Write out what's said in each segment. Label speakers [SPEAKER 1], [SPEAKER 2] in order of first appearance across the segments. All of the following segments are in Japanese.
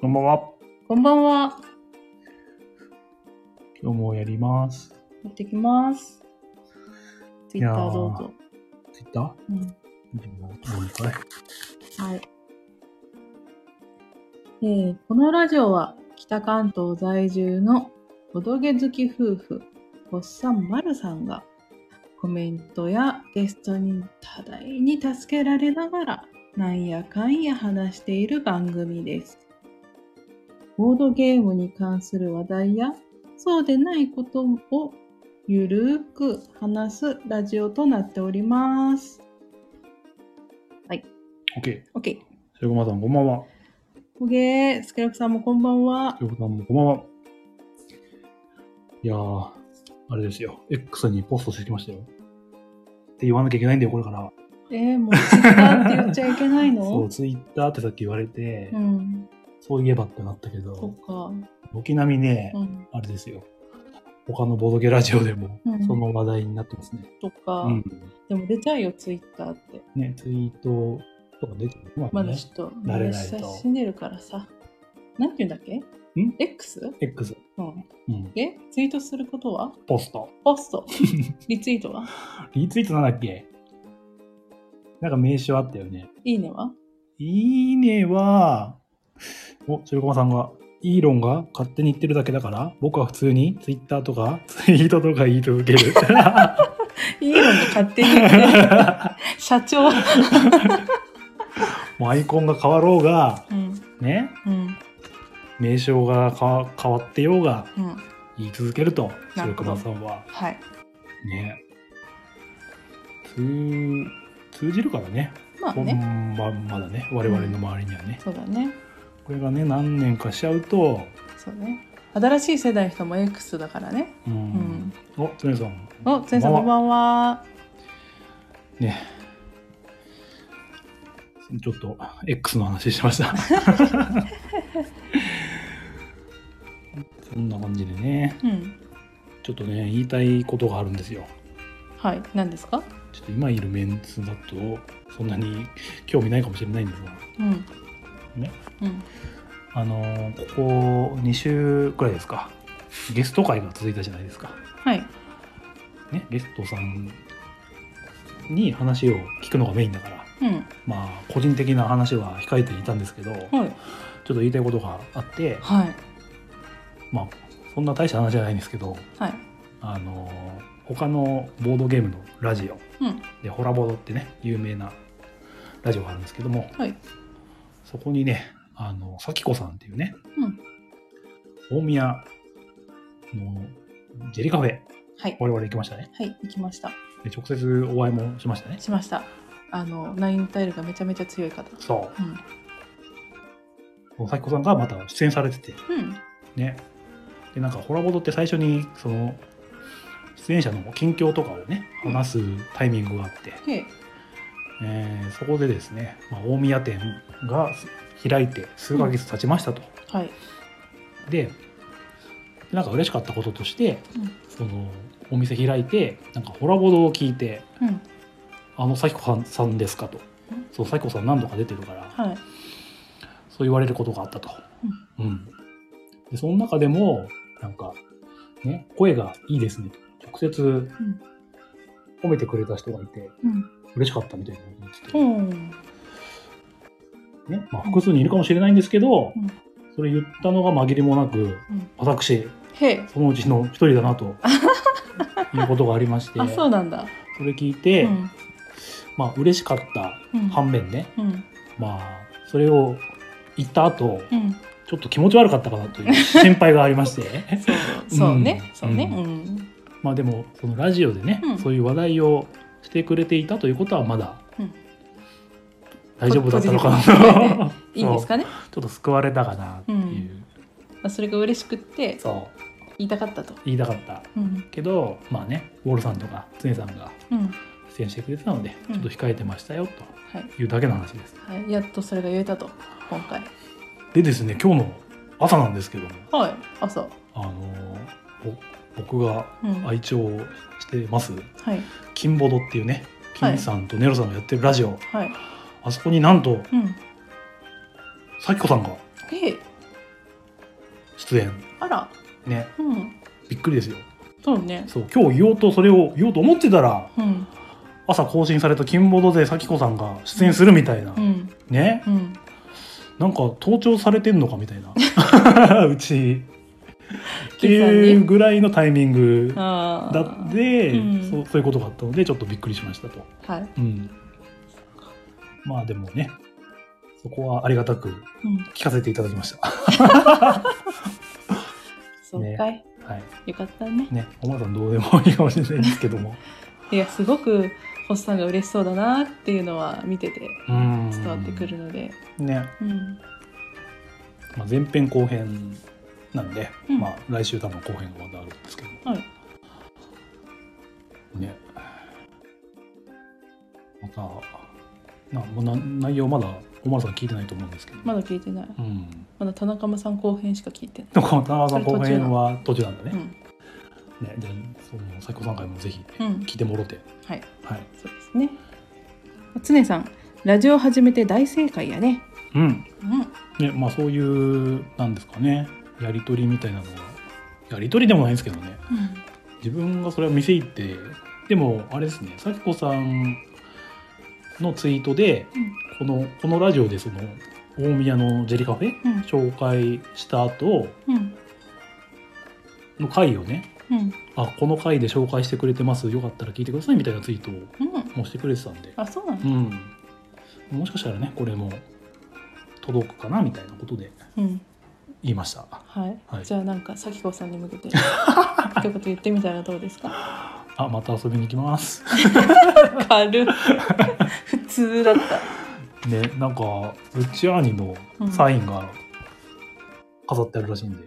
[SPEAKER 1] こんばんは。
[SPEAKER 2] こんばんは。
[SPEAKER 1] 今日もやります。
[SPEAKER 2] やってきます。ツイ
[SPEAKER 1] いや
[SPEAKER 2] ッ
[SPEAKER 1] ー
[SPEAKER 2] ターどうぞ。
[SPEAKER 1] ツイッター
[SPEAKER 2] うん。
[SPEAKER 1] もういいかい
[SPEAKER 2] はい。えーこのラジオは北関東在住のおどげ好き夫婦、おっさんまるさんがコメントやゲストに多大に助けられながらなんやかんや話している番組です。ボードゲームに関する話題やそうでないことをゆるーく話すラジオとなっております。
[SPEAKER 1] ?OK。
[SPEAKER 2] OK。
[SPEAKER 1] しごまさん、こんばんは。
[SPEAKER 2] おげー、スケロクさんもこんばんは
[SPEAKER 1] し。ごさんもこんばんは。いやー、あれですよ。X にポストしてきましたよ。って言わなきゃいけないんだよ、これから。
[SPEAKER 2] えー、もうツイッターって言っちゃいけないの
[SPEAKER 1] そう、ツイッターってさっき言われて、
[SPEAKER 2] ん。
[SPEAKER 1] そういえばってなったけ
[SPEAKER 2] そ
[SPEAKER 1] ど
[SPEAKER 2] っ、か。
[SPEAKER 1] 軒並みね、
[SPEAKER 2] うん。
[SPEAKER 1] あれですよ。他のボードゲラジオでも
[SPEAKER 2] うん、
[SPEAKER 1] その話題になってますね。
[SPEAKER 2] そっか。
[SPEAKER 1] うん。
[SPEAKER 2] でも出ちゃうよ、ツイッターって。
[SPEAKER 1] ね、ツイートとか出てる
[SPEAKER 2] まだちょっと、
[SPEAKER 1] 慣れないと
[SPEAKER 2] まだ親しんでるからさ。なんて言うんだっけ
[SPEAKER 1] ん
[SPEAKER 2] ?X?
[SPEAKER 1] X。
[SPEAKER 2] うん。
[SPEAKER 1] うん。
[SPEAKER 2] えツイートすることは
[SPEAKER 1] ポスト。
[SPEAKER 2] ポスト。リツイートは
[SPEAKER 1] リツイートなんだっけなんか名称あったよね。
[SPEAKER 2] いいねはい
[SPEAKER 1] いねは、お、白駒さんが、イーロンが勝手に言ってるだけだから、僕は普通にツイッターとかツイートとか言い続ける。
[SPEAKER 2] いいのが勝手に言ってる 社長。
[SPEAKER 1] もうアイコンが変わろうが、
[SPEAKER 2] うん。
[SPEAKER 1] ね、
[SPEAKER 2] うん。
[SPEAKER 1] 名称がかわ変わってようが
[SPEAKER 2] うん。
[SPEAKER 1] 言い続けると、
[SPEAKER 2] な
[SPEAKER 1] 白
[SPEAKER 2] るほ
[SPEAKER 1] 駒
[SPEAKER 2] ど
[SPEAKER 1] さんは。
[SPEAKER 2] はい。
[SPEAKER 1] ね。通、通じるからね。
[SPEAKER 2] まあ
[SPEAKER 1] ほ
[SPEAKER 2] ね。
[SPEAKER 1] んま、まだね、我々の周りにはね。
[SPEAKER 2] そうだね。
[SPEAKER 1] これがね、何年かしちゃうと、
[SPEAKER 2] そうね。新しい世代の人も X だからね。
[SPEAKER 1] う
[SPEAKER 2] うんん。
[SPEAKER 1] お、つねさん。
[SPEAKER 2] お、つねさんこんばんは。
[SPEAKER 1] ね。ちょっと X の話しま した。そんな感じでね、
[SPEAKER 2] うん。
[SPEAKER 1] ちょっとね、言いたいことがあるんですよ。
[SPEAKER 2] はい。何ですか
[SPEAKER 1] ちょっと今いるメンツだと、そんなに興味ないかもしれないんですが、
[SPEAKER 2] うん。
[SPEAKER 1] ね。
[SPEAKER 2] うん。
[SPEAKER 1] あのーここ2週くらいですか、ゲスト会が続いたじゃないですか。
[SPEAKER 2] はい。
[SPEAKER 1] ね、ゲストさんに話を聞くのがメインだから、
[SPEAKER 2] うん。
[SPEAKER 1] まあ、個人的な話は控えていたんですけど、
[SPEAKER 2] はい。
[SPEAKER 1] ちょっと言いたいことがあって、
[SPEAKER 2] はい。
[SPEAKER 1] まあ、そんな大した話じゃないんですけど、
[SPEAKER 2] はい。
[SPEAKER 1] あの他のボードゲームのラジオ
[SPEAKER 2] うん。
[SPEAKER 1] で、ホラボドってね、有名なラジオがあるんですけども、
[SPEAKER 2] はい。
[SPEAKER 1] そこにね、あの、咲子さんっていうね、
[SPEAKER 2] うん
[SPEAKER 1] 大宮のジェリカフェ、
[SPEAKER 2] はい。
[SPEAKER 1] 我々行きましたね。
[SPEAKER 2] はい。行きました。
[SPEAKER 1] で直接お会いもしましたね。
[SPEAKER 2] しました。あの、ナインタイルがめちゃめちゃ強い方。
[SPEAKER 1] そう
[SPEAKER 2] うん。
[SPEAKER 1] その咲子さんがまた出演されてて、
[SPEAKER 2] うん。
[SPEAKER 1] ね。で、なんか、ホラボドって最初に、その、出演者の近況とかをね、
[SPEAKER 2] うん
[SPEAKER 1] 話すタイミングがあって、
[SPEAKER 2] で、
[SPEAKER 1] えーそこでですね、まあ、大宮店が開いて数ヶ月経ちましたと。
[SPEAKER 2] はい。
[SPEAKER 1] で、なんか嬉しかったこととして、
[SPEAKER 2] うん
[SPEAKER 1] その、お店開いて、なんか、ホラボドを聞いて、
[SPEAKER 2] うん。
[SPEAKER 1] あの、咲子さんさんですかと
[SPEAKER 2] うん。
[SPEAKER 1] そう、咲子さん何度か出てるから、
[SPEAKER 2] はい。
[SPEAKER 1] そう言われることがあったと。うん。で、その中でも、なんか、ね、声がいいですねと。直接
[SPEAKER 2] ん、
[SPEAKER 1] 褒めてくれた人がいて、
[SPEAKER 2] うん。
[SPEAKER 1] 嬉しかったみたいなこと言ってて、
[SPEAKER 2] うん。
[SPEAKER 1] ね、まあ複数にいるかもしれないんですけど、
[SPEAKER 2] うん
[SPEAKER 1] それ言ったのが紛れもなく、
[SPEAKER 2] ん
[SPEAKER 1] 私、
[SPEAKER 2] へえ。
[SPEAKER 1] そのうちの一人だな と、いうことがありまして、
[SPEAKER 2] あ、そうなんだ。
[SPEAKER 1] それ聞いうて、
[SPEAKER 2] ん。
[SPEAKER 1] まあ嬉しかった
[SPEAKER 2] うん。
[SPEAKER 1] 反面ね、
[SPEAKER 2] うん。
[SPEAKER 1] まあ、それを言った後、
[SPEAKER 2] うん。
[SPEAKER 1] ちょっと気持ち悪かったかなという心配がありまして、
[SPEAKER 2] そう、そうね
[SPEAKER 1] う。ん
[SPEAKER 2] そうね。
[SPEAKER 1] う
[SPEAKER 2] うん。
[SPEAKER 1] まあでもそのラジオでね、
[SPEAKER 2] うん
[SPEAKER 1] そういう話題をしてくれていたということはまだ
[SPEAKER 2] うん
[SPEAKER 1] 大丈夫だったのかな、
[SPEAKER 2] ポジティブないいんですかね。
[SPEAKER 1] ちょっと救われたかなっていう、
[SPEAKER 2] まあそれが嬉しくって、
[SPEAKER 1] そう
[SPEAKER 2] 言いたかったと。
[SPEAKER 1] 言いたかった
[SPEAKER 2] うん。
[SPEAKER 1] けどまあねウォールさんとか常さんが
[SPEAKER 2] うん。
[SPEAKER 1] 出演してくれてたので、
[SPEAKER 2] うん
[SPEAKER 1] ちょっと控えてましたよ
[SPEAKER 2] はい。
[SPEAKER 1] というだけの話です
[SPEAKER 2] はい、やっとそれが言えたと今回
[SPEAKER 1] でですね今日の朝なんですけども
[SPEAKER 2] はい朝
[SPEAKER 1] あのーぼ僕が
[SPEAKER 2] うんはい、
[SPEAKER 1] 愛聴してます「金ボド」っていうね
[SPEAKER 2] はい
[SPEAKER 1] 金さんとネロさんがやってるラジオ、
[SPEAKER 2] はい
[SPEAKER 1] あそこになんと
[SPEAKER 2] うん
[SPEAKER 1] 咲子さんが
[SPEAKER 2] え
[SPEAKER 1] 出演
[SPEAKER 2] あら、
[SPEAKER 1] ね
[SPEAKER 2] うん、
[SPEAKER 1] びっくりですよ
[SPEAKER 2] そうね。
[SPEAKER 1] そう今日言おうとそれを言おうと思ってたら
[SPEAKER 2] うん、
[SPEAKER 1] 朝更新された金ボードで咲子さんが出演するみたいな、
[SPEAKER 2] うん、
[SPEAKER 1] ね
[SPEAKER 2] うん。
[SPEAKER 1] なんか盗聴されてんのかみたい なうちにっていうぐらいのタイミング
[SPEAKER 2] ああ。
[SPEAKER 1] だって、
[SPEAKER 2] うん
[SPEAKER 1] そうそういうことがあったのでちょっとびっくりしましたと、
[SPEAKER 2] はい。
[SPEAKER 1] うん、まあでもねそこはありがたく
[SPEAKER 2] うん、
[SPEAKER 1] 聞かせていただきました
[SPEAKER 2] そうかい。
[SPEAKER 1] はい
[SPEAKER 2] よかったね。
[SPEAKER 1] ね小村さんどうでもいいかもしれないんですけども
[SPEAKER 2] いや、すごく、星さんが嬉しそうだなっていうのは見てて
[SPEAKER 1] うん
[SPEAKER 2] 伝わってくるので。
[SPEAKER 1] ね、
[SPEAKER 2] うん。
[SPEAKER 1] まあ、前編後編なんで、
[SPEAKER 2] うん
[SPEAKER 1] まあ来週多分後編がまだあるんですけど
[SPEAKER 2] はい。
[SPEAKER 1] ねまたなもうな内容まだ小村さん聞いてないと思うんですけど、
[SPEAKER 2] まだ聞いてない。
[SPEAKER 1] うん
[SPEAKER 2] まだ田中間さん後編しか聞いてない。
[SPEAKER 1] でもこの田中さん後編は途中なんだ
[SPEAKER 2] う
[SPEAKER 1] ね。
[SPEAKER 2] ん。
[SPEAKER 1] ねで、その最高さん回もぜひ
[SPEAKER 2] うん。
[SPEAKER 1] 聞いてもろて。
[SPEAKER 2] はい。
[SPEAKER 1] はい。
[SPEAKER 2] そうですね。常さん、ラジオ始めて大正解やね。
[SPEAKER 1] うん。
[SPEAKER 2] うん。
[SPEAKER 1] ね、まあそういうなんですかね、やりとりみたいなのが、やりとりでもないんですけどね。自分がそれは店行って、でもあれですね、咲子さんのツイートで、
[SPEAKER 2] うん
[SPEAKER 1] このこのラジオでその大宮のジェリカフェ
[SPEAKER 2] うん。
[SPEAKER 1] 紹介した後
[SPEAKER 2] うん。
[SPEAKER 1] の回をね、
[SPEAKER 2] うん。
[SPEAKER 1] あこの回で紹介してくれてます、よかったら聞いてくださいみたいなツイートを
[SPEAKER 2] うん。
[SPEAKER 1] もうしてくれてたんで。
[SPEAKER 2] あ、そうなの
[SPEAKER 1] う。ん、もしかしたらねこれも届くかなみたいなことで
[SPEAKER 2] うん。
[SPEAKER 1] 言いました
[SPEAKER 2] はい。
[SPEAKER 1] はい
[SPEAKER 2] じゃあ、なんか、咲子さんに向けて。一言言ってみたらどうです か。
[SPEAKER 1] あまた遊びに行きます
[SPEAKER 2] 軽い普通だった。
[SPEAKER 1] ねなんかうちアーニのサインが飾ってあるらしいんで、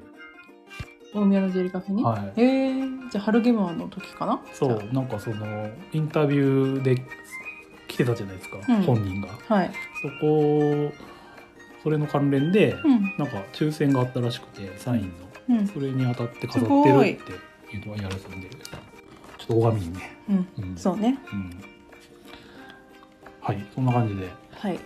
[SPEAKER 2] 大宮のジェリカフェに。
[SPEAKER 1] はい
[SPEAKER 2] ええじゃあ、春ゲマの時かな。
[SPEAKER 1] そ
[SPEAKER 2] じゃ
[SPEAKER 1] うなんかそのインタビューで来てたじゃないですか、
[SPEAKER 2] うん
[SPEAKER 1] 本人が
[SPEAKER 2] あ。はい。
[SPEAKER 1] そこそれの関連で、
[SPEAKER 2] うん。
[SPEAKER 1] なんか抽選があったらしくてサインの
[SPEAKER 2] うん。
[SPEAKER 1] それに当たって飾
[SPEAKER 2] すご
[SPEAKER 1] って
[SPEAKER 2] い
[SPEAKER 1] るっていうのはやられてたんでちょっと拝みにね、
[SPEAKER 2] うん。
[SPEAKER 1] うん、
[SPEAKER 2] そうね。
[SPEAKER 1] うんはい、そんな感じで
[SPEAKER 2] はい。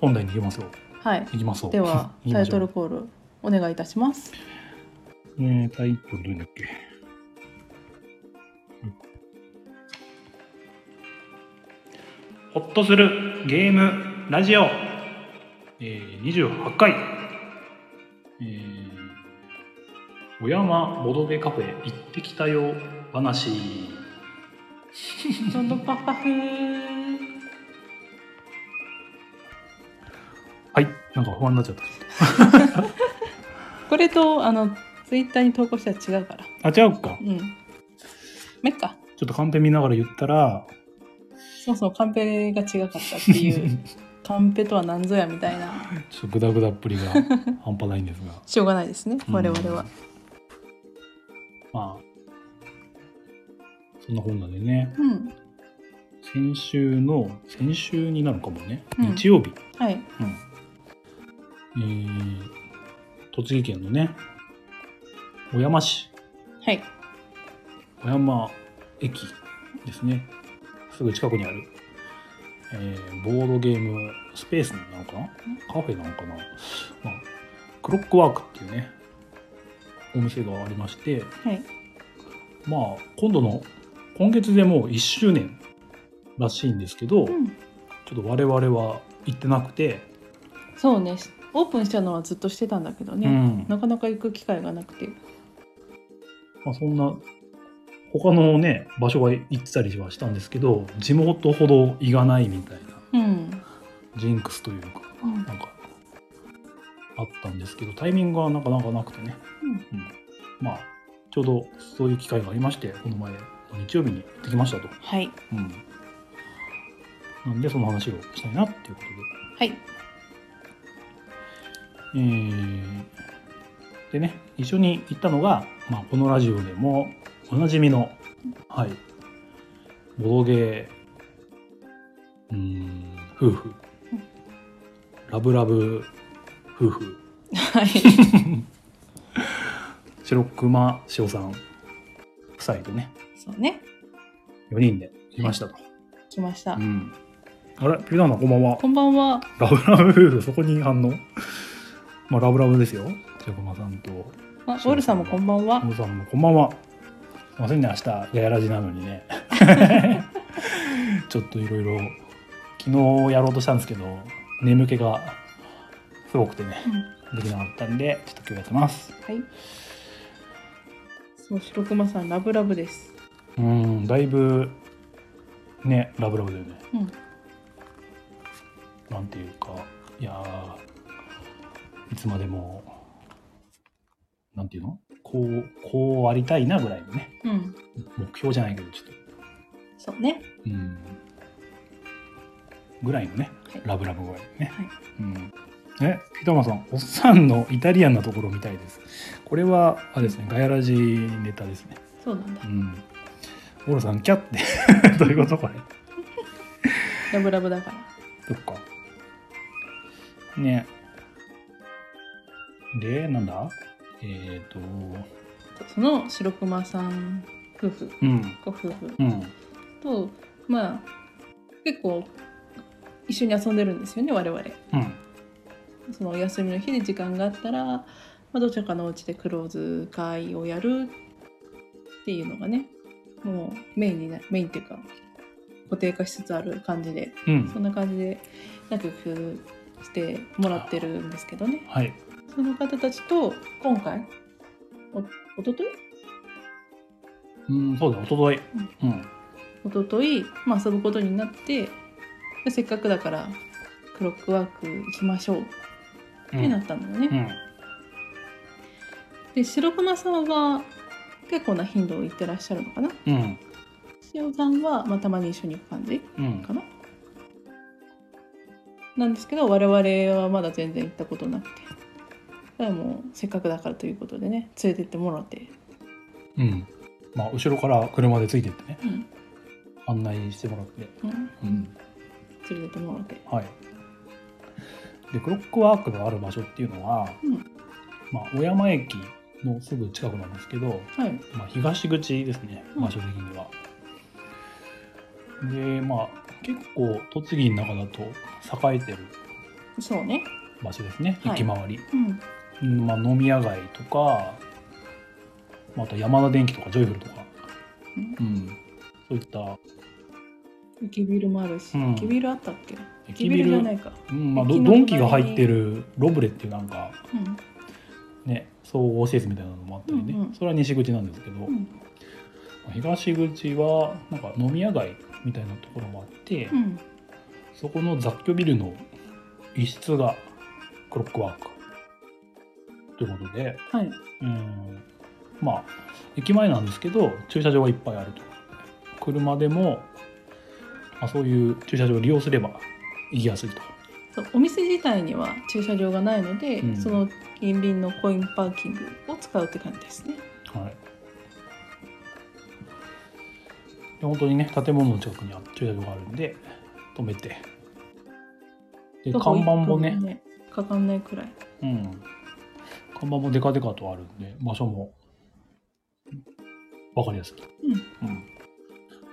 [SPEAKER 1] 本題に行きましょう。
[SPEAKER 2] はい。
[SPEAKER 1] 行きましょう。
[SPEAKER 2] では
[SPEAKER 1] 、行き
[SPEAKER 2] タ
[SPEAKER 1] ま
[SPEAKER 2] イ
[SPEAKER 1] しょ
[SPEAKER 2] ト
[SPEAKER 1] う
[SPEAKER 2] ル。コール。お願いいたします。
[SPEAKER 1] えー、タイトルどれだっけ。ホッとするゲームラジオ。えー、二十八回。えー。小山ボドゲカフェ行ってきたよ話。
[SPEAKER 2] どんどんパフパフー。
[SPEAKER 1] はい、なんか不安になっちゃっ
[SPEAKER 2] これと、あの、ツイッターに投稿したら違うから。
[SPEAKER 1] た。あ、違うか
[SPEAKER 2] う。ん。めっか。
[SPEAKER 1] ちょっとカンペ見ながら言ったら。
[SPEAKER 2] そもそもカンペが違かったって いう。カンペとは何ぞやみたいな。
[SPEAKER 1] ちょっとグダグダっぷりが半端ないんです が。
[SPEAKER 2] しょうがないですね。我々
[SPEAKER 1] う
[SPEAKER 2] は
[SPEAKER 1] ん。まあ、そんなこんなでね、
[SPEAKER 2] うん。
[SPEAKER 1] 先週の、先週になるかもね、
[SPEAKER 2] うん
[SPEAKER 1] 日曜日、
[SPEAKER 2] はい。
[SPEAKER 1] うんえー栃木県のね、小山市、
[SPEAKER 2] はい。
[SPEAKER 1] 小山駅ですね、すぐ近くにある、えーボードゲームスペースなのかなカフェなのかな、まあ、クロックワークっていうね、お店がありまして、
[SPEAKER 2] はい。
[SPEAKER 1] まあ今度の今月でもう1周年らしいんですけど、
[SPEAKER 2] うん。
[SPEAKER 1] ちょっと我々は行ってなくて、
[SPEAKER 2] そうねしオープンしたのはずっとしてたんだけど
[SPEAKER 1] う
[SPEAKER 2] ね、
[SPEAKER 1] ん
[SPEAKER 2] なかなか行く機会がなくて
[SPEAKER 1] まあ、そんな他のね場所は行ってたりはしたんですけど地元ほど行がないみたいな
[SPEAKER 2] うん、
[SPEAKER 1] ジンクスというかなんかあったんですけどタイミングはなかなかなくてね、
[SPEAKER 2] うん
[SPEAKER 1] うんまあちょうどそういう機会がありましてこの前の日曜日に行ってきましたと、
[SPEAKER 2] はい
[SPEAKER 1] うんなんでその話をしたいなっていうことで
[SPEAKER 2] はい
[SPEAKER 1] えーでね一緒に行ったのが、まあ、このラジオでもおなじみの、はい、ボドゲーうーん夫婦
[SPEAKER 2] うん
[SPEAKER 1] ラブラブ夫婦
[SPEAKER 2] はい
[SPEAKER 1] 白熊潮さん夫妻とね
[SPEAKER 2] そうね
[SPEAKER 1] 4人でいましたと、
[SPEAKER 2] 来ました、
[SPEAKER 1] うんあれピリナさんこんばんは
[SPEAKER 2] こんばんは
[SPEAKER 1] ラブラブ夫婦そこに反応まあ、ラブラブですよ。白駒さんと、
[SPEAKER 2] あ、ウォルさんもこんばんは
[SPEAKER 1] モ。さんもこんばんは。すいませんね、明日、ややらじなのにね。 ちょっといろいろ、昨日やろうとしたんですけど、眠気がすごくてね、できなかったんで、ちょっと今日やってます。
[SPEAKER 2] はい。そう、白熊さん、ラブラブです。
[SPEAKER 1] うん、だいぶ、ね、ラブラブだよね。
[SPEAKER 2] うん。
[SPEAKER 1] なんていうか、いやーいつまでも、なんていうのこう、こうありたいなぐらいのね、
[SPEAKER 2] うん。
[SPEAKER 1] 目標じゃないけど、ちょっと、
[SPEAKER 2] そうね。
[SPEAKER 1] うん、ぐらいのね、
[SPEAKER 2] はい
[SPEAKER 1] ラブラブぐらいのね。
[SPEAKER 2] はい
[SPEAKER 1] うんえ、ピタマさん、おっさんのイタリアンなところみたいです。これは、あれですね、ガヤラジネタですね。
[SPEAKER 2] そうなんだ
[SPEAKER 1] う。ん。オロさん、キャって どういうことこれ。
[SPEAKER 2] ラブラブだから。
[SPEAKER 1] そっか。ね。で、なんだえっ、と、
[SPEAKER 2] そうその白熊さん夫婦、
[SPEAKER 1] うん、
[SPEAKER 2] ご夫婦
[SPEAKER 1] うん、
[SPEAKER 2] と、まあ、結構一緒に遊んでるんですよね、我々。
[SPEAKER 1] うん、
[SPEAKER 2] そのお休みの日で時間があったら、まあ、どちらかのお家でクローズ会をやるっていうのがね、もうメインにな、メインっていうか、固定化しつつある感じで、
[SPEAKER 1] うん。
[SPEAKER 2] そんな感じで仲良くしてもらってるんですけどね。
[SPEAKER 1] はい。
[SPEAKER 2] その方たちと今回、お、おととい
[SPEAKER 1] うん、そうだ、おととい。うん、
[SPEAKER 2] おととい、まあ、遊ぶことになって、でせっかくだからクロックワーク行きましょうっ
[SPEAKER 1] う、
[SPEAKER 2] てなんったのよね。
[SPEAKER 1] うん、
[SPEAKER 2] で、白熊さんは結構な頻度を行ってらっしゃるのかな。
[SPEAKER 1] うん、
[SPEAKER 2] 塩さんは、まあ、たまに一緒に行く感じ
[SPEAKER 1] うん
[SPEAKER 2] か、な。なんですけど、我々はまだ全然行ったことなくて。だからもうせっかくだからということでね連れてってもらって、
[SPEAKER 1] うん。まあ、後ろから車でついてってね、
[SPEAKER 2] うん
[SPEAKER 1] 案内してもらって。
[SPEAKER 2] うん
[SPEAKER 1] うん、
[SPEAKER 2] 連れてってもらって
[SPEAKER 1] はい。で、クロックワークのある場所っていうのは、
[SPEAKER 2] うん
[SPEAKER 1] まあ、小山駅のすぐ近くなんですけど、
[SPEAKER 2] はい
[SPEAKER 1] まあ、東口ですね
[SPEAKER 2] うん
[SPEAKER 1] 場所的には。でまあ結構栃木の中だと栄えてる
[SPEAKER 2] そうね
[SPEAKER 1] 場所ですね行
[SPEAKER 2] はい
[SPEAKER 1] き回り、
[SPEAKER 2] うん
[SPEAKER 1] うんまあ、飲み屋街とかまああと山田電機とかジョイフルとか、
[SPEAKER 2] うん
[SPEAKER 1] うんそういった
[SPEAKER 2] 駅ビルもあるし、
[SPEAKER 1] うん
[SPEAKER 2] 駅ビルあったっけ駅
[SPEAKER 1] 駅
[SPEAKER 2] ビ
[SPEAKER 1] ビ
[SPEAKER 2] ル
[SPEAKER 1] ル
[SPEAKER 2] じゃないか
[SPEAKER 1] うんまあ、ド
[SPEAKER 2] 駅の
[SPEAKER 1] ドンキが入ってるロブレっていうなんか
[SPEAKER 2] うん
[SPEAKER 1] ね総合施設みたいなのもあったりね、
[SPEAKER 2] うんうん
[SPEAKER 1] それは西口なんですけど、
[SPEAKER 2] うん
[SPEAKER 1] まあ東口はなんか飲み屋街みたいなところもあって、
[SPEAKER 2] うん
[SPEAKER 1] そこの雑居ビルの一室がクロックワーク。ということで、
[SPEAKER 2] はい、
[SPEAKER 1] うん、まあ、駅前なんですけど、駐車場がいっぱいあると。車でも、まあ、そういう駐車場を利用すれば行きやすいと。
[SPEAKER 2] そうお店自体には駐車場がないので、
[SPEAKER 1] うん
[SPEAKER 2] その近隣のコインパーキングを使うって感じですね。
[SPEAKER 1] はい。で本当にね、建物の近くには駐車場があるんで、止めて。で、
[SPEAKER 2] 徒歩
[SPEAKER 1] 看板も
[SPEAKER 2] 一
[SPEAKER 1] ね
[SPEAKER 2] 分、ねかかんないくらい。
[SPEAKER 1] うん。看板もデカデカとあるんで、場所も、わかりやすい。うん。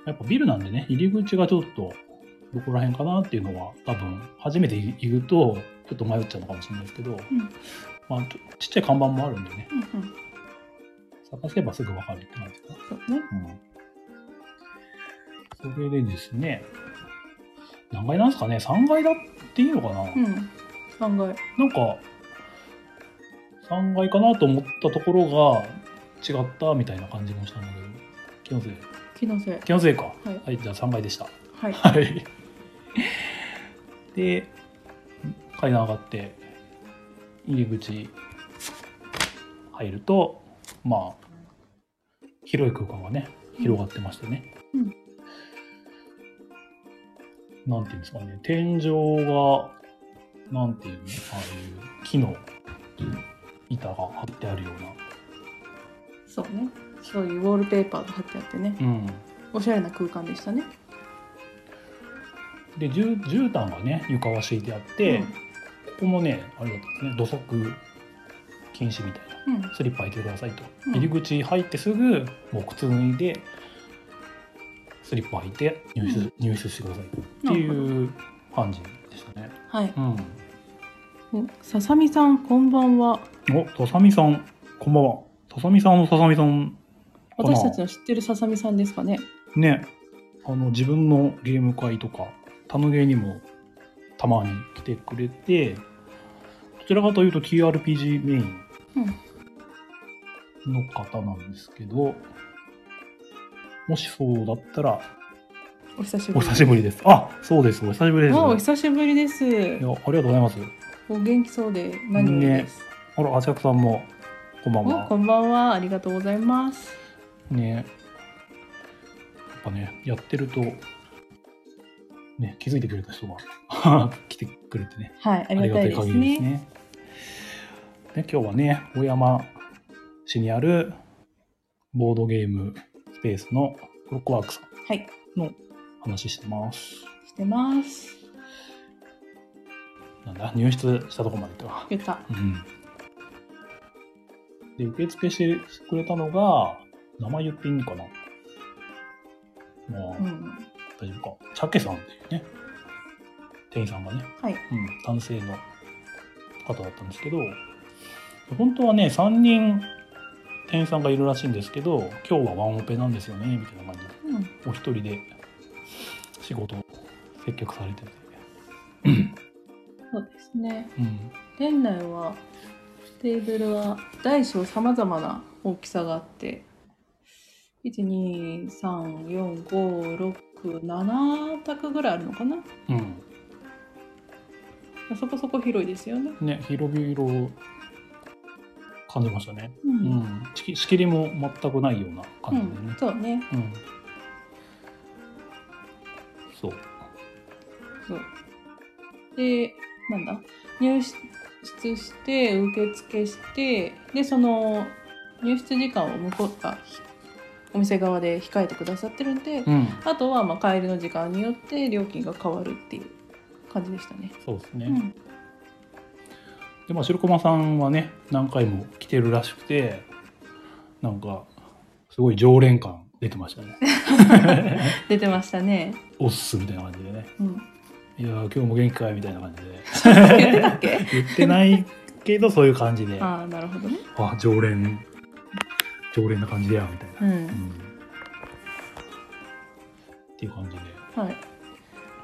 [SPEAKER 1] やっぱビルなんでね、入り口がちょっと、どこら辺かなっていうのは、多分、初めて行くと、ちょっと迷っちゃうのかもしれないですけど、まあ、ちょちっちゃい看板もあるんでね、
[SPEAKER 2] うんうん、
[SPEAKER 1] 探せばすぐわかるって感じですか。
[SPEAKER 2] そうね。
[SPEAKER 1] うん。それでですね、何階なんですかね ?3 階だっていいのかな、
[SPEAKER 2] うん。三階。
[SPEAKER 1] なんか、3階かなと思ったところが違ったみたいな感じもしたんだけど、気のせい。
[SPEAKER 2] 気のせい。
[SPEAKER 1] 気のせいか。は
[SPEAKER 2] はい。
[SPEAKER 1] い、じゃあ3階でした。
[SPEAKER 2] はい。
[SPEAKER 1] はい。で、階段上がって、入り口入ると、まあ、広い空間がね、広がってましてね。
[SPEAKER 2] うん
[SPEAKER 1] なんていうんですかね、天井が、なんていうの、ああいう木の板が張ってあるよう
[SPEAKER 2] そうね。そういうウォールペーパーが貼ってあってね。
[SPEAKER 1] な。うん。
[SPEAKER 2] おしゃれな空間でしたね。
[SPEAKER 1] で、じゅう絨毯がね、床は敷いてあって、
[SPEAKER 2] うん
[SPEAKER 1] ここもね、あれだったんですね、土足禁止みたいな。
[SPEAKER 2] うん。
[SPEAKER 1] スリッパ履いてくださいと。
[SPEAKER 2] うん
[SPEAKER 1] 入り口入ってすぐ、もう靴脱いで、スリッパ履いて入室、
[SPEAKER 2] うん
[SPEAKER 1] 入室してくださいっていう感じでしたね。
[SPEAKER 2] はい。
[SPEAKER 1] うん。
[SPEAKER 2] おささみさん、こんばんは。
[SPEAKER 1] お、ささみさん、こんばんは。ささみさんのささみさん、こんばんは
[SPEAKER 2] 私たちの知ってるささみさんですかね。
[SPEAKER 1] ね、あの、自分のゲーム会とか、タヌゲーにもたまに来てくれて、どちらかというと TRPG メインの方なんですけど、もしそうだったら、
[SPEAKER 2] お久しぶ
[SPEAKER 1] お
[SPEAKER 2] り。
[SPEAKER 1] 久しぶりです。あ、そうです。お久しぶりです。
[SPEAKER 2] あお
[SPEAKER 1] い
[SPEAKER 2] 久しぶりです。
[SPEAKER 1] や、ありがとうございます。
[SPEAKER 2] お元気そうで何よりです。
[SPEAKER 1] あら、あちゃくさんも、こんばん
[SPEAKER 2] お
[SPEAKER 1] は。
[SPEAKER 2] こんばんは。ありがとうございます。
[SPEAKER 1] ねやっぱねやってるとね気づいてくれた人が 来てくれてね
[SPEAKER 2] はい、あ
[SPEAKER 1] あ
[SPEAKER 2] り
[SPEAKER 1] り
[SPEAKER 2] が
[SPEAKER 1] がた
[SPEAKER 2] たい
[SPEAKER 1] い
[SPEAKER 2] です
[SPEAKER 1] 限りです
[SPEAKER 2] ね。
[SPEAKER 1] ねで今日はね大山市にあるボードゲームスペースのクロックワークさん
[SPEAKER 2] はい、
[SPEAKER 1] 話してます
[SPEAKER 2] してます。
[SPEAKER 1] なんだ入室したとこまで行ったわ
[SPEAKER 2] 言った。
[SPEAKER 1] うんで受付してくれたのが名前言っていいのかなまあ、
[SPEAKER 2] うん。
[SPEAKER 1] 大丈夫か。チャケさんっていうね、店員さんがね、
[SPEAKER 2] はい
[SPEAKER 1] うん、男性の方だったんですけど、本当はね、3人店員さんがいるらしいんですけど、今日はワンオペなんですよね、みたいな感じで、
[SPEAKER 2] うん。
[SPEAKER 1] お一人で仕事を接客されてて、
[SPEAKER 2] そうですね。
[SPEAKER 1] うん、
[SPEAKER 2] 店内はテーブルは大小さまざまな大きさがあって1234567択ぐらいあるのかな
[SPEAKER 1] う
[SPEAKER 2] そこそこ広いですよね、
[SPEAKER 1] ん、ね、広々感じましたね。
[SPEAKER 2] う
[SPEAKER 1] うんん、仕切仕切りも全くないような感じでね。
[SPEAKER 2] そうね
[SPEAKER 1] うん、そう。
[SPEAKER 2] そうでなんだ入室して受付してでその入室時間を向こうあひお店側で控えてくださってるんで、
[SPEAKER 1] うん
[SPEAKER 2] あとはまあ帰りの時間によって料金が変わるっていう感じでしたね。
[SPEAKER 1] そうですね。
[SPEAKER 2] うん、
[SPEAKER 1] でまあ白駒さんはね何回も来てるらしくてなんかすごい常連感出てました ね
[SPEAKER 2] 出てましたね。
[SPEAKER 1] おっすみたいな感じでね
[SPEAKER 2] うん、
[SPEAKER 1] 「いやー今日も元気かい?」みたいな感じで
[SPEAKER 2] 言ってたっけ
[SPEAKER 1] 言ってないけどそういう感じであ
[SPEAKER 2] ああなるほどね。
[SPEAKER 1] 常連常連な感じだよみたいな、
[SPEAKER 2] う
[SPEAKER 1] うん
[SPEAKER 2] ん、
[SPEAKER 1] っていう感じで、
[SPEAKER 2] はい。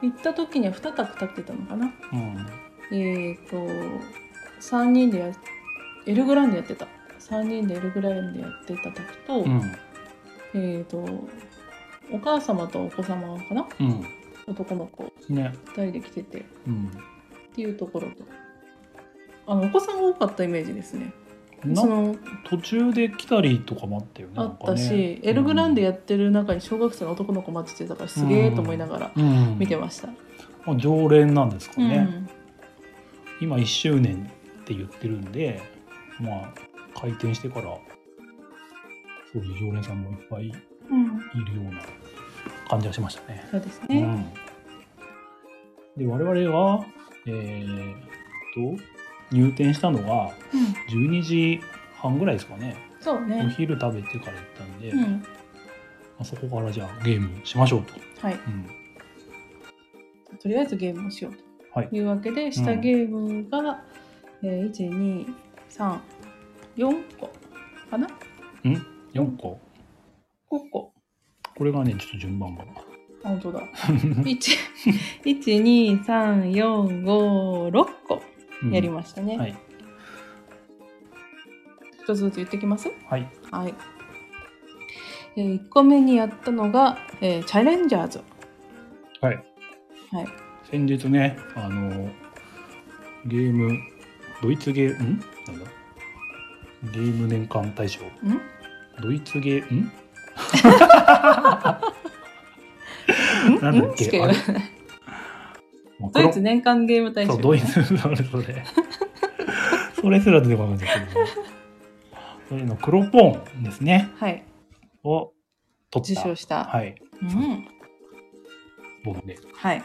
[SPEAKER 2] 行った時には2択立ってたのかな。
[SPEAKER 1] うん、
[SPEAKER 2] えっ、ー、と3人でやエルグランでやってた3人でエルグランでやってた択と、
[SPEAKER 1] うん
[SPEAKER 2] えっ、ー、とお母様とお子様かな男の子
[SPEAKER 1] うんね
[SPEAKER 2] 2人で来ててっ
[SPEAKER 1] うん
[SPEAKER 2] ていうところとあのお子さんが多かったイメージですね。
[SPEAKER 1] な
[SPEAKER 2] その
[SPEAKER 1] 途中で来たりとかもあったよね
[SPEAKER 2] あ
[SPEAKER 1] なん
[SPEAKER 2] っ
[SPEAKER 1] かね
[SPEAKER 2] たし、エルグランデやってる中に小学生の男の子待っててたからすげえと思いながら
[SPEAKER 1] うんうん
[SPEAKER 2] 見てました、
[SPEAKER 1] まあ常連なんですか
[SPEAKER 2] うん
[SPEAKER 1] ね、今1周年って言ってるんでまあ開店してからそういう常連さんもいっぱいい
[SPEAKER 2] う
[SPEAKER 1] る
[SPEAKER 2] ん
[SPEAKER 1] ような感じがしましたね。
[SPEAKER 2] そうです
[SPEAKER 1] う
[SPEAKER 2] ね、
[SPEAKER 1] ん、で我々はえーっと入店したのが
[SPEAKER 2] うん
[SPEAKER 1] 12時半ぐらいですかね
[SPEAKER 2] そう
[SPEAKER 1] お
[SPEAKER 2] ね
[SPEAKER 1] 昼食べてから行ったんで、
[SPEAKER 2] う
[SPEAKER 1] ま
[SPEAKER 2] ん
[SPEAKER 1] あ、そこからじゃあゲームしましょうと。
[SPEAKER 2] はい
[SPEAKER 1] うん
[SPEAKER 2] とりあえずゲームをしよう
[SPEAKER 1] はい
[SPEAKER 2] というわけでしたゲームが、えー、1234個かな
[SPEAKER 1] 4個
[SPEAKER 2] 5個
[SPEAKER 1] これがねちょっと順番が。
[SPEAKER 2] あ本当だ一一二三四五六個
[SPEAKER 1] うん
[SPEAKER 2] やりましたね、
[SPEAKER 1] はい
[SPEAKER 2] 一つずつ言ってきます
[SPEAKER 1] はい。
[SPEAKER 2] はい。えー、1個目にやったのが、えーチャレンジャーズ。
[SPEAKER 1] はい。
[SPEAKER 2] はい。
[SPEAKER 1] 先日ねあのゲームドイツゲーんなんだゲーム年間大賞
[SPEAKER 2] ん
[SPEAKER 1] ドイツゲーん
[SPEAKER 2] ん
[SPEAKER 1] なんだっけ
[SPEAKER 2] しか言わない
[SPEAKER 1] もう
[SPEAKER 2] ド
[SPEAKER 1] 黒
[SPEAKER 2] イツ年間ゲーム大賞、
[SPEAKER 1] そうドイツそれそ れそれすら出てこなかったけどそれの黒ポンですね
[SPEAKER 2] はい。
[SPEAKER 1] を取
[SPEAKER 2] 受
[SPEAKER 1] った
[SPEAKER 2] 賞した。
[SPEAKER 1] はい
[SPEAKER 2] うん。
[SPEAKER 1] ボードで
[SPEAKER 2] はい。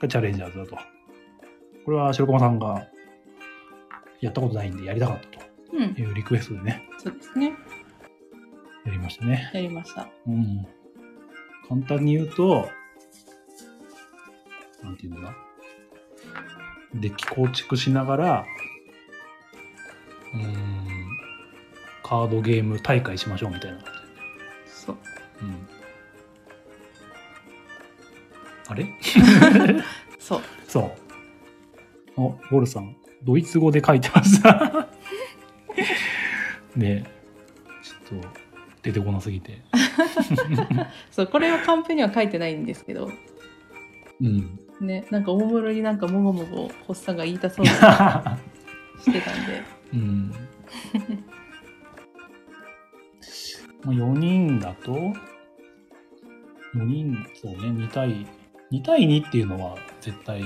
[SPEAKER 1] がチャレンジャーズだとこれは白駒さんがやったことないんでやりたかった
[SPEAKER 2] うん
[SPEAKER 1] と。いうリクエストでね
[SPEAKER 2] そうですね。
[SPEAKER 1] やりましたね
[SPEAKER 2] やりました。
[SPEAKER 1] うん、簡単に言うと、なんていうんだデッキ構築しながらうーんカードゲーム大会しましょうみたいな感
[SPEAKER 2] そう。
[SPEAKER 1] じ、うん、あれ
[SPEAKER 2] そう。
[SPEAKER 1] そう。お、ボルさん、ドイツ語で書いてました。 ねえちょっと、出てこなすぎて。
[SPEAKER 2] そう、これはカンペには書いてないんですけど、
[SPEAKER 1] うん。
[SPEAKER 2] ね、なんか大室になんかもごもご、ホッサンが言いたそうにしてたんで。
[SPEAKER 1] うん。まあ、4人だと、4人、そうね、2対、2対2っていうのは絶対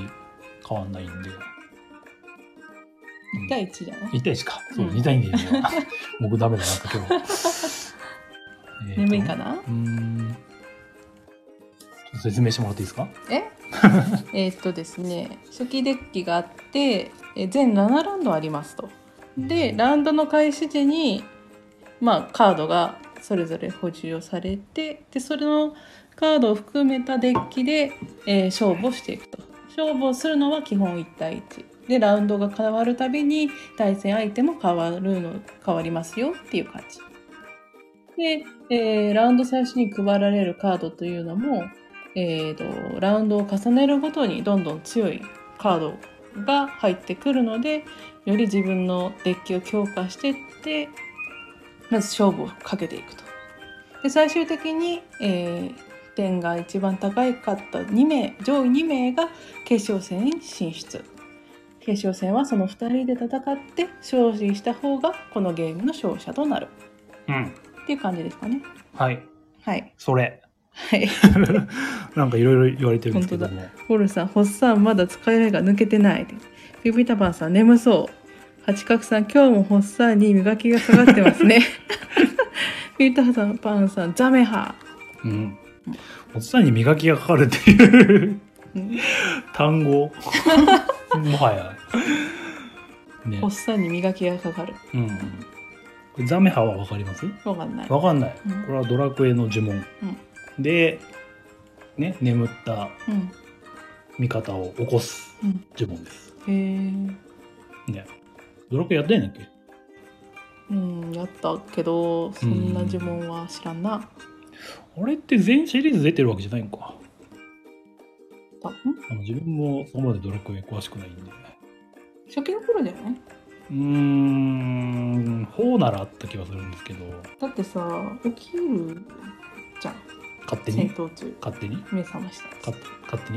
[SPEAKER 1] 変わんないんで。
[SPEAKER 2] 1対1じゃない
[SPEAKER 1] 1対1か。そう、
[SPEAKER 2] うん
[SPEAKER 1] 2対2で言う わ僕ダメだな、なんか今日。えーと
[SPEAKER 2] 眠いかな
[SPEAKER 1] うーん。ちょっと説明してもらっていいですか
[SPEAKER 2] ええーっとですね初期デッキがあってえー全7ラウンドありますと。でラウンドの開始時に、まあ、カードがそれぞれ補充をされてでそれのカードを含めたデッキで、えー勝負をしていくと勝負をするのは基本1対1でラウンドが変わるたびに対戦相手も変わるの変わりますよっていう感じで、えーラウンド最初に配られるカードというのもえー、とラウンドを重ねるごとにどんどん強いカードが入ってくるのでより自分のデッキを強化していってまず勝負をかけていくと。で最終的に、えー点が一番高かった2名上位2名が決勝戦に進出決勝戦はその2人で戦って勝利した方がこのゲームの勝者となる
[SPEAKER 1] うん。
[SPEAKER 2] っていう感じですかね
[SPEAKER 1] はい。
[SPEAKER 2] はい
[SPEAKER 1] そ れ。
[SPEAKER 2] はい
[SPEAKER 1] なんかいろいろ言われてるんですけども。
[SPEAKER 2] ホルさん、ホッサンまだ使えないが抜けてない。ピピタパンさん、眠そう。八角さん、今日もホッサンに磨きがかかってます ね。ピピタパンさん、ザメハ。
[SPEAKER 1] うん。おっさんに磨きがかかるっていう
[SPEAKER 2] うん
[SPEAKER 1] 単 語。もはや。ね
[SPEAKER 2] ホッ。サンに磨きがかかる。
[SPEAKER 1] うんうん。これザメハはわかります
[SPEAKER 2] わかんない。
[SPEAKER 1] わかんない。
[SPEAKER 2] うん
[SPEAKER 1] これはドラクエの呪文。で、ね、眠った
[SPEAKER 2] うん。
[SPEAKER 1] 味方を起こす
[SPEAKER 2] うん
[SPEAKER 1] 呪文です。
[SPEAKER 2] へえ。
[SPEAKER 1] ね。ドラクエやってないんだっけ
[SPEAKER 2] うん、やったけど、そんな呪文は知らんな。
[SPEAKER 1] あれって全シリーズ出てるわけじゃないのか。
[SPEAKER 2] たん
[SPEAKER 1] あの自分もそこまでドラクエ詳しくないんで。
[SPEAKER 2] 初期の頃だよね。
[SPEAKER 1] うーん、4ならあった気はするんですけど、
[SPEAKER 2] だってさ、起きるじゃん。
[SPEAKER 1] 勝手
[SPEAKER 2] 戦
[SPEAKER 1] に
[SPEAKER 2] 闘中。
[SPEAKER 1] 勝手に
[SPEAKER 2] 目覚ました。
[SPEAKER 1] 勝勝 手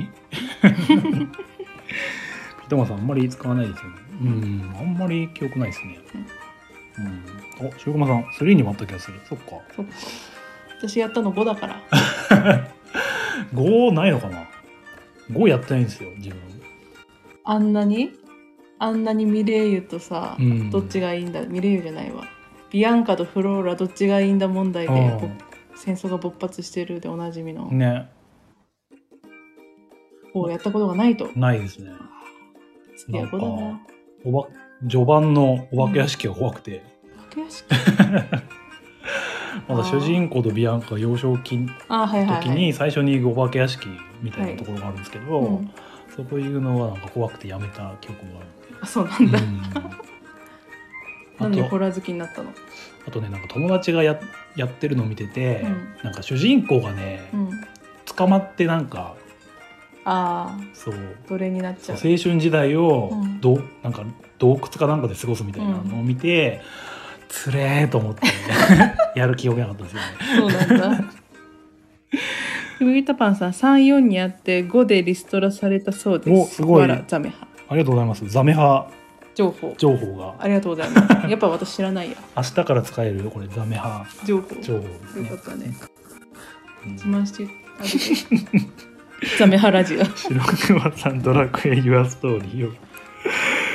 [SPEAKER 1] にピタマさん、あんまり使わないですよね。うん、あんまり記憶ないですね。うん。お、シュウマさん、3にもあった気がする。そっか。
[SPEAKER 2] そっか。私やったの5だから。
[SPEAKER 1] 5ないのかな ?5 やってないんですよ、自分。
[SPEAKER 2] あんなにあんなにミレイユとさ、
[SPEAKER 1] うん。
[SPEAKER 2] どっち
[SPEAKER 1] が
[SPEAKER 2] がいいんだミレイユじゃないわビアンカとフローラどっちがいいんだ問題でぼ戦争が勃発してるでおなじみの
[SPEAKER 1] ね、
[SPEAKER 2] こうやったことがないと
[SPEAKER 1] ないですね。
[SPEAKER 2] いやこだ
[SPEAKER 1] なん
[SPEAKER 2] な
[SPEAKER 1] おば序盤のお化け屋敷が怖くて、
[SPEAKER 2] 格屋敷
[SPEAKER 1] まだ主人公とビアンカが幼少期
[SPEAKER 2] あはいはい
[SPEAKER 1] 時
[SPEAKER 2] はい
[SPEAKER 1] に最初にお化け屋敷みたいなところがあるんですけど、
[SPEAKER 2] うん
[SPEAKER 1] そこいうのはなんか怖くてやめた記憶も
[SPEAKER 2] あそうな
[SPEAKER 1] ある
[SPEAKER 2] ん
[SPEAKER 1] んで
[SPEAKER 2] だ、
[SPEAKER 1] う
[SPEAKER 2] なんんで
[SPEAKER 1] あ
[SPEAKER 2] ホ
[SPEAKER 1] と
[SPEAKER 2] ラー好きになったの
[SPEAKER 1] あとねなんか友達がややってるの見てて、
[SPEAKER 2] うん
[SPEAKER 1] なんか主人公がね、
[SPEAKER 2] うん
[SPEAKER 1] 捕まってなんか
[SPEAKER 2] ああ
[SPEAKER 1] そう
[SPEAKER 2] 奴隷になっち
[SPEAKER 1] そ
[SPEAKER 2] ゃ
[SPEAKER 1] う
[SPEAKER 2] う
[SPEAKER 1] 青春時代を
[SPEAKER 2] うん
[SPEAKER 1] ど、なんか洞窟かなんかで過ごすみたいなのを見て、つれーと思って やる気憶なかったですよね。
[SPEAKER 2] そうなんだ麦田パンさん34にあって5でリストラされたそうです
[SPEAKER 1] おすごい
[SPEAKER 2] わらザメハ
[SPEAKER 1] ありがとうございますザメ派
[SPEAKER 2] 情報
[SPEAKER 1] 情報が
[SPEAKER 2] ありがとうございますやっぱ私知らないや
[SPEAKER 1] 明日から使えるこれザメ派
[SPEAKER 2] 情報
[SPEAKER 1] 情報です
[SPEAKER 2] よ
[SPEAKER 1] ね
[SPEAKER 2] か。ったね。
[SPEAKER 1] うん
[SPEAKER 2] 自慢してあげて。 ザメハラジオ。
[SPEAKER 1] 白熊さん「ドラクエユアストーリー」を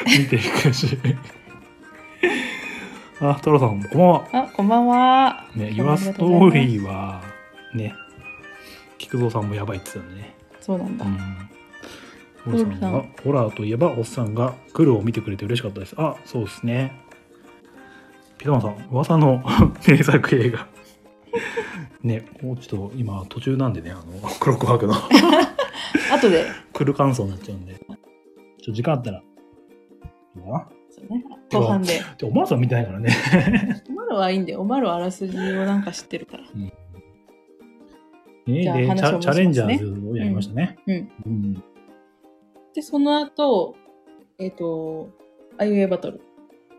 [SPEAKER 1] 見ていくし あ太郎さんこんばんは
[SPEAKER 2] あ、こんばんは。
[SPEAKER 1] ね
[SPEAKER 2] どう
[SPEAKER 1] ユ
[SPEAKER 2] も
[SPEAKER 1] ア
[SPEAKER 2] あり
[SPEAKER 1] ス
[SPEAKER 2] が
[SPEAKER 1] ト
[SPEAKER 2] とうご
[SPEAKER 1] ー
[SPEAKER 2] ざいます
[SPEAKER 1] リーはね菊蔵さんもやばいって言ってたんでね
[SPEAKER 2] そうなんだ。
[SPEAKER 1] うんホラーさん
[SPEAKER 2] ホラ
[SPEAKER 1] が
[SPEAKER 2] ー
[SPEAKER 1] ホラーといえばおっさんが「来る」を見てくれて嬉しかったですあそうですねピタマンさん噂の 名作映 画ねもうちょっと今途 中なんでねあの「クロックワーク」の
[SPEAKER 2] 後で
[SPEAKER 1] 来る感想になっちゃうんで。ちょっと時間あったら。いいか
[SPEAKER 2] そうね。後半で。
[SPEAKER 1] なで、おまるさん見てないからね。
[SPEAKER 2] オマルはいいんだよ。オマルはあらすじをなんか知ってるから。
[SPEAKER 1] ね
[SPEAKER 2] じゃあ
[SPEAKER 1] でチ
[SPEAKER 2] 話を
[SPEAKER 1] ャ、
[SPEAKER 2] 戻しますね
[SPEAKER 1] チャレンジャーズをやりましたね。
[SPEAKER 2] うん。
[SPEAKER 1] うん。
[SPEAKER 2] で、その後、えっ、と、あいうえバトル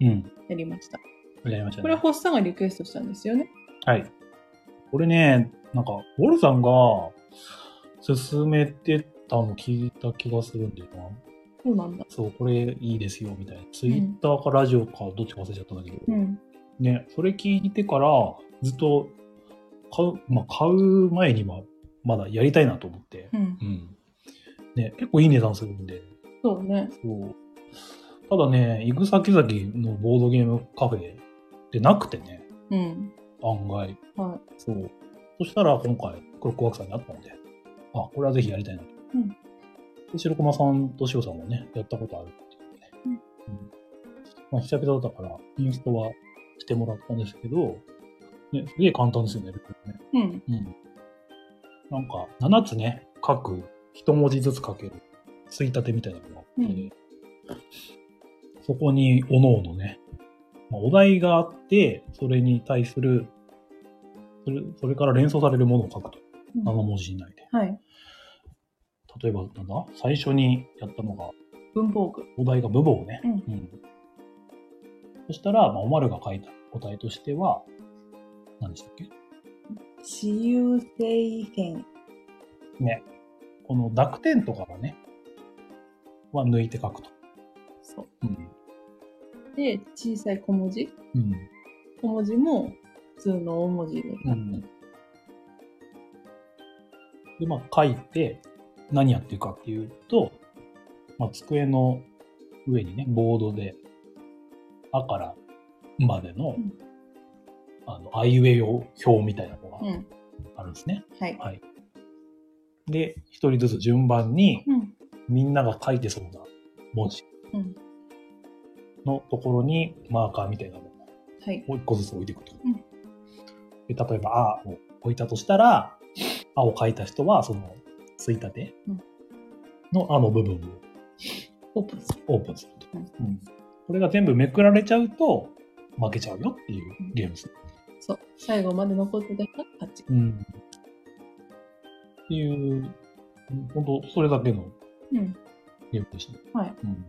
[SPEAKER 1] うん。
[SPEAKER 2] やりました。
[SPEAKER 1] やりました
[SPEAKER 2] これは
[SPEAKER 1] ね。
[SPEAKER 2] ホッサンがリクエストしたんですよね。
[SPEAKER 1] はい。これね、なんか、ウォルさんが勧めてたの聞いた気がするんだよな。
[SPEAKER 2] そうなんだ。
[SPEAKER 1] そう、これいいですよ、みたいな。ツイッターかラジオか、どっちか忘れちゃったんだけど。
[SPEAKER 2] うん。
[SPEAKER 1] ね、それ聞いてから、ずっと、買う、まあ、買う前には、まだやりたいなと思って。
[SPEAKER 2] うん。
[SPEAKER 1] うん。ね、結構いい値段するんで。
[SPEAKER 2] そうね。
[SPEAKER 1] そう。ただね、行く先々のボードゲームカフェでなくてね、
[SPEAKER 2] うん。
[SPEAKER 1] 案外。
[SPEAKER 2] は
[SPEAKER 1] そう。そしたら今回、クロックワークさんにあったので、あ、これはぜひやりたいなと。
[SPEAKER 2] うん
[SPEAKER 1] で。白駒さんと塩さんもね、やったことあるっていうね。
[SPEAKER 2] うん
[SPEAKER 1] うんまあ、久々だったから、インストはしてもらったんですけど、ね、すげえ簡単ですよね、やることね。
[SPEAKER 2] い。うん。
[SPEAKER 1] うん。なんか、7つね、書く、一文字ずつ書ける、ついたてみたいなのがあって、
[SPEAKER 2] うん
[SPEAKER 1] そこに、おのおのね、まあ、お題があって、それに対する、それそれから連想されるものを書くと。
[SPEAKER 2] うん
[SPEAKER 1] 7文字以内で。
[SPEAKER 2] はい。
[SPEAKER 1] 例えば、なんだ最初にやったのが、
[SPEAKER 2] 文房具。
[SPEAKER 1] お題が無謀ね。
[SPEAKER 2] うん
[SPEAKER 1] そしたら、まあ、おまるが書いた答えとしては、何でしたっけ
[SPEAKER 2] 自由性編。
[SPEAKER 1] ね、この濁点とかはね、は抜いて書くと。
[SPEAKER 2] そう。
[SPEAKER 1] うん。
[SPEAKER 2] で、小さい小文字。
[SPEAKER 1] うん。
[SPEAKER 2] 小文字も普通の大文字で。
[SPEAKER 1] うん。で、まあ、書いて、何やってるかっていうと、まあ、机の上にね、ボードで、あから、までの、
[SPEAKER 2] うん
[SPEAKER 1] あの、あいうえお表みたいなのが
[SPEAKER 2] うん。
[SPEAKER 1] あるんですね。
[SPEAKER 2] はい。
[SPEAKER 1] はい。で、一人ずつ順番に、
[SPEAKER 2] うん。
[SPEAKER 1] みんなが書いてそうな文字
[SPEAKER 2] うん
[SPEAKER 1] のところにマーカーみたいなも
[SPEAKER 2] はい。
[SPEAKER 1] のを一個ずつ置いていくと。
[SPEAKER 2] うん
[SPEAKER 1] で例えば、あを置いたとしたら、あを書いた人は、その、ついたて
[SPEAKER 2] うん
[SPEAKER 1] のあの部分を
[SPEAKER 2] オープンする。
[SPEAKER 1] オープンすると。
[SPEAKER 2] うん
[SPEAKER 1] うんこれが全部めくられちゃうと、負けちゃうよっていうゲームです。
[SPEAKER 2] そう。最後まで残ってた人が勝ち。
[SPEAKER 1] うん。っていう、本当それだけの
[SPEAKER 2] うん。
[SPEAKER 1] ゲームでしたね。
[SPEAKER 2] はい。
[SPEAKER 1] うん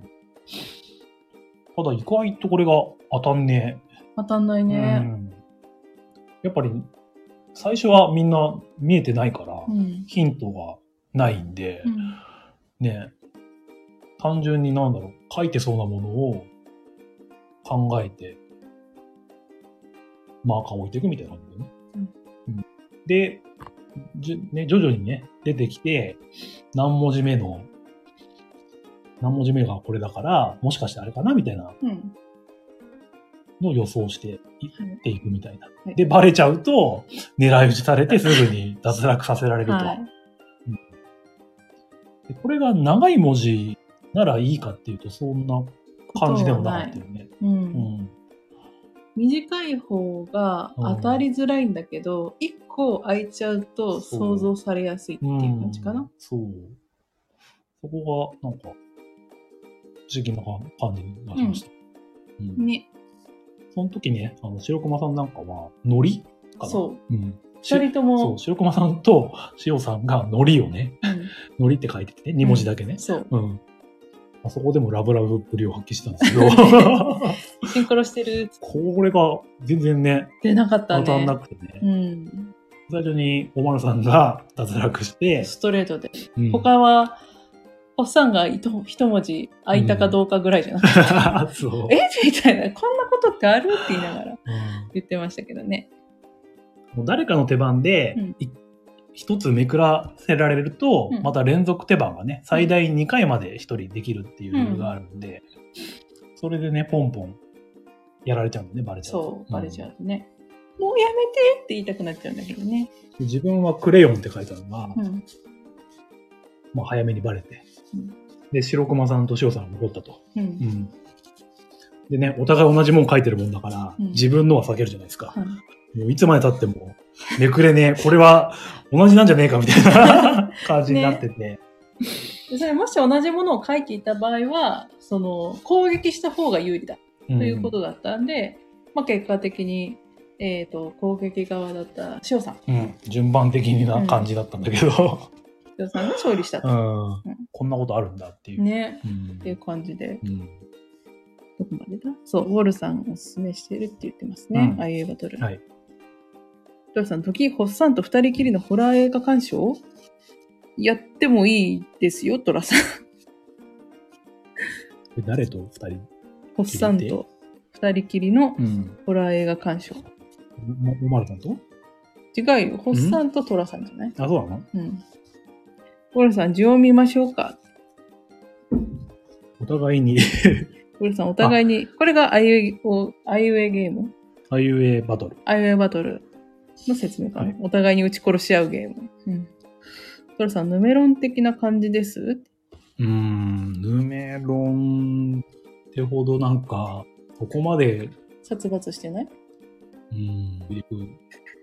[SPEAKER 1] ただ意外とこれが当たんね
[SPEAKER 2] 当たんない
[SPEAKER 1] え。う
[SPEAKER 2] ね。
[SPEAKER 1] んやっぱり最初はみんな見えてないから、
[SPEAKER 2] うん。
[SPEAKER 1] ヒントがないんで、
[SPEAKER 2] うん。
[SPEAKER 1] ね単純になんだろう書いてそうなものを考えてマーカーを置いていくみたいな感じでね。うんでじゅね、徐々にね、出てきて、何文字目の、何文字目がこれだから、もしかしてあれかなみたいな
[SPEAKER 2] うん。
[SPEAKER 1] のを予想してい
[SPEAKER 2] はい
[SPEAKER 1] っていくみたいな。
[SPEAKER 2] はい
[SPEAKER 1] で、バレちゃうと、狙い撃ちされてすぐに脱落させられると。
[SPEAKER 2] はい。
[SPEAKER 1] でこれが長い文字ならいいかっていうと、そんな感じでもなかったよね。
[SPEAKER 2] う。
[SPEAKER 1] うんん。
[SPEAKER 2] 短い方が当たりづらいんだけど、一個空いちゃうと想像されやすいっていう感じか
[SPEAKER 1] うん
[SPEAKER 2] な。
[SPEAKER 1] そう。そこが、なんか、不思議な感感じがしました。うん
[SPEAKER 2] ね。
[SPEAKER 1] その時ね、あの、白駒さんなんかは、ノリかな
[SPEAKER 2] そう。
[SPEAKER 1] う。うん。し
[SPEAKER 2] 二人と
[SPEAKER 1] そ
[SPEAKER 2] も
[SPEAKER 1] う、、白駒さんと塩さんがノリをね、
[SPEAKER 2] う
[SPEAKER 1] ノリって書いててね、2文字だけね
[SPEAKER 2] ん。そう。
[SPEAKER 1] うん。あそこでもラブラブっぷりを発揮したんですけ ど、
[SPEAKER 2] シンクロしてる。
[SPEAKER 1] これが全然ね、
[SPEAKER 2] 出なかった
[SPEAKER 1] 当
[SPEAKER 2] ね。
[SPEAKER 1] たんなくてね、
[SPEAKER 2] うん。
[SPEAKER 1] 最初におまるさんが脱落して、
[SPEAKER 2] ストレートで。
[SPEAKER 1] うん
[SPEAKER 2] 他は、おっさんが一文字空いたかどうかぐらいじゃなくて、
[SPEAKER 1] そう。
[SPEAKER 2] えみたいな、こんなことってあるって言いながら
[SPEAKER 1] うん
[SPEAKER 2] 言ってましたけどね。
[SPEAKER 1] もう誰かの手番で
[SPEAKER 2] うん、
[SPEAKER 1] い一、つめくらせられると、
[SPEAKER 2] うん
[SPEAKER 1] また連続手番がね、最大2回まで一人できるっていうルールがあるんで、それでね、ポンポンやられちゃうんでね、バレちゃうと。
[SPEAKER 2] そう、バレちゃ
[SPEAKER 1] ん
[SPEAKER 2] うとね。もうやめてって言いたくなっちゃうんだけどね。
[SPEAKER 1] で自分はクレヨンって書いたのが、
[SPEAKER 2] うん。
[SPEAKER 1] まあ、早めにバレて
[SPEAKER 2] うん。
[SPEAKER 1] で、白熊さんと塩さんが残ったと。
[SPEAKER 2] う。
[SPEAKER 1] うんん。でね、お互い同じもん書いてるもんだから、
[SPEAKER 2] うん
[SPEAKER 1] 自分のは避けるじゃないですか。
[SPEAKER 2] はい
[SPEAKER 1] もういつまで経って も、めくれねえ、これは同じなんじゃねえかみたいな感じになってて、
[SPEAKER 2] でそれもし同じものを書いていた場合はその攻撃した方が有利だ
[SPEAKER 1] と
[SPEAKER 2] ということだったんで、まあ、結果的に、えー、と攻撃側だった塩さん
[SPEAKER 1] うん、順番的にな感じだったんだけど、
[SPEAKER 2] 塩さんが勝利した
[SPEAKER 1] う
[SPEAKER 2] と、
[SPEAKER 1] んこんなことあるんだっていう。
[SPEAKER 2] ね
[SPEAKER 1] うん
[SPEAKER 2] っていう感じで
[SPEAKER 1] うん
[SPEAKER 2] どこまでだそうウォルさんおすすめしているって言ってますね、
[SPEAKER 1] うん
[SPEAKER 2] ああいうバトル、
[SPEAKER 1] はい、
[SPEAKER 2] トラさん時ホッサンと二人きりのホラー映画鑑賞やってもいいですよト ラさん
[SPEAKER 1] で誰と二人、
[SPEAKER 2] ホッサンと二人きりの
[SPEAKER 1] うん、
[SPEAKER 2] ホラー映画鑑賞、
[SPEAKER 1] もおまるさんと
[SPEAKER 2] 違うよホッサンとトラさんじゃない
[SPEAKER 1] あ、そうなの
[SPEAKER 2] うんウォルさん字を見ましょうか
[SPEAKER 1] お互いに
[SPEAKER 2] ウォルさんお互いにこれがあいうえおあいうえゲーム
[SPEAKER 1] あいうえバトル。
[SPEAKER 2] アイウェイバトルの説明かな、
[SPEAKER 1] はい
[SPEAKER 2] お互いに撃ち殺し合うゲーム。うん。トラさん、ヌメロン的な感じです
[SPEAKER 1] うーん、ヌメロンってほどなんか、ここまで、
[SPEAKER 2] 殺伐してない
[SPEAKER 1] うん、いく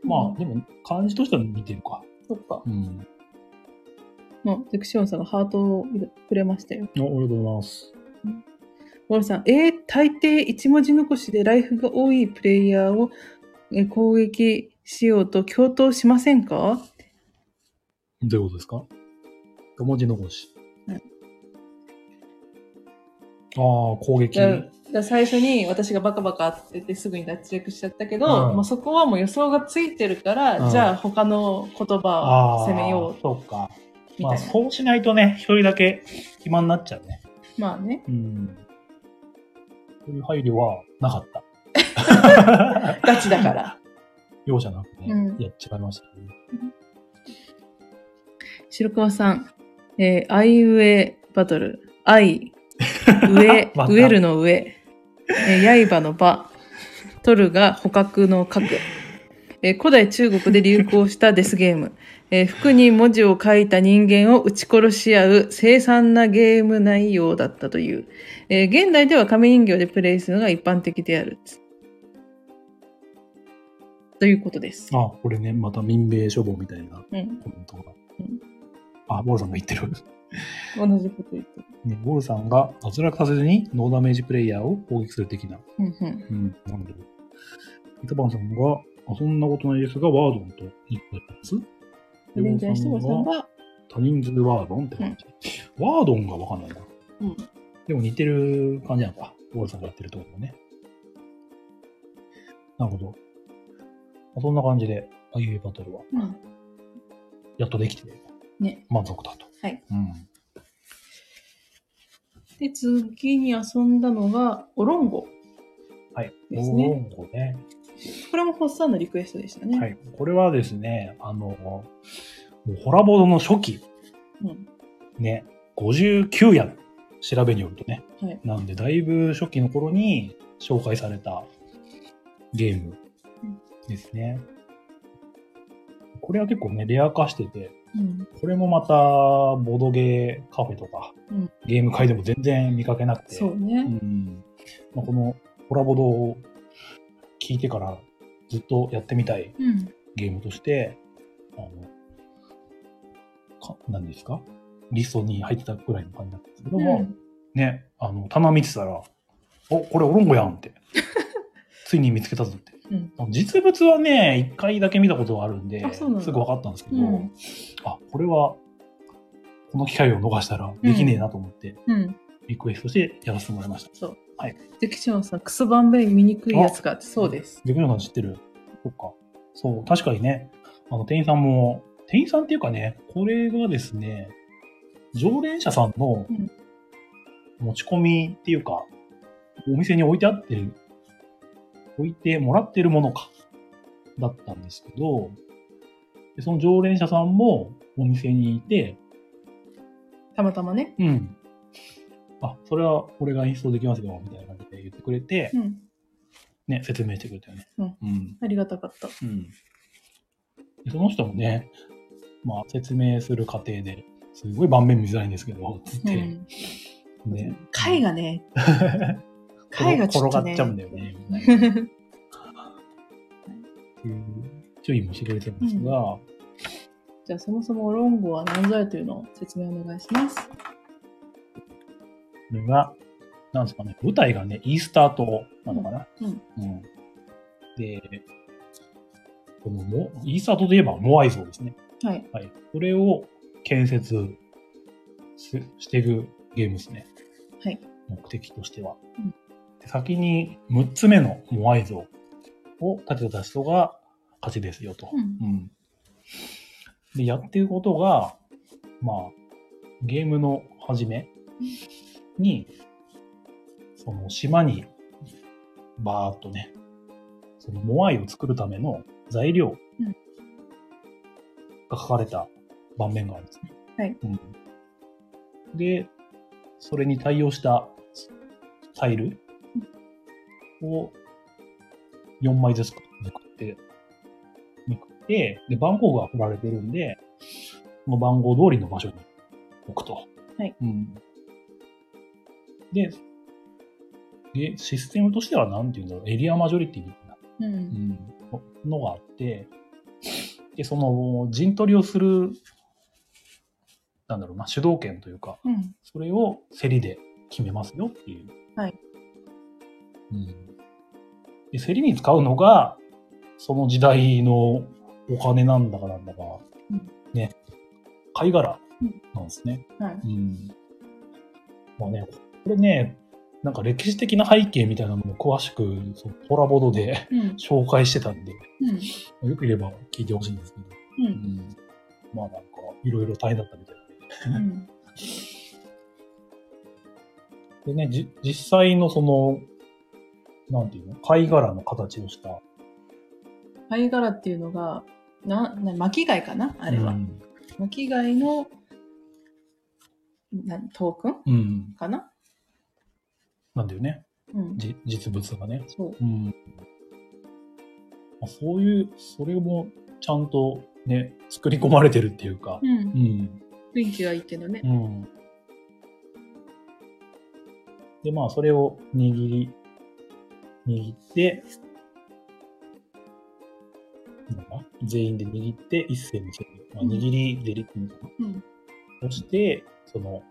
[SPEAKER 1] まあ、でも、感じとしては似てるか。
[SPEAKER 2] そっか。
[SPEAKER 1] うん。
[SPEAKER 2] まあ、ゼクシオンさんがハートをくれましたよ。
[SPEAKER 1] あありがとうございます。
[SPEAKER 2] ウォルさん、えー、大抵一文字残しでライフが多いプレイヤーをえー攻撃しようと共闘しませんか
[SPEAKER 1] どういうことですか小文字残し。
[SPEAKER 2] うん
[SPEAKER 1] ああ、攻撃。
[SPEAKER 2] だだ最初に私がバカバカって言ってすぐに脱落しちゃったけど、
[SPEAKER 1] うん
[SPEAKER 2] まあ、そこはもう予想がついてるから、
[SPEAKER 1] うん
[SPEAKER 2] じゃあ他の言葉
[SPEAKER 1] あ
[SPEAKER 2] を
[SPEAKER 1] あ
[SPEAKER 2] 攻めよう
[SPEAKER 1] そうか。
[SPEAKER 2] み
[SPEAKER 1] ま
[SPEAKER 2] た
[SPEAKER 1] あ、
[SPEAKER 2] いな。
[SPEAKER 1] そうしないとね、一人だけ暇になっちゃうね。
[SPEAKER 2] まあね。
[SPEAKER 1] うん。そういう配慮はなかった。
[SPEAKER 2] ガチだから。
[SPEAKER 1] 容赦なくね、
[SPEAKER 2] うん
[SPEAKER 1] いやっちゃいましたね。
[SPEAKER 2] 白熊さん、えー、アイウェイバトル、アイ、ウ ェ
[SPEAKER 1] ま、た
[SPEAKER 2] ウェルの上、えー、刃の場、トルが捕獲の核、えー古代中国で流行したデスゲーム、えー服に文字を書いた人間を撃ち殺し合う凄惨なゲーム内容だったという、えー現代では紙人形でプレイするのが一般的である。ということです。
[SPEAKER 1] あ、これね、また民兵処方みたいな
[SPEAKER 2] うん、
[SPEAKER 1] コメントが
[SPEAKER 2] うん。
[SPEAKER 1] あ、ボールさんが言ってる。
[SPEAKER 2] 同じこと言ってる。
[SPEAKER 1] ね、ボールさんが脱落させずにノーダメージプレイヤーを攻撃する的な。
[SPEAKER 2] うんうん
[SPEAKER 1] うん、なんだろう。イタバンさんが、あそんなことないですが、ワードンと一個やったんです。
[SPEAKER 2] レンジャーしてもさん
[SPEAKER 1] が
[SPEAKER 2] は、
[SPEAKER 1] 多人数ワードンって感じ。ワードンがわかんないな。
[SPEAKER 2] うん、
[SPEAKER 1] でも似てる感じなのか。ウォルさんがやってるところもね。なるほど。まあそんな感じで、あゆえバトルは、
[SPEAKER 2] うん
[SPEAKER 1] やっとできて、
[SPEAKER 2] ね、
[SPEAKER 1] 満足だと。
[SPEAKER 2] はい。
[SPEAKER 1] うん。
[SPEAKER 2] で、次に遊んだのが、オロンゴ。
[SPEAKER 1] はい。
[SPEAKER 2] です
[SPEAKER 1] オロ
[SPEAKER 2] ね。
[SPEAKER 1] ンゴね。
[SPEAKER 2] これもホッサンのリクエストでしたね。
[SPEAKER 1] はい。これはですね、あの、もうホラボドの初期、
[SPEAKER 2] うん
[SPEAKER 1] ね、59や調べによるとね。
[SPEAKER 2] はい
[SPEAKER 1] なんで、だいぶ初期の頃に紹介されたゲームですね。これは結構ね、レア化してて、
[SPEAKER 2] うん
[SPEAKER 1] これもまた、ボドゲーカフェとか、
[SPEAKER 2] うん
[SPEAKER 1] ゲーム会でも全然見かけなくて、
[SPEAKER 2] そうね。
[SPEAKER 1] うんまあ、このコラボドを聞いてからずっとやってみたい
[SPEAKER 2] うん。
[SPEAKER 1] ゲームとして、あの、か何ですかリストに入ってたくらいの感じだったんですけども、
[SPEAKER 2] うん
[SPEAKER 1] ね、あの、棚見てたら、お、これオロンゴやん って、ついに見つけたぞって。
[SPEAKER 2] うん
[SPEAKER 1] 実物はね、一回だけ見たことがあるんで、
[SPEAKER 2] あ
[SPEAKER 1] す
[SPEAKER 2] そうなん
[SPEAKER 1] ぐ
[SPEAKER 2] だ
[SPEAKER 1] 分かったんですけど、
[SPEAKER 2] うん
[SPEAKER 1] あ、これは、この機会を逃したらできねえなと思って、
[SPEAKER 2] うん。
[SPEAKER 1] リクエストしてやらせてもらいました。
[SPEAKER 2] そう。
[SPEAKER 1] はい。
[SPEAKER 2] で、キションさん、クソバンベイ見にくいやつがあって、そうです。
[SPEAKER 1] ジェクジョンさん知ってるそっか。そう、確かにね、あの、店員さんも、店員さんっていうかね、これがですね、常連者さんの
[SPEAKER 2] うん
[SPEAKER 1] 持ち込みっていうか、お店に置いてあってる、置いてもらってるものか、だったんですけど、でその常連者さんもお店にいて、
[SPEAKER 2] たまたまね。
[SPEAKER 1] うん。あ、それは俺がインストールできますよ、みたいな感じで言ってくれて、
[SPEAKER 2] うん。
[SPEAKER 1] ね、説明してくれたよね。
[SPEAKER 2] うん
[SPEAKER 1] うん
[SPEAKER 2] ありがたかった。
[SPEAKER 1] うん、でその人もね、まあ、説明する過程ですごい盤面見づらいんですけどつっ
[SPEAKER 2] う
[SPEAKER 1] て、
[SPEAKER 2] ん。
[SPEAKER 1] ね
[SPEAKER 2] 貝が ね、
[SPEAKER 1] 転
[SPEAKER 2] 貝がちょっと
[SPEAKER 1] 転が
[SPEAKER 2] ね。
[SPEAKER 1] っちゃうんだよねみたいなっ ていう注意もしてくれてるんですが、
[SPEAKER 2] じゃあそもそもロンゴは何ぞやというのを説明お願いします。
[SPEAKER 1] これが、なんですかね、舞台がね、イースター島なのかな。
[SPEAKER 2] うん。
[SPEAKER 1] うんで、このモイースター島といえばモアイ像ですね。
[SPEAKER 2] はい。
[SPEAKER 1] はい。これを建設すしていくゲームですね。
[SPEAKER 2] はい。
[SPEAKER 1] 目的としては。
[SPEAKER 2] うん
[SPEAKER 1] で先に6つ目のモアイ像を建てた人が勝ちですよと。
[SPEAKER 2] うん
[SPEAKER 1] うんで、やってることが、まあ、ゲームの始めに、その島に、バーっとね、そのモアイを作るための材料
[SPEAKER 2] うん
[SPEAKER 1] が書かれた盤面があるんですね。
[SPEAKER 2] はい
[SPEAKER 1] うんで、それに対応したタイルを4枚ずつめくって、めくって、で、番号が振られてるんで、その番号通りの場所に置くと。
[SPEAKER 2] はい
[SPEAKER 1] うん。で、でシステムとしては何て言うんだろう、エリアマジョリティみたいな
[SPEAKER 2] う。
[SPEAKER 1] うんんのがあって、で、その陣取りをする、なんだろうな、主導権というか、
[SPEAKER 2] うん。
[SPEAKER 1] それを競りで決めますよっていう。
[SPEAKER 2] はい。
[SPEAKER 1] うん。で、競りに使うのが、その時代のお金なんだかなんだか、
[SPEAKER 2] うん
[SPEAKER 1] ね、貝殻なんですね。
[SPEAKER 2] はい。
[SPEAKER 1] うん。まあね、これね、なんか歴史的な背景みたいなのも詳しく、そのコラボドで
[SPEAKER 2] うん。
[SPEAKER 1] 紹介してたんで、
[SPEAKER 2] うん。
[SPEAKER 1] よくいれば聞いてほしいんですけど、う
[SPEAKER 2] う。
[SPEAKER 1] んん。まあなんか、いろいろ大変だったみたいで。
[SPEAKER 2] うん。
[SPEAKER 1] でね、じ、実際のその、なんていうの貝殻の形をした。
[SPEAKER 2] 貝殻っていうのが、な、な巻貝かなあ
[SPEAKER 1] あ
[SPEAKER 2] れは。
[SPEAKER 1] うん。
[SPEAKER 2] 巻貝の、なトーク
[SPEAKER 1] う
[SPEAKER 2] ン
[SPEAKER 1] ん
[SPEAKER 2] かな
[SPEAKER 1] なんだよね。
[SPEAKER 2] うん。
[SPEAKER 1] じ、実物がね。
[SPEAKER 2] そう。
[SPEAKER 1] うん。まあ、そういう、それもちゃんとね、作り込まれてるっていうか。
[SPEAKER 2] うん
[SPEAKER 1] う。ん。
[SPEAKER 2] 雰囲気がいいけどね。
[SPEAKER 1] うん。で、まあ、それを握り、握って、なんだ全員で握って一斉に蹴る。まあ、
[SPEAKER 2] うん
[SPEAKER 1] 握りでりっていうのかな。
[SPEAKER 2] うん。
[SPEAKER 1] そして、その、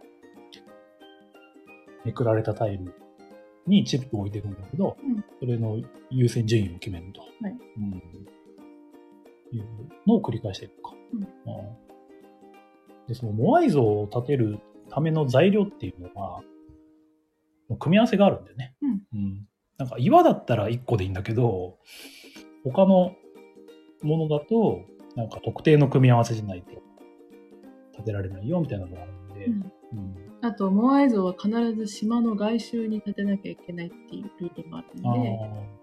[SPEAKER 1] めくられたタイルにチップを置いていくんだけど、
[SPEAKER 2] うん
[SPEAKER 1] それの優先順位を決めると。
[SPEAKER 2] はい
[SPEAKER 1] うんいうのを繰り返していくか。
[SPEAKER 2] うん
[SPEAKER 1] ああで、そのモアイ像を建てるための材料っていうのは、組み合わせがあるんだよね。
[SPEAKER 2] うん
[SPEAKER 1] うんなんか岩だったら1個でいいんだけど、他のものだと、なんか特定の組み合わせじゃないと建てられないよみたいなのがあるんで、
[SPEAKER 2] うん
[SPEAKER 1] うん
[SPEAKER 2] あと、モアイ像は必ず島の外周に立てなきゃいけないっていうルールもある
[SPEAKER 1] ああ
[SPEAKER 2] ので、、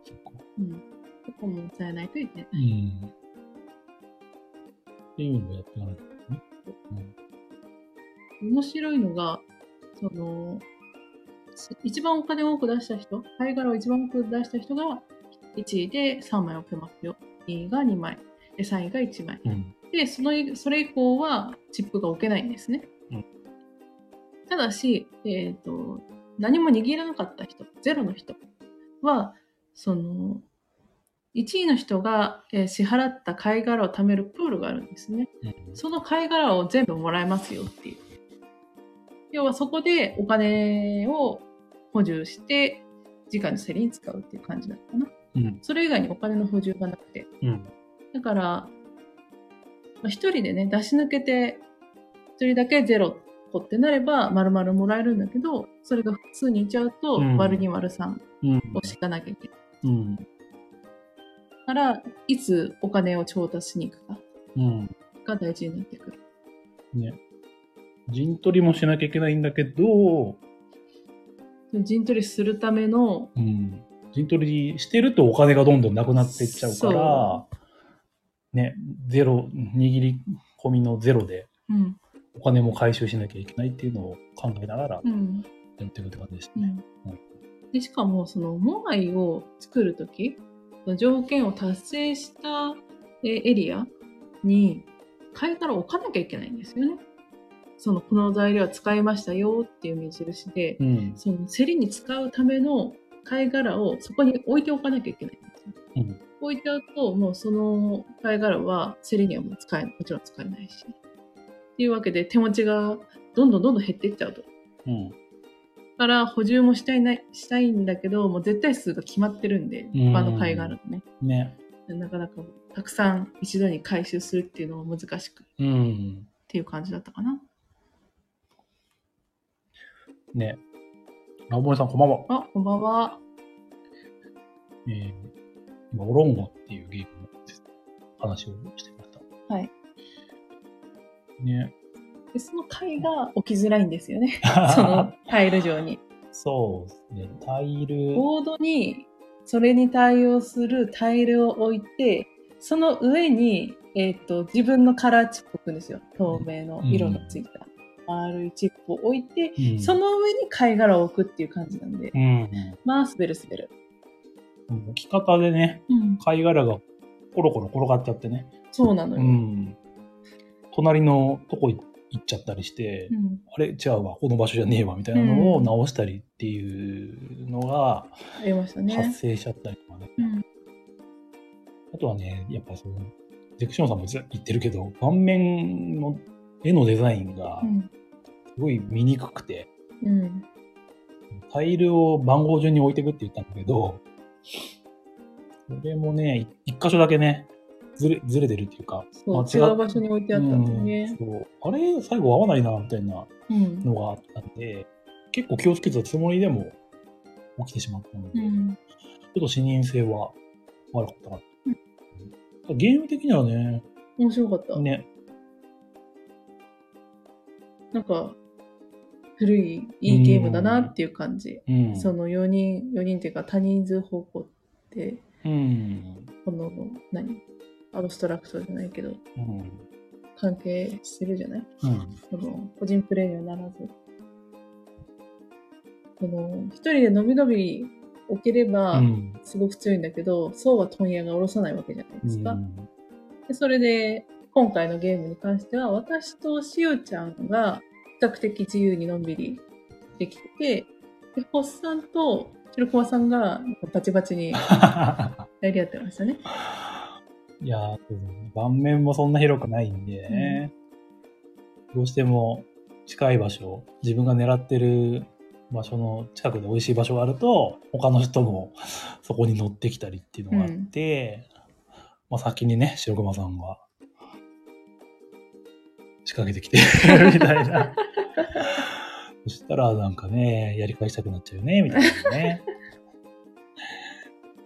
[SPEAKER 1] そっか。
[SPEAKER 2] うん。そこも伝えないといけない。
[SPEAKER 1] うん。っていうのをやっていかないとね。
[SPEAKER 2] 面白いのが、その、す一番お金を多く出した人、貝殻を一番多く出した人が1位で3枚置けますよ。2位が2枚。で、3位が1枚。
[SPEAKER 1] うん。
[SPEAKER 2] で、その、それ以降はチップが置けないんですね。
[SPEAKER 1] うん
[SPEAKER 2] ただし、えっ、と、何も握らなかった人、ゼロの人は、その、1位の人が、えー支払った貝殻を貯めるプールがあるんですね。
[SPEAKER 1] うん。
[SPEAKER 2] その貝殻を全部もらえますよっていう。要はそこでお金を補充して、次回の競りに使うっていう感じなのかな。
[SPEAKER 1] うん。
[SPEAKER 2] それ以外にお金の補充がなくて。
[SPEAKER 1] うん。
[SPEAKER 2] だから、まあ一人でね、出し抜けて、一人だけゼロ個ってなれば、丸々もらえるんだけど、それが普通にいっちゃうと、
[SPEAKER 1] うん
[SPEAKER 2] 割る2割る3
[SPEAKER 1] うん。
[SPEAKER 2] を敷かなきゃいけない。
[SPEAKER 1] うん。
[SPEAKER 2] だから、いつお金を調達しに行くか
[SPEAKER 1] うん。
[SPEAKER 2] が大事になってくる。
[SPEAKER 1] ね。陣取りもしなきゃいけないんだけど、
[SPEAKER 2] 陣取りするための
[SPEAKER 1] うん。陣取りしてるとお金がどんどんなくなっていっちゃうから
[SPEAKER 2] そ、
[SPEAKER 1] ね、ゼロ、握り込みのゼロで
[SPEAKER 2] うん。
[SPEAKER 1] お金も回収しなきゃいけないっていうのを考えながら
[SPEAKER 2] うん。
[SPEAKER 1] やっていくって感じでした
[SPEAKER 2] う
[SPEAKER 1] ね。
[SPEAKER 2] ん。で、しかも、その、モアイを作るとき、その条件を達成したえーエリアに、貝殻を置かなきゃいけないんですよね。その、この材料は使いましたよっていう目印で、
[SPEAKER 1] うん。
[SPEAKER 2] その、競りに使うための貝殻をそこに置いておかなきゃいけないんですよ。
[SPEAKER 1] うん
[SPEAKER 2] 置いてうと、もうその貝殻はセレニウムも使え、もちろん使えないし。っていうわけで手持ちがどんどんどんどん減っていっちゃうと。
[SPEAKER 1] うん。
[SPEAKER 2] だから補充もしたいないしたいんだけど、もう絶対数が決まってるんで、
[SPEAKER 1] ん
[SPEAKER 2] 他の貝殻のね。
[SPEAKER 1] ね。
[SPEAKER 2] なかなかたくさん一度に回収するっていうのも難しくっ
[SPEAKER 1] うん。
[SPEAKER 2] ていう感じだったかな。
[SPEAKER 1] ね。ラボネさん、こんばんは。
[SPEAKER 2] あ、こんばんは。
[SPEAKER 1] えー、今、オロンゴっていうゲームの話をしてました。
[SPEAKER 2] はい。
[SPEAKER 1] ね。
[SPEAKER 2] でその貝が起きづらいんです よね。そのタイル上に。
[SPEAKER 1] そうですね。タイル。
[SPEAKER 2] ボードにそれに対応するタイルを置いてその上に、えー、と自分のカラーチップ置くんですよ透明の色のついた丸いチップを置いて、
[SPEAKER 1] うん
[SPEAKER 2] そ、の上に貝殻を置くっていう感じなんで、
[SPEAKER 1] うん。
[SPEAKER 2] まあ滑る滑る、
[SPEAKER 1] 置き方でね、貝殻がコロコロ転がっちゃってね。
[SPEAKER 2] そうなの
[SPEAKER 1] う
[SPEAKER 2] よ、
[SPEAKER 1] ん。隣のとこ行っちゃったりして、
[SPEAKER 2] うん
[SPEAKER 1] あれ違うわ、この場所じゃねえわ、みたいなのを直したりっていうのが
[SPEAKER 2] ありまし
[SPEAKER 1] 発
[SPEAKER 2] たね、
[SPEAKER 1] 生しちゃったりとかね。
[SPEAKER 2] うん
[SPEAKER 1] あとはね、やっぱその、ゼクションさんも言ってるけど、盤面の絵のデザインが
[SPEAKER 2] うん
[SPEAKER 1] すごい見にくくて、
[SPEAKER 2] うん、
[SPEAKER 1] タイルを番号順に置いていくって言ったんだけど、これもね、い一箇所だけね、ずれ、ずれてるっていうか、
[SPEAKER 2] そう違
[SPEAKER 1] 間違っ
[SPEAKER 2] う場所に置いてあったんだよね、
[SPEAKER 1] うんそうあれ、最後合わないな、みたいな
[SPEAKER 2] うん
[SPEAKER 1] のがあったんで、結構気をつけてたつもりでも起きてしまったので、
[SPEAKER 2] う
[SPEAKER 1] ち
[SPEAKER 2] ん
[SPEAKER 1] ょっと視認性は悪かったかな。ゲーム的にはね、
[SPEAKER 2] 面白かった、
[SPEAKER 1] ね、
[SPEAKER 2] なんか古いいいゲームだなっていう感じ、
[SPEAKER 1] うん。
[SPEAKER 2] その4人、4人っていうか多人数方向って、
[SPEAKER 1] うん。
[SPEAKER 2] この、何アブストラクトじゃないけど、
[SPEAKER 1] うん。
[SPEAKER 2] 関係してるじゃない
[SPEAKER 1] うん。
[SPEAKER 2] その、個人プレイにはならず。その、一人で伸び伸び置ければ
[SPEAKER 1] う、ん
[SPEAKER 2] すごく強いんだけど、そうは問屋が下ろさないわけじゃないですか。
[SPEAKER 1] うん
[SPEAKER 2] でそれで、今回のゲームに関しては、私としおちゃんが比較的自由にのんびりできてて、で、ホッさんと白駒さんがバチバチにやり合ってましたね。
[SPEAKER 1] いやーそうね盤面もそんな広くないんでね、どうしても近い場所、自分が狙ってる場所の近くで美味しい場所があると、他の人も そこに乗ってきたりっていうのがあって、まあ先にね、白熊さんが仕掛けてきて みたい な。そしたらなんかね、やり返したくなっちゃうよね、みたいな ね。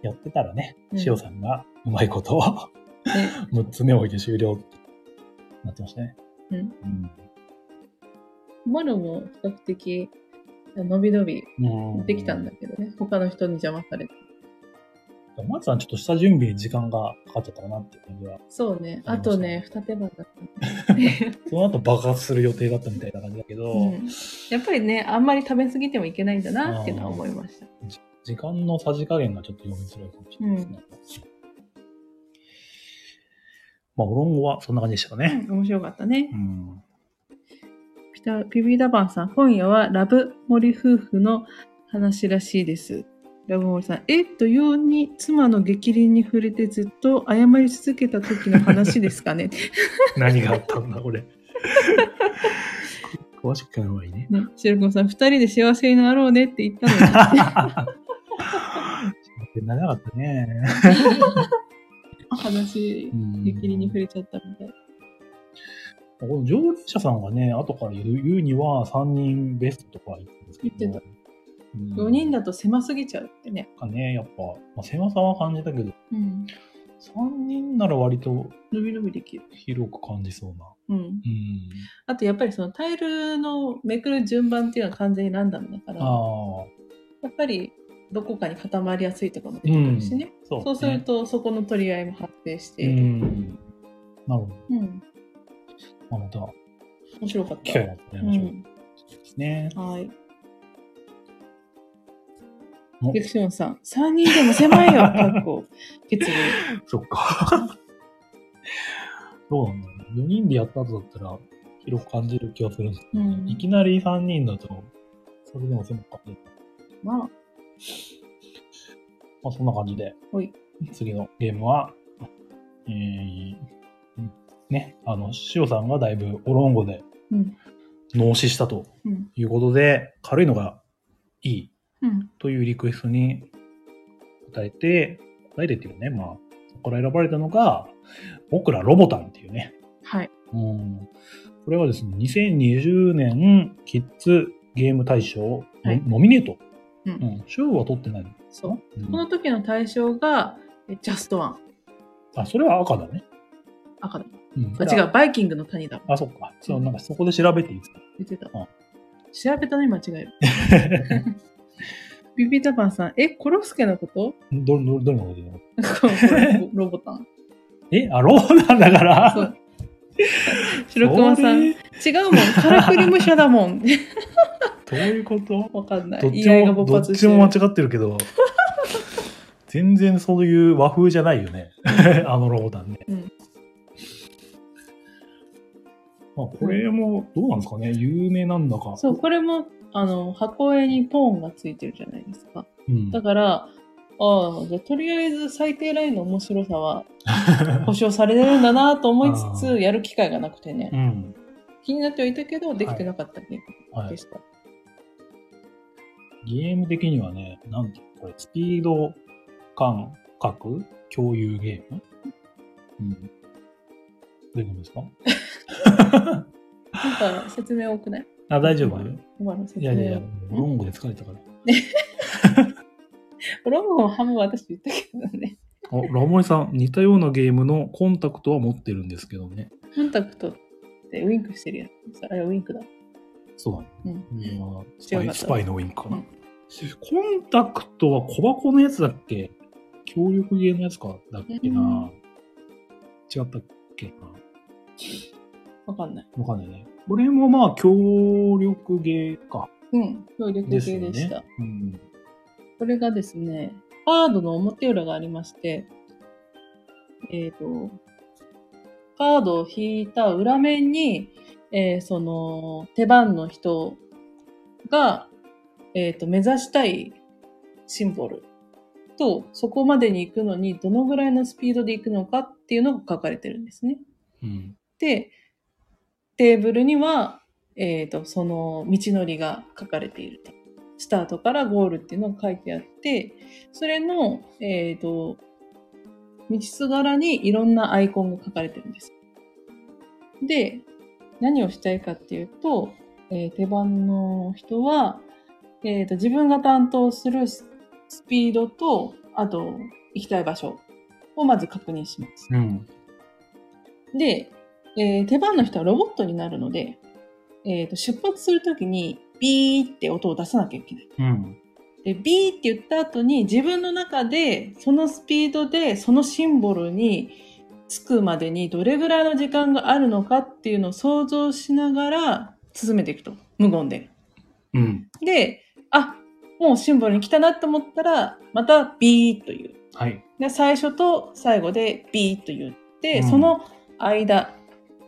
[SPEAKER 1] やってたらね、
[SPEAKER 2] うん
[SPEAKER 1] 塩さんがうまいことを
[SPEAKER 2] ね
[SPEAKER 1] 6つ目置いて終了ってなってましたね。
[SPEAKER 2] うん
[SPEAKER 1] ん。
[SPEAKER 2] マロも比較的伸び伸び
[SPEAKER 1] うん。
[SPEAKER 2] できたんだ。けどね、他の人に邪魔されて。
[SPEAKER 1] まずはちょっと下準備に時間がかかっちゃったかなっていう感じは。
[SPEAKER 2] そうね、
[SPEAKER 1] あ
[SPEAKER 2] あ
[SPEAKER 1] りました
[SPEAKER 2] とね、二手番だったね、
[SPEAKER 1] その後爆発する予定だったみたいな感じだけど、
[SPEAKER 2] うん。やっぱりね、あんまり食べ過ぎてもいけないんだなっていうのは思いました。
[SPEAKER 1] 時間のさじ加減がちょっと読みづらいかもしれないですね。まあ、オロンゴはそんな感じでしたかね。
[SPEAKER 2] うん面白かったね
[SPEAKER 1] う。ん。
[SPEAKER 2] ピタピビダバンさん、今夜はラブ森夫婦の話らしいです。ラブ森さん、えっとように妻の激鱗に触れてずっと謝り続けた時の話ですかね。
[SPEAKER 1] 何があったんだ、 これ。詳しく聞かない方がいい ね。
[SPEAKER 2] ね、シルコンさん、二人で幸せになろうねって言ったのに。
[SPEAKER 1] 長かったね。
[SPEAKER 2] 話
[SPEAKER 1] うん
[SPEAKER 2] 激鱗に触れちゃったみたい。
[SPEAKER 1] この常連者さんがね、後から言う言うには3人ベストとか言ってたんですけど。
[SPEAKER 2] 言って
[SPEAKER 1] た。
[SPEAKER 2] 4人だと狭すぎちゃうってね。
[SPEAKER 1] かね、やっぱ、まあ、狭さは感じたけど、
[SPEAKER 2] うん。
[SPEAKER 1] 3人なら割と
[SPEAKER 2] 伸び伸びできる。
[SPEAKER 1] 広く感じそうな。
[SPEAKER 2] うん。
[SPEAKER 1] うん。
[SPEAKER 2] あとやっぱりそのタイルのめくる順番っていうのは完全にランダムだから、や
[SPEAKER 1] ああ、
[SPEAKER 2] っぱりどこかに固まりやすいとかも出てくるしね。
[SPEAKER 1] そう、ね。
[SPEAKER 2] そうするとそこの取り合いも発生し
[SPEAKER 1] う
[SPEAKER 2] て、
[SPEAKER 1] ん。なるほど。
[SPEAKER 2] うん。
[SPEAKER 1] まあ、また、
[SPEAKER 2] 面白かった。
[SPEAKER 1] 機会があったらやりましょう。ですね。
[SPEAKER 2] うん。はい。
[SPEAKER 1] お
[SPEAKER 2] デクションさん、3人でも狭 いよ、かっこ。決意。
[SPEAKER 1] そっか。 どうなんだろう。4人でやった後だったら、広く感じる気がするんですけど、ね
[SPEAKER 2] うん
[SPEAKER 1] いきなり3人だと、それでも狭く感じる。
[SPEAKER 2] まあ、
[SPEAKER 1] まあ、そんな感じで。
[SPEAKER 2] はい。
[SPEAKER 1] 次のゲームは、えーね、あの、塩さんがだいぶオロンゴで
[SPEAKER 2] うん。
[SPEAKER 1] 脳死したと
[SPEAKER 2] うん。
[SPEAKER 1] いうことで、軽いのがいい
[SPEAKER 2] うん。
[SPEAKER 1] というリクエストに答えて、答えてっていうね、まあ、そこから選ばれたのが、僕らロボタンっていうね。
[SPEAKER 2] はい。
[SPEAKER 1] うん。これはですね、2020年キッズゲーム大賞の、
[SPEAKER 2] はい
[SPEAKER 1] ノミネート。
[SPEAKER 2] うん
[SPEAKER 1] うん。賞は取ってないのか
[SPEAKER 2] そう。
[SPEAKER 1] な、うん
[SPEAKER 2] この時の対象が、えジャストワン。
[SPEAKER 1] あ、それは赤だね。
[SPEAKER 2] 赤だ。
[SPEAKER 1] うん。
[SPEAKER 2] あ違う、バイキングの谷だ。
[SPEAKER 1] あ、そっか。そう、なんかそこで調べていいですか。
[SPEAKER 2] 言ってた
[SPEAKER 1] うん。
[SPEAKER 2] 調べた のに間違える。ビビタパンさん、え、コロスケのこと
[SPEAKER 1] ど、ど、どれのこと言うの
[SPEAKER 2] これロボタン。
[SPEAKER 1] え、 あ、ローなんだから。
[SPEAKER 2] そう白熊さん、違
[SPEAKER 1] ど
[SPEAKER 2] うもん、カラクリ武者だもん。
[SPEAKER 1] ういうこと
[SPEAKER 2] わかんない。
[SPEAKER 1] どっ
[SPEAKER 2] 依
[SPEAKER 1] ち
[SPEAKER 2] 頼が
[SPEAKER 1] も、
[SPEAKER 2] 勃
[SPEAKER 1] どっ
[SPEAKER 2] 発し
[SPEAKER 1] ち
[SPEAKER 2] て
[SPEAKER 1] も
[SPEAKER 2] る。
[SPEAKER 1] 間違ってるけど、 全然そういう和風じゃないよね。 あのロボタンね。
[SPEAKER 2] うん
[SPEAKER 1] まあ、これも、どうなんですかね有名なんだか。
[SPEAKER 2] そう、これも、あの、箱絵にトーンがついてるじゃないですか。
[SPEAKER 1] うん
[SPEAKER 2] だから、ああ、じゃあとりあえず最低ラインの面白 さは保証されてるんだなと思いつ
[SPEAKER 1] あー
[SPEAKER 2] つ、やる機会がなくてね
[SPEAKER 1] う。ん。
[SPEAKER 2] 気になってはいたけど、できてなかったゲーム
[SPEAKER 1] は
[SPEAKER 2] で
[SPEAKER 1] い。
[SPEAKER 2] した。
[SPEAKER 1] ゲーム的にはね、なんていうのこれ、スピード感覚共有ゲームうん。どういうことですか
[SPEAKER 2] なんか説明多くない
[SPEAKER 1] あ、大丈夫い
[SPEAKER 2] 今の説明
[SPEAKER 1] やいやいや
[SPEAKER 2] 多く、
[SPEAKER 1] ロングで疲れたから。
[SPEAKER 2] ロボもハムは私言ったけどね。
[SPEAKER 1] お、ラモリさん、似たようなゲームのコンタクトは持ってるんですけどね。
[SPEAKER 2] コンタクトってウインクしてるやつ。あれウインクだ。
[SPEAKER 1] そうだね。
[SPEAKER 2] うん
[SPEAKER 1] まあスパイ
[SPEAKER 2] 違うかった
[SPEAKER 1] スパイのウインクかな。
[SPEAKER 2] うん
[SPEAKER 1] コンタクトは小箱のやつだっけ協力ゲーのやつかだっけな、
[SPEAKER 2] うん
[SPEAKER 1] 違ったっけな
[SPEAKER 2] わかんない。
[SPEAKER 1] わかんないね。これもまあ協力ゲーか。
[SPEAKER 2] うん。協力系
[SPEAKER 1] で
[SPEAKER 2] です
[SPEAKER 1] よね。
[SPEAKER 2] した。
[SPEAKER 1] うん。
[SPEAKER 2] これがですね、カードの表裏がありまして、えっ、と、カードを引いた裏面に、えーその、手番の人が、えっ、と、目指したいシンボルと、そこまでに行くのに、どのぐらいのスピードで行くのかっていうのが書かれてるんですね。
[SPEAKER 1] うん。
[SPEAKER 2] で、テーブルには、えっ、と、その道のりが書かれていると。スタートからゴールっていうのが書いてあって、それの、えっ、と、道すがらにいろんなアイコンが書かれてるんです。で、何をしたいかっていうと、えー手番の人は、えっ、と、自分が担当するススピードと、あと、行きたい場所をまず確認します。
[SPEAKER 1] うん。
[SPEAKER 2] で、えー手番の人はロボットになるので、えーと出発するときにビーって音を出さなきゃいけない。
[SPEAKER 1] うん。
[SPEAKER 2] で、ビーって言った後に自分の中でそのスピードでそのシンボルに着くまでにどれぐらいの時間があるのかっていうのを想像しながら進めていくと。無言で。
[SPEAKER 1] うん。
[SPEAKER 2] で、あ、もうシンボルに来たなと思ったら、またビーという。
[SPEAKER 1] はい。
[SPEAKER 2] で最初と最後でビーッと言って、
[SPEAKER 1] うん
[SPEAKER 2] その間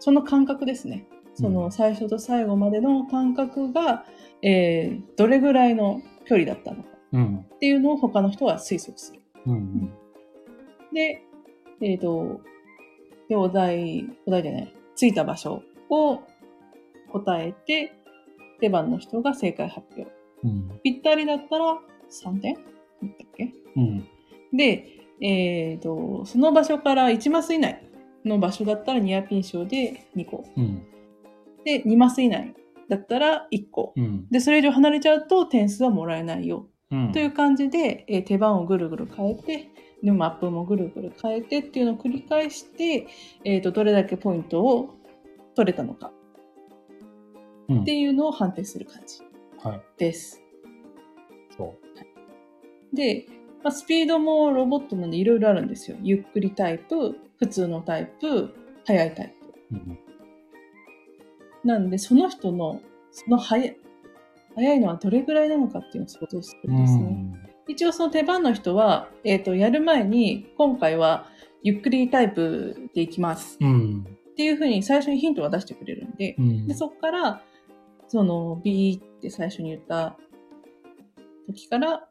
[SPEAKER 2] その間隔ですねそ
[SPEAKER 1] うん
[SPEAKER 2] の最初と最後までの間隔が、えーどれぐらいの距離だったのか
[SPEAKER 1] うん。
[SPEAKER 2] っていうのを他の人は推測する。
[SPEAKER 1] うんうん。
[SPEAKER 2] で、えっ、と、で、お題、お題じゃない、ついた場所を答えて、出番の人が正解発表。
[SPEAKER 1] うん。
[SPEAKER 2] ぴったりだったら3点だったっけ
[SPEAKER 1] うん。
[SPEAKER 2] で、えー、とその場所から1マス以内の場所だったらニアピン賞で2個
[SPEAKER 1] うん。
[SPEAKER 2] で2マス以内だったら1個
[SPEAKER 1] うん。
[SPEAKER 2] でそれ以上離れちゃうと点数はもらえないよ、
[SPEAKER 1] うん。
[SPEAKER 2] という感じで、えー手番をぐるぐる変えてでマップもぐるぐる変えてっていうのを繰り返して、えー、とどれだけポイントを取れたのか
[SPEAKER 1] うん
[SPEAKER 2] っていうのを判定する感じ
[SPEAKER 1] はい。
[SPEAKER 2] です。
[SPEAKER 1] そ
[SPEAKER 2] で、まあ、スピードもロボットなんでいろいろあるんですよ。ゆっくりタイプ、普通のタイプ、速いタイプ。
[SPEAKER 1] う。うん。
[SPEAKER 2] なんで、その人の、その速い、速いのはどれぐらいなのかっていうのを想像する
[SPEAKER 1] うん
[SPEAKER 2] ですね。
[SPEAKER 1] ん。
[SPEAKER 2] 一応その手番の人は、えっ、と、やる前に、今回はゆっくりタイプでいきます。
[SPEAKER 1] うん。
[SPEAKER 2] っていうふうに最初にヒントは出してくれるんで、
[SPEAKER 1] うん
[SPEAKER 2] で、そこから、その、ビーって最初に言った時から、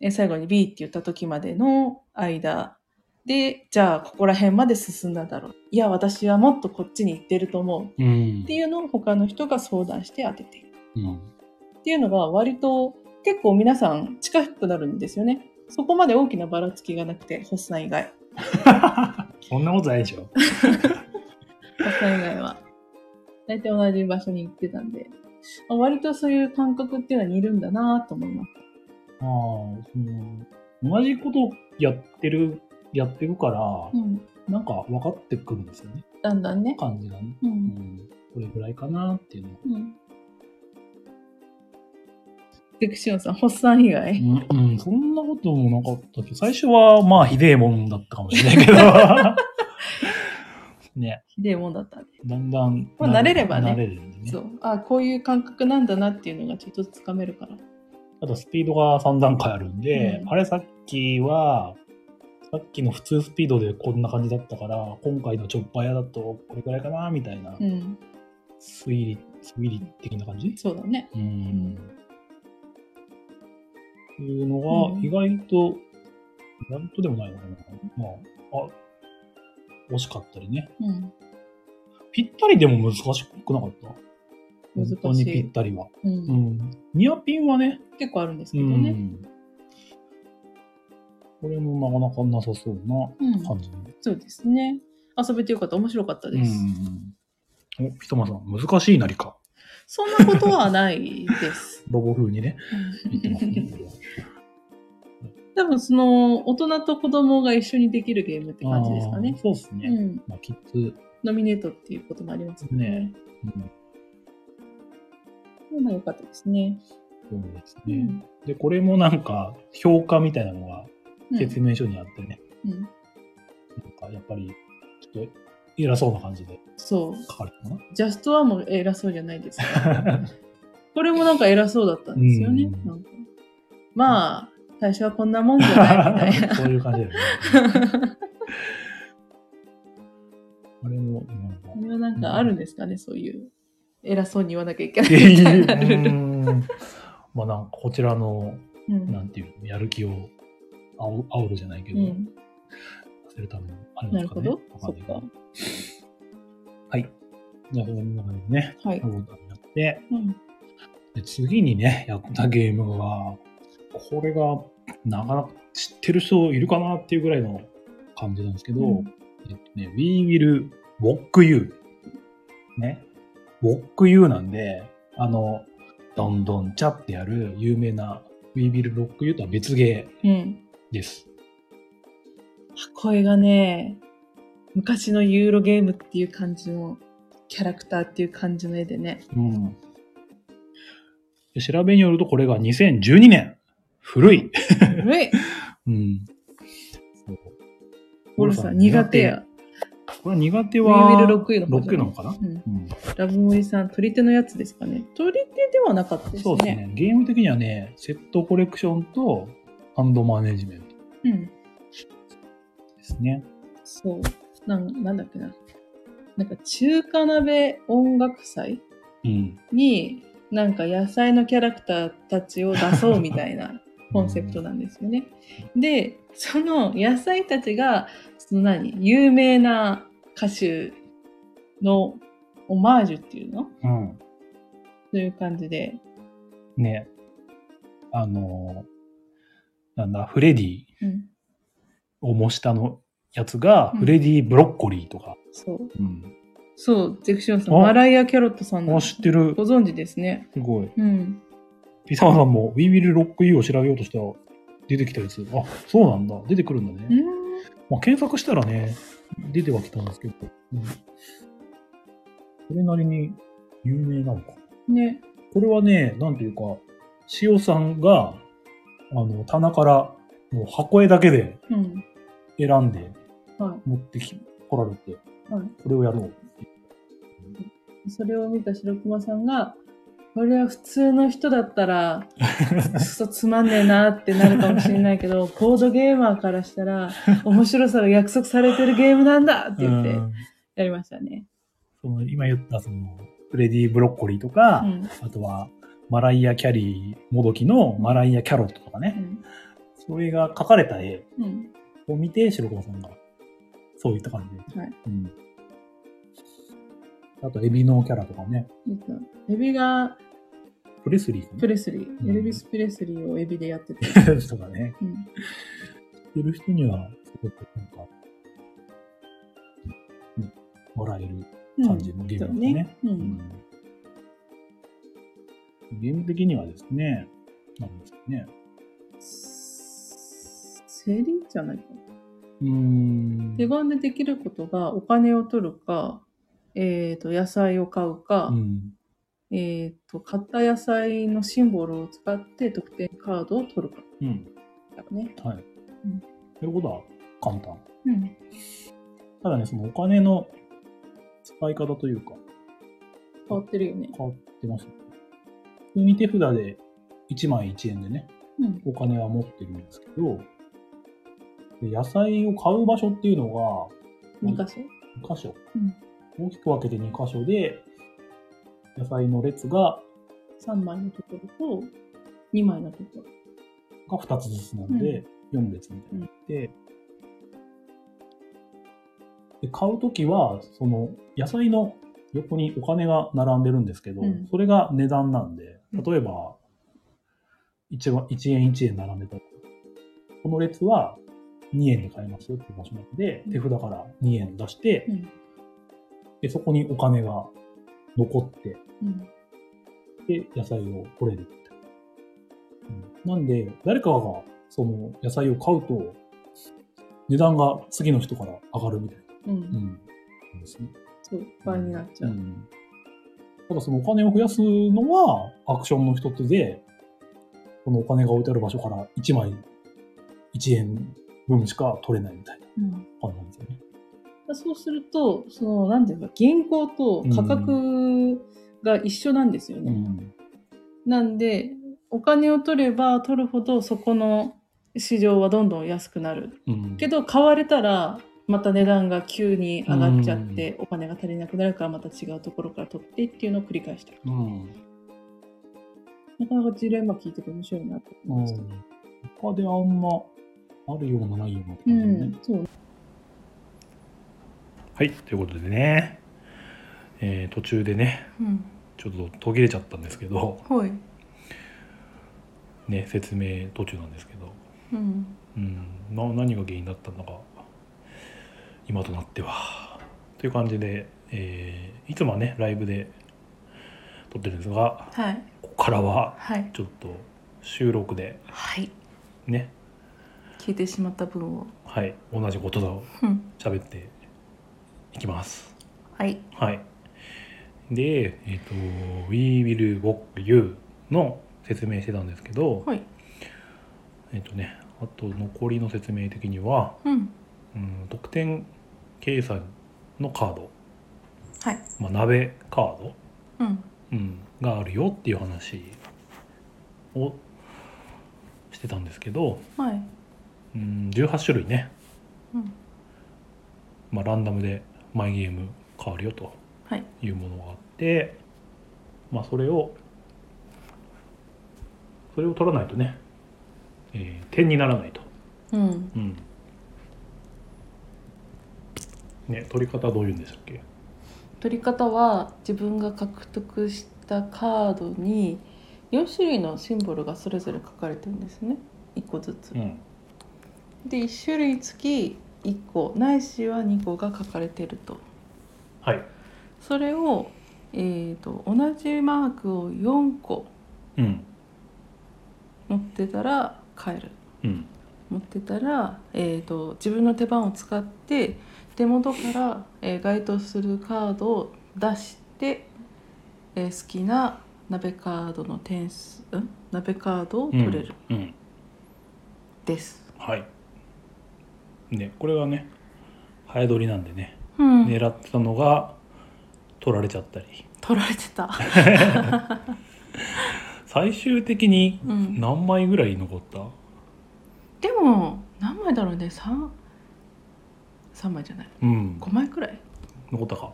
[SPEAKER 2] え最後に B って言った時までの間で、じゃあここら辺まで進んだだろう。いや、私はもっとこっちに行ってると思う。っ
[SPEAKER 1] うん
[SPEAKER 2] て。いうのを他の人が相談して当てている。
[SPEAKER 1] うん。
[SPEAKER 2] っていうのが割と結構皆さん近くなるんですよね。そこまで大きなばらつきがなくて、ホッサン以外。
[SPEAKER 1] そんなことないでし ょ。
[SPEAKER 2] ホッサン以外は。大体同じ場所に行ってたんで、あ割とそういう感覚っていうのは似るんだなと思います。
[SPEAKER 1] ああ、その、同じことやってる、やってるから、
[SPEAKER 2] うん。
[SPEAKER 1] なんか分かってくるんですよね。
[SPEAKER 2] だんだんね。
[SPEAKER 1] 感じがね。
[SPEAKER 2] う。
[SPEAKER 1] うんん。これぐらいかなっていうのは。
[SPEAKER 2] うん。セクシオンさん、ホッサン以外。
[SPEAKER 1] うん、うん、そんなこともなかったけど、最初はまあひでえもんだったかもしれない けど。ね、
[SPEAKER 2] ひでえもんだったね。
[SPEAKER 1] だんだん。
[SPEAKER 2] まあ慣れればね
[SPEAKER 1] 慣れるんでね。
[SPEAKER 2] そう。あこういう感覚なんだなっていうのがちょっとつかめるから。
[SPEAKER 1] あとスピードが3段階あるんで、
[SPEAKER 2] うん
[SPEAKER 1] あれさっきは、さっきの普通スピードでこんな感じだったから、今回のチョッパー屋だとこれくらいかな、みたいな、
[SPEAKER 2] うん。
[SPEAKER 1] 推理、推理的な感じ
[SPEAKER 2] そうだね。
[SPEAKER 1] うん。っていうのは
[SPEAKER 2] うん
[SPEAKER 1] 意外と、意外とでもないのかな。まあ、あ、惜しかったりね。
[SPEAKER 2] うん。
[SPEAKER 1] ぴったりでも難しくなかった。
[SPEAKER 2] 難しい
[SPEAKER 1] 本当にぴったりは。
[SPEAKER 2] う。
[SPEAKER 1] うんん。ニアピンはね、
[SPEAKER 2] 結構あるんですけどね。
[SPEAKER 1] これもなかなかなさそうな
[SPEAKER 2] うん。
[SPEAKER 1] 感じ。
[SPEAKER 2] そうですね。遊べてよかった。面白かったで
[SPEAKER 1] う
[SPEAKER 2] す。
[SPEAKER 1] んお、ひとまさん、難しいなりか。
[SPEAKER 2] そんなことはないです。
[SPEAKER 1] ロボ風にね、言ってますね。
[SPEAKER 2] 多分その、大人と子供が一緒にできるゲームって 感じですか
[SPEAKER 1] あ
[SPEAKER 2] ね
[SPEAKER 1] ー。そうです
[SPEAKER 2] う
[SPEAKER 1] ね。
[SPEAKER 2] ん。
[SPEAKER 1] まあ、キッズ、
[SPEAKER 2] ノミネートっていうこともありますよね。
[SPEAKER 1] うん、
[SPEAKER 2] まあよかったですね。
[SPEAKER 1] そうです
[SPEAKER 2] う
[SPEAKER 1] ね。
[SPEAKER 2] ん。
[SPEAKER 1] で、これもなんか、評価みたいなのが
[SPEAKER 2] うん
[SPEAKER 1] 説明書にあってね、
[SPEAKER 2] うん。
[SPEAKER 1] なんか、やっぱり、ちょっと偉そうな感じで
[SPEAKER 2] そ
[SPEAKER 1] 書かれて
[SPEAKER 2] う。ジャストはもう偉そうじゃないですか。
[SPEAKER 1] たな。
[SPEAKER 2] これもなんか偉そうだったんですよね。
[SPEAKER 1] うん
[SPEAKER 2] なんかまあ、最初はこんなもんじゃないみたい
[SPEAKER 1] そういう感じだよね。
[SPEAKER 2] な。
[SPEAKER 1] あれも、なんか
[SPEAKER 2] これはなんかあるんですかね、そういう。偉そうに言わなきゃいけない
[SPEAKER 1] いや
[SPEAKER 2] み
[SPEAKER 1] い
[SPEAKER 2] た
[SPEAKER 1] や
[SPEAKER 2] いうなルール。
[SPEAKER 1] ーんまあなんかこちらの
[SPEAKER 2] う
[SPEAKER 1] なんんていうのやる気を煽煽るじゃないけど、
[SPEAKER 2] う
[SPEAKER 1] さ
[SPEAKER 2] ん
[SPEAKER 1] せるためのあれ
[SPEAKER 2] な
[SPEAKER 1] で
[SPEAKER 2] る
[SPEAKER 1] すか
[SPEAKER 2] ほ
[SPEAKER 1] ね
[SPEAKER 2] ど。。
[SPEAKER 1] わかんない
[SPEAKER 2] そっ
[SPEAKER 1] けど
[SPEAKER 2] か。
[SPEAKER 1] はい。じゃあそれの中でね、
[SPEAKER 2] はい
[SPEAKER 1] ロ。ボットになって
[SPEAKER 2] うん
[SPEAKER 1] で、次にね、やったゲームが、これがなかなか知ってる人いるかなっていうぐらいの感じなんですけど、
[SPEAKER 2] うん
[SPEAKER 1] えっとね、We Will Walk You。ね。Walk You なんで、あの、どんどんちゃってやる有名な We Will Walk You とは別ゲ
[SPEAKER 2] うん。
[SPEAKER 1] ーです。
[SPEAKER 2] これがね、昔のユーロゲームっていう感じの、キャラクターっていう感じの絵で ね。
[SPEAKER 1] うん。で調べによるとこれが2012年。古い。
[SPEAKER 2] 古い
[SPEAKER 1] うん。そう
[SPEAKER 2] 俺さ、苦手。や。
[SPEAKER 1] これ苦手
[SPEAKER 2] ウ
[SPEAKER 1] は、
[SPEAKER 2] ィービル6位の
[SPEAKER 1] 6なのかな、
[SPEAKER 2] うん
[SPEAKER 1] うん
[SPEAKER 2] ラブモリさん、取り手のやつですかね。取り手ではなかったですね。
[SPEAKER 1] そうですね。ゲーム的にはね、セットコレクションとハンドマネジメント
[SPEAKER 2] うん。
[SPEAKER 1] ですね。
[SPEAKER 2] そう。なんなんだっけな。なんか中華鍋音楽祭
[SPEAKER 1] うん。
[SPEAKER 2] に、なんか野菜のキャラクターたちを出そうみたいなコンセプトなんですよね。で、その野菜たちが、その何、有名な歌手のオマージュっていうの
[SPEAKER 1] うん。
[SPEAKER 2] という感じで。
[SPEAKER 1] ね。あのー、なんだ、フレディ
[SPEAKER 2] うん。
[SPEAKER 1] を模したのやつが、
[SPEAKER 2] うん
[SPEAKER 1] フレディブロッコリーとか。
[SPEAKER 2] そう。
[SPEAKER 1] うん。
[SPEAKER 2] そう、ゼクシオンさん、
[SPEAKER 1] あ
[SPEAKER 2] マライア・キャロットさんだ
[SPEAKER 1] あ、知ってる
[SPEAKER 2] ご。存知ですね。
[SPEAKER 1] すごい。
[SPEAKER 2] うん。
[SPEAKER 1] ピサマさんも We Will Rock You を調べようとしたら出てきたやつ。あ、そうなんだ。出てくるんだ
[SPEAKER 2] う
[SPEAKER 1] ね。
[SPEAKER 2] ん
[SPEAKER 1] まあ、検索したらね、出てはきたんですけど。うんそれなりに有名なのか。
[SPEAKER 2] ね。
[SPEAKER 1] これはね、なんていうか、塩さんが、あの、棚から、もう箱絵だけで
[SPEAKER 2] うん。
[SPEAKER 1] 選んで
[SPEAKER 2] は
[SPEAKER 1] 持ってき、来られて、
[SPEAKER 2] い。はい。
[SPEAKER 1] これをやろう。
[SPEAKER 2] それを見た白熊さんが、これは普通の人だったら、くそつまんねえなってなるかもしれないけ ど、ボードゲーマーからしたら、面白さが約束されてるゲームなんだって言って
[SPEAKER 1] うん
[SPEAKER 2] やりましたね。
[SPEAKER 1] その今言ったその、フレディ・ブロッコリーとか、
[SPEAKER 2] うん。
[SPEAKER 1] あとは、マライア・キャリーもどきのマライア・キャロットとかね、
[SPEAKER 2] うん
[SPEAKER 1] それが描かれた絵
[SPEAKER 2] うん。
[SPEAKER 1] を見て、白駒さんが、そういった感じで。
[SPEAKER 2] はい
[SPEAKER 1] うん。あと、エビのキャラとかね、
[SPEAKER 2] えっと、エビが
[SPEAKER 1] プレスリーか
[SPEAKER 2] プレスリ
[SPEAKER 1] う
[SPEAKER 2] ー、
[SPEAKER 1] ん
[SPEAKER 2] エルビス・プレスリーをエビでやってて。
[SPEAKER 1] なとかね、
[SPEAKER 2] うん。
[SPEAKER 1] 知ってる人には、すごくなんか、うんもらえる感じのゲームですね。
[SPEAKER 2] うんそうね
[SPEAKER 1] うんゲーム的にはですね、なんですかね。
[SPEAKER 2] 競りじゃないかな。
[SPEAKER 1] うーん。
[SPEAKER 2] 手番でできることがお金を取るか、えっ、と、野菜を買うか、
[SPEAKER 1] うん。
[SPEAKER 2] えっ、と、買った野菜のシンボルを使って得点カードを取るか
[SPEAKER 1] うん。
[SPEAKER 2] だね。
[SPEAKER 1] はい。
[SPEAKER 2] うん
[SPEAKER 1] ということは簡単。
[SPEAKER 2] うん。
[SPEAKER 1] ただね、そのお金の使い方というか、
[SPEAKER 2] 変わってるよね。
[SPEAKER 1] 変わってます、ね。普通に手札で1枚1円でね、
[SPEAKER 2] うん。
[SPEAKER 1] お金は持ってるんですけど、で野菜を買う場所っていうの
[SPEAKER 2] 2箇所。
[SPEAKER 1] が2箇所。
[SPEAKER 2] うん
[SPEAKER 1] 大きく分けて2箇所で、野菜の列が
[SPEAKER 2] 3枚のところと、2枚のところ。
[SPEAKER 1] が2つずつなんで、4列みたいになって、で買うときは、その野菜の横にお金が並んでるんですけど、
[SPEAKER 2] うん
[SPEAKER 1] それが値段なんで、
[SPEAKER 2] うん
[SPEAKER 1] 例えば、1, わ1円1円並んでたら、この列は2円で買えますよっていう場所なので
[SPEAKER 2] う、ん
[SPEAKER 1] 手札から2円出して、
[SPEAKER 2] うん。
[SPEAKER 1] でそこにお金が残って、
[SPEAKER 2] うん。
[SPEAKER 1] で、野菜を取れるって。うん、なんで、誰かが、その、野菜を買うと、値段が次の人から上がるみたいな。
[SPEAKER 2] うん。
[SPEAKER 1] ん。ですね。
[SPEAKER 2] そう、倍になっちゃう。
[SPEAKER 1] んただそのお金を増やすのは、アクションの一つで、このお金が置いてある場所から1枚、1円分しか取れないみたいな
[SPEAKER 2] うん
[SPEAKER 1] 感じなんですよね。
[SPEAKER 2] そうすると、その、なんていうか、銀行と価格が一緒なんですよね。
[SPEAKER 1] ん。
[SPEAKER 2] なんで、お金を取れば取るほど、そこの市場はどんどん安くなる。
[SPEAKER 1] うん、
[SPEAKER 2] けど、買われたら、また値段が急に上がっちゃって、お金が足りなくなるから、また違うところから取ってっていうのを繰り返してる。
[SPEAKER 1] うん。
[SPEAKER 2] なかなかジレンマ聞いてて面白いなって
[SPEAKER 1] う
[SPEAKER 2] 思いました。
[SPEAKER 1] ん。他であんま、あるようなないようなって感
[SPEAKER 2] う
[SPEAKER 1] じだね。
[SPEAKER 2] ん、そう。
[SPEAKER 1] はい、ということでね、えー途中でね、
[SPEAKER 2] うん。
[SPEAKER 1] ちょっと途切れちゃったんですけど、
[SPEAKER 2] はい。
[SPEAKER 1] ね、説明途中なんですけど、
[SPEAKER 2] うん。
[SPEAKER 1] うん、な何が原因だったのか、今となっては。という感じで、えーいつもはね、ライブで撮ってるんですが、
[SPEAKER 2] はい。
[SPEAKER 1] ここからは
[SPEAKER 2] はい。
[SPEAKER 1] ちょっと収録で
[SPEAKER 2] はい。
[SPEAKER 1] ね、
[SPEAKER 2] 消えてしまった分を。
[SPEAKER 1] はい、同じことを
[SPEAKER 2] うん。
[SPEAKER 1] 喋っていきます。
[SPEAKER 2] はい。
[SPEAKER 1] はい。で、えっ、と、We Will Walk You の説明してたんですけど、
[SPEAKER 2] はい。
[SPEAKER 1] えっ、とね、あと残りの説明的には、
[SPEAKER 2] うん。
[SPEAKER 1] うん、得点計算のカード、
[SPEAKER 2] はい。
[SPEAKER 1] まあ、鍋カード、
[SPEAKER 2] うん。
[SPEAKER 1] うん、があるよっていう話をしてたんですけど、
[SPEAKER 2] はい。
[SPEAKER 1] うん、18種類ね、
[SPEAKER 2] うん。
[SPEAKER 1] まあ、ランダムでマイゲーム変わるよと
[SPEAKER 2] はい。
[SPEAKER 1] いうものがあって、まあ、それをそれを取らないとね、えー点にならないと、
[SPEAKER 2] うん。
[SPEAKER 1] うんね、取り方どういうんでしたっけ
[SPEAKER 2] 取り方は自分が獲得したカードに4種類のシンボルがそれぞれ書かれてるんですね1個ずつ、
[SPEAKER 1] ん
[SPEAKER 2] で1種類につき1個ないしは2個が書かれてると
[SPEAKER 1] はい、
[SPEAKER 2] それを、えー、と同じマークを4個
[SPEAKER 1] うん
[SPEAKER 2] 持ってたら買える
[SPEAKER 1] うん
[SPEAKER 2] 持ってたら、えー、と自分の手番を使って手元から、えー該当するカードを出して、えー好きな鍋カードの点数ん鍋カードを取れる、
[SPEAKER 1] うんうん、
[SPEAKER 2] です。
[SPEAKER 1] はいねこれはね早取りなんでね、
[SPEAKER 2] うん
[SPEAKER 1] 狙ってたのが取られちゃったり
[SPEAKER 2] 取られて た。
[SPEAKER 1] 最終的に
[SPEAKER 2] うん、
[SPEAKER 1] 何枚ぐらい残った、
[SPEAKER 2] でも何枚だろうね三三枚じゃない
[SPEAKER 1] うん、
[SPEAKER 2] 五枚くらい、
[SPEAKER 1] 残ったか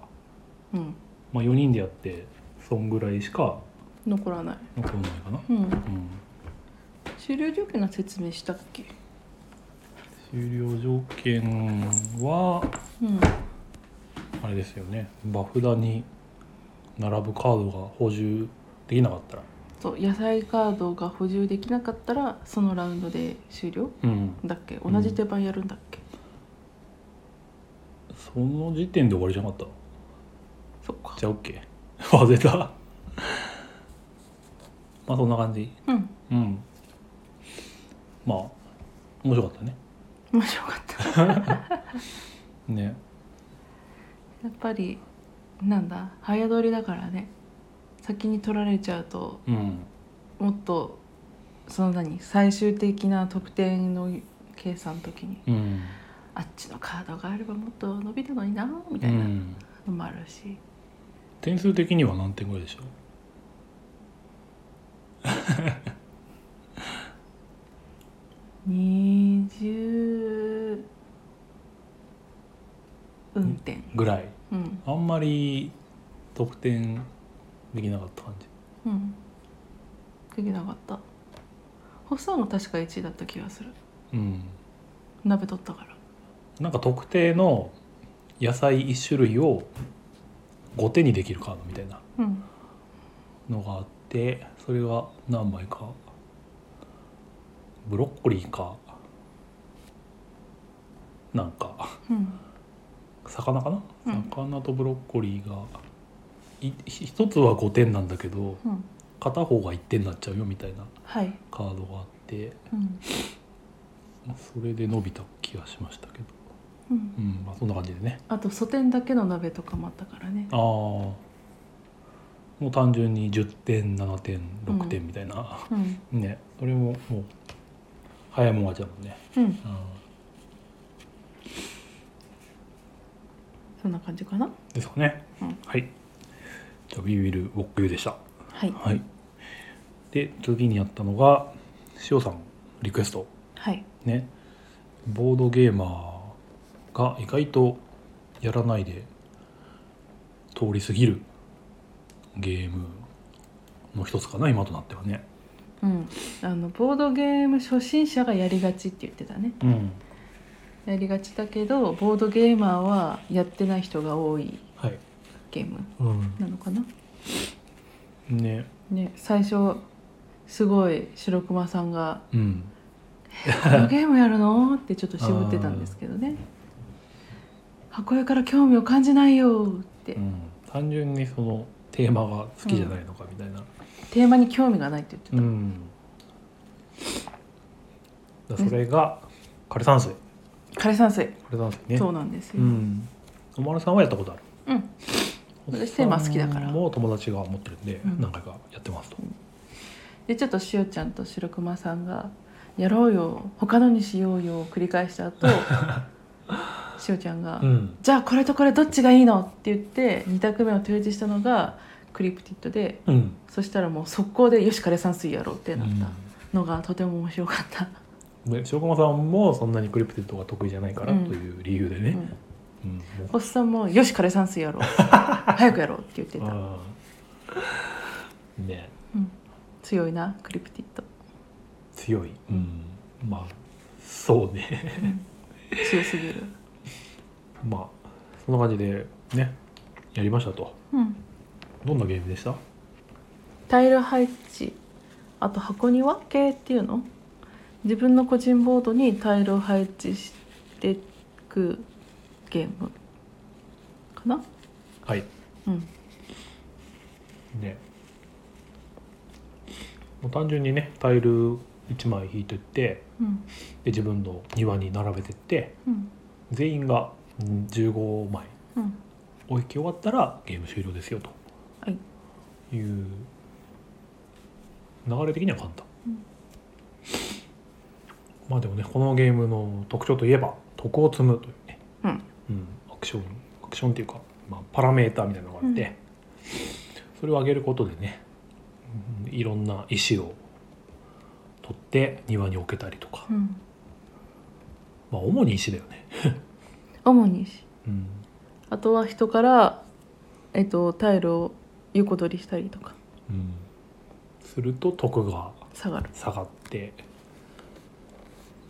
[SPEAKER 2] うん、
[SPEAKER 1] まあ、4人でやってそんぐらいしか
[SPEAKER 2] 残らない、
[SPEAKER 1] 残らないかな、
[SPEAKER 2] うん、
[SPEAKER 1] うん、
[SPEAKER 2] 終了条件の説明したっけ
[SPEAKER 1] 終了条件は
[SPEAKER 2] うん
[SPEAKER 1] あれですよね場札に並ぶカードが補充できなかったら
[SPEAKER 2] そう野菜カードが補充できなかったらそのラウンドで終了
[SPEAKER 1] うん
[SPEAKER 2] だっけ同じ手番やるんだっけ、
[SPEAKER 1] その時点で終わりじゃなかっ
[SPEAKER 2] そっか
[SPEAKER 1] たじゃあ OK 忘れたまあそんな感じ
[SPEAKER 2] うん
[SPEAKER 1] うんまあ面白かったね
[SPEAKER 2] 面白かった
[SPEAKER 1] ね
[SPEAKER 2] やっぱりなんだ早取りだからね先に取られちゃうと
[SPEAKER 1] うん
[SPEAKER 2] もっとその何最終的な得点の計算の時に
[SPEAKER 1] うん
[SPEAKER 2] あっちのカードがあればもっと伸びたのになみ
[SPEAKER 1] う
[SPEAKER 2] たいなんのもあるし、
[SPEAKER 1] 点数的には何点ぐらいでしょう
[SPEAKER 2] 20運転
[SPEAKER 1] ぐらい
[SPEAKER 2] うん
[SPEAKER 1] あんまり得点できなかった感じ
[SPEAKER 2] うんできなかったホッサンも確か1位だった気がする
[SPEAKER 1] うん
[SPEAKER 2] 鍋取ったから
[SPEAKER 1] なんか特定の野菜1種類を5手にできるカードみたいな
[SPEAKER 2] うん
[SPEAKER 1] のがあってそれが何枚かブロッコリーかなんか
[SPEAKER 2] うん
[SPEAKER 1] 魚かな、
[SPEAKER 2] うん
[SPEAKER 1] 魚とブロッコリーがい一つは5点なんだけど
[SPEAKER 2] うん
[SPEAKER 1] 片方が1点になっちゃうよみたいな
[SPEAKER 2] はい、
[SPEAKER 1] カードがあって
[SPEAKER 2] うん
[SPEAKER 1] それで伸びた気がしましたけど、
[SPEAKER 2] うん、
[SPEAKER 1] うんまあ、そんな感じでね
[SPEAKER 2] あと素点だけの鍋とかもあったからね
[SPEAKER 1] ああもう単純に10点7点6
[SPEAKER 2] う
[SPEAKER 1] 点みたいな、
[SPEAKER 2] うん
[SPEAKER 1] ねそれももう早いもん勝ちだもんね、
[SPEAKER 2] うん
[SPEAKER 1] うん、
[SPEAKER 2] そんな感じかな
[SPEAKER 1] ですかね、
[SPEAKER 2] うん
[SPEAKER 1] はいじゃあ「We Will Walk You」でした
[SPEAKER 2] はい
[SPEAKER 1] はいで次にやったのが塩さんリクエスト
[SPEAKER 2] はい
[SPEAKER 1] ねボードゲーマーが意外とやらないで通り過ぎるゲームの一つかな今となってはね
[SPEAKER 2] うん、あのボードゲーム初心者がやりがちって言ってたね
[SPEAKER 1] うん
[SPEAKER 2] やりがちだけどボードゲーマーはやってない人が多い
[SPEAKER 1] はい、
[SPEAKER 2] ゲーム
[SPEAKER 1] うん、
[SPEAKER 2] なのかな、
[SPEAKER 1] ね
[SPEAKER 2] ね、最初すごい白熊さんが
[SPEAKER 1] うん
[SPEAKER 2] 「このゲームやるの?」ってちょっと渋ってたんですけどね「箱絵から興味を感じないよ」って、
[SPEAKER 1] うん、単純にそのテーマが好きじゃないのかみたいな、
[SPEAKER 2] テーマに興味がないって言ってた、
[SPEAKER 1] うんだそれが枯山水
[SPEAKER 2] 枯山水
[SPEAKER 1] 枯山水ね
[SPEAKER 2] そうなんです
[SPEAKER 1] う
[SPEAKER 2] よ、
[SPEAKER 1] ん小丸さんはやったことある
[SPEAKER 2] うん私テーマ好きだから
[SPEAKER 1] おっさんも友達が持ってるんで、
[SPEAKER 2] うん
[SPEAKER 1] 何回かやってますと、
[SPEAKER 2] でちょっとしおちゃんと白熊さんが「やろうよ他のにしようよ」を繰り返した 後しおちゃんが「
[SPEAKER 1] うん
[SPEAKER 2] じゃあこれとこれどっちがいいの?」って言って2択目を提示したのがクリプティッドで
[SPEAKER 1] うん
[SPEAKER 2] そしたらもう速攻で「よし枯山水やろう」ってなっ
[SPEAKER 1] うん
[SPEAKER 2] たのがとても面白かった。
[SPEAKER 1] で白駒さんもそんなにクリプテッドが得意じゃないから
[SPEAKER 2] うん
[SPEAKER 1] という理由で
[SPEAKER 2] う
[SPEAKER 1] ね、
[SPEAKER 2] ん
[SPEAKER 1] うんも
[SPEAKER 2] おっさんも「よし枯山水 やろう」早くやろうって言って
[SPEAKER 1] う
[SPEAKER 2] た、
[SPEAKER 1] あーね
[SPEAKER 2] うん強いなクリプティッド
[SPEAKER 1] 強い、うん、まあそうね
[SPEAKER 2] 強すぎる、
[SPEAKER 1] まあそんな感じでねやりましたと
[SPEAKER 2] うん、
[SPEAKER 1] どんなゲームでした
[SPEAKER 2] タイル配置あと箱庭系っていうの自分の個人ボードにタイルを配置していくゲームかな
[SPEAKER 1] はい
[SPEAKER 2] うん
[SPEAKER 1] ねもう単純にねタイル1枚引いてって
[SPEAKER 2] うん
[SPEAKER 1] で自分の庭に並べてって
[SPEAKER 2] うん
[SPEAKER 1] 全員がうん15枚
[SPEAKER 2] うん
[SPEAKER 1] 置き終わったらゲーム終了ですよと
[SPEAKER 2] はい
[SPEAKER 1] いう流れ的には簡単、
[SPEAKER 2] うん
[SPEAKER 1] まあでもねこのゲームの特徴といえば徳を積むというね、
[SPEAKER 2] うん
[SPEAKER 1] うんアクションアクションっていうか、まあ、パラメーターみたいなのがあって、
[SPEAKER 2] うん
[SPEAKER 1] それを上げることでね、うんいろんな石を取って庭に置けたりとか、
[SPEAKER 2] うん
[SPEAKER 1] まあ主に石だよね、
[SPEAKER 2] 主にし
[SPEAKER 1] うん、
[SPEAKER 2] あとは人から、えっと、タイルを横取りしたりとか
[SPEAKER 1] うんすると徳が
[SPEAKER 2] 下がる
[SPEAKER 1] 下がって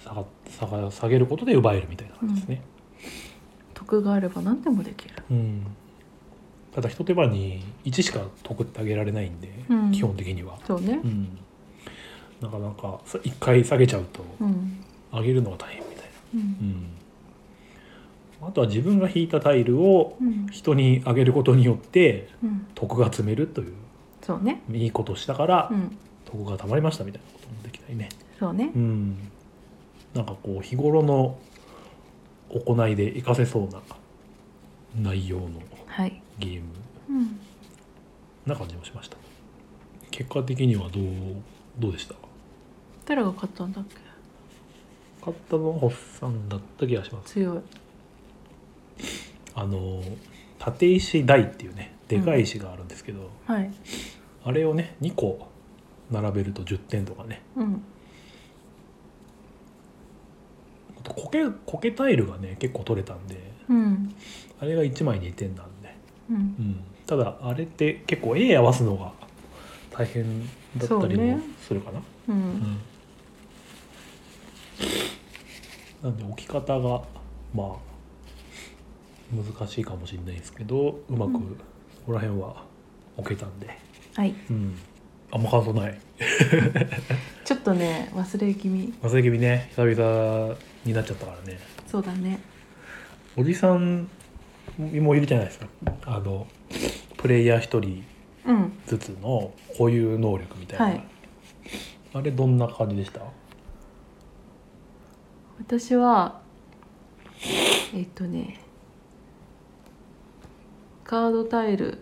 [SPEAKER 1] 下が下が下げることで奪えるみたいな感じですね。
[SPEAKER 2] 得があれば何でもできる。
[SPEAKER 1] うんただ一手間に1しか得ってあげられないんで、
[SPEAKER 2] うん
[SPEAKER 1] 基本的には、
[SPEAKER 2] そうね
[SPEAKER 1] う。ん、なかなかさ一回下げちゃうと
[SPEAKER 2] うん。
[SPEAKER 1] 上げるのが大変みたいな、
[SPEAKER 2] うん。
[SPEAKER 1] うん、あとは自分が引いたタイルを
[SPEAKER 2] うん。
[SPEAKER 1] 人にあげることによって
[SPEAKER 2] うん。
[SPEAKER 1] 得が積めるという
[SPEAKER 2] そうね。
[SPEAKER 1] いいことしたから
[SPEAKER 2] うん。
[SPEAKER 1] 得がたまりましたみたいなこともできたりね、
[SPEAKER 2] そうね
[SPEAKER 1] う。ん、なんかこう日頃の行いで活かせそうな内容の
[SPEAKER 2] はい。
[SPEAKER 1] ゲーム
[SPEAKER 2] うん。
[SPEAKER 1] な感じもしました結果的にはどうどうでした
[SPEAKER 2] 誰が勝ったんだっけ
[SPEAKER 1] 買ったのはホッサンだった気がします
[SPEAKER 2] 強い。
[SPEAKER 1] あの縦石台っていうねでかい石があるんですけど、
[SPEAKER 2] はい。
[SPEAKER 1] あれをね2個並べると10点とかね
[SPEAKER 2] うん。
[SPEAKER 1] あと苔苔タイルがね結構取れたんで
[SPEAKER 2] うん。
[SPEAKER 1] あれが1枚2点なんで、
[SPEAKER 2] うん
[SPEAKER 1] う。ん、ただあれって結構絵合わすのが大変だったり
[SPEAKER 2] そうね
[SPEAKER 1] もするかな
[SPEAKER 2] う。
[SPEAKER 1] うんんなんで置き方がまあ難しいかもしれないですけどうまく
[SPEAKER 2] う
[SPEAKER 1] こ
[SPEAKER 2] ん
[SPEAKER 1] こら辺は置けたんで、
[SPEAKER 2] はい。
[SPEAKER 1] うん、あんま感想ない
[SPEAKER 2] ちょっとね、忘れ気味。
[SPEAKER 1] 忘れ気味ね久々になっちゃったからね
[SPEAKER 2] そうだね。
[SPEAKER 1] おじさんもいるじゃないですかあのプレイヤー一人
[SPEAKER 2] うん。
[SPEAKER 1] ずつの固有能力みたいな、
[SPEAKER 2] はい
[SPEAKER 1] あれどんな感じでした
[SPEAKER 2] 私は。えっとね。カードタイル。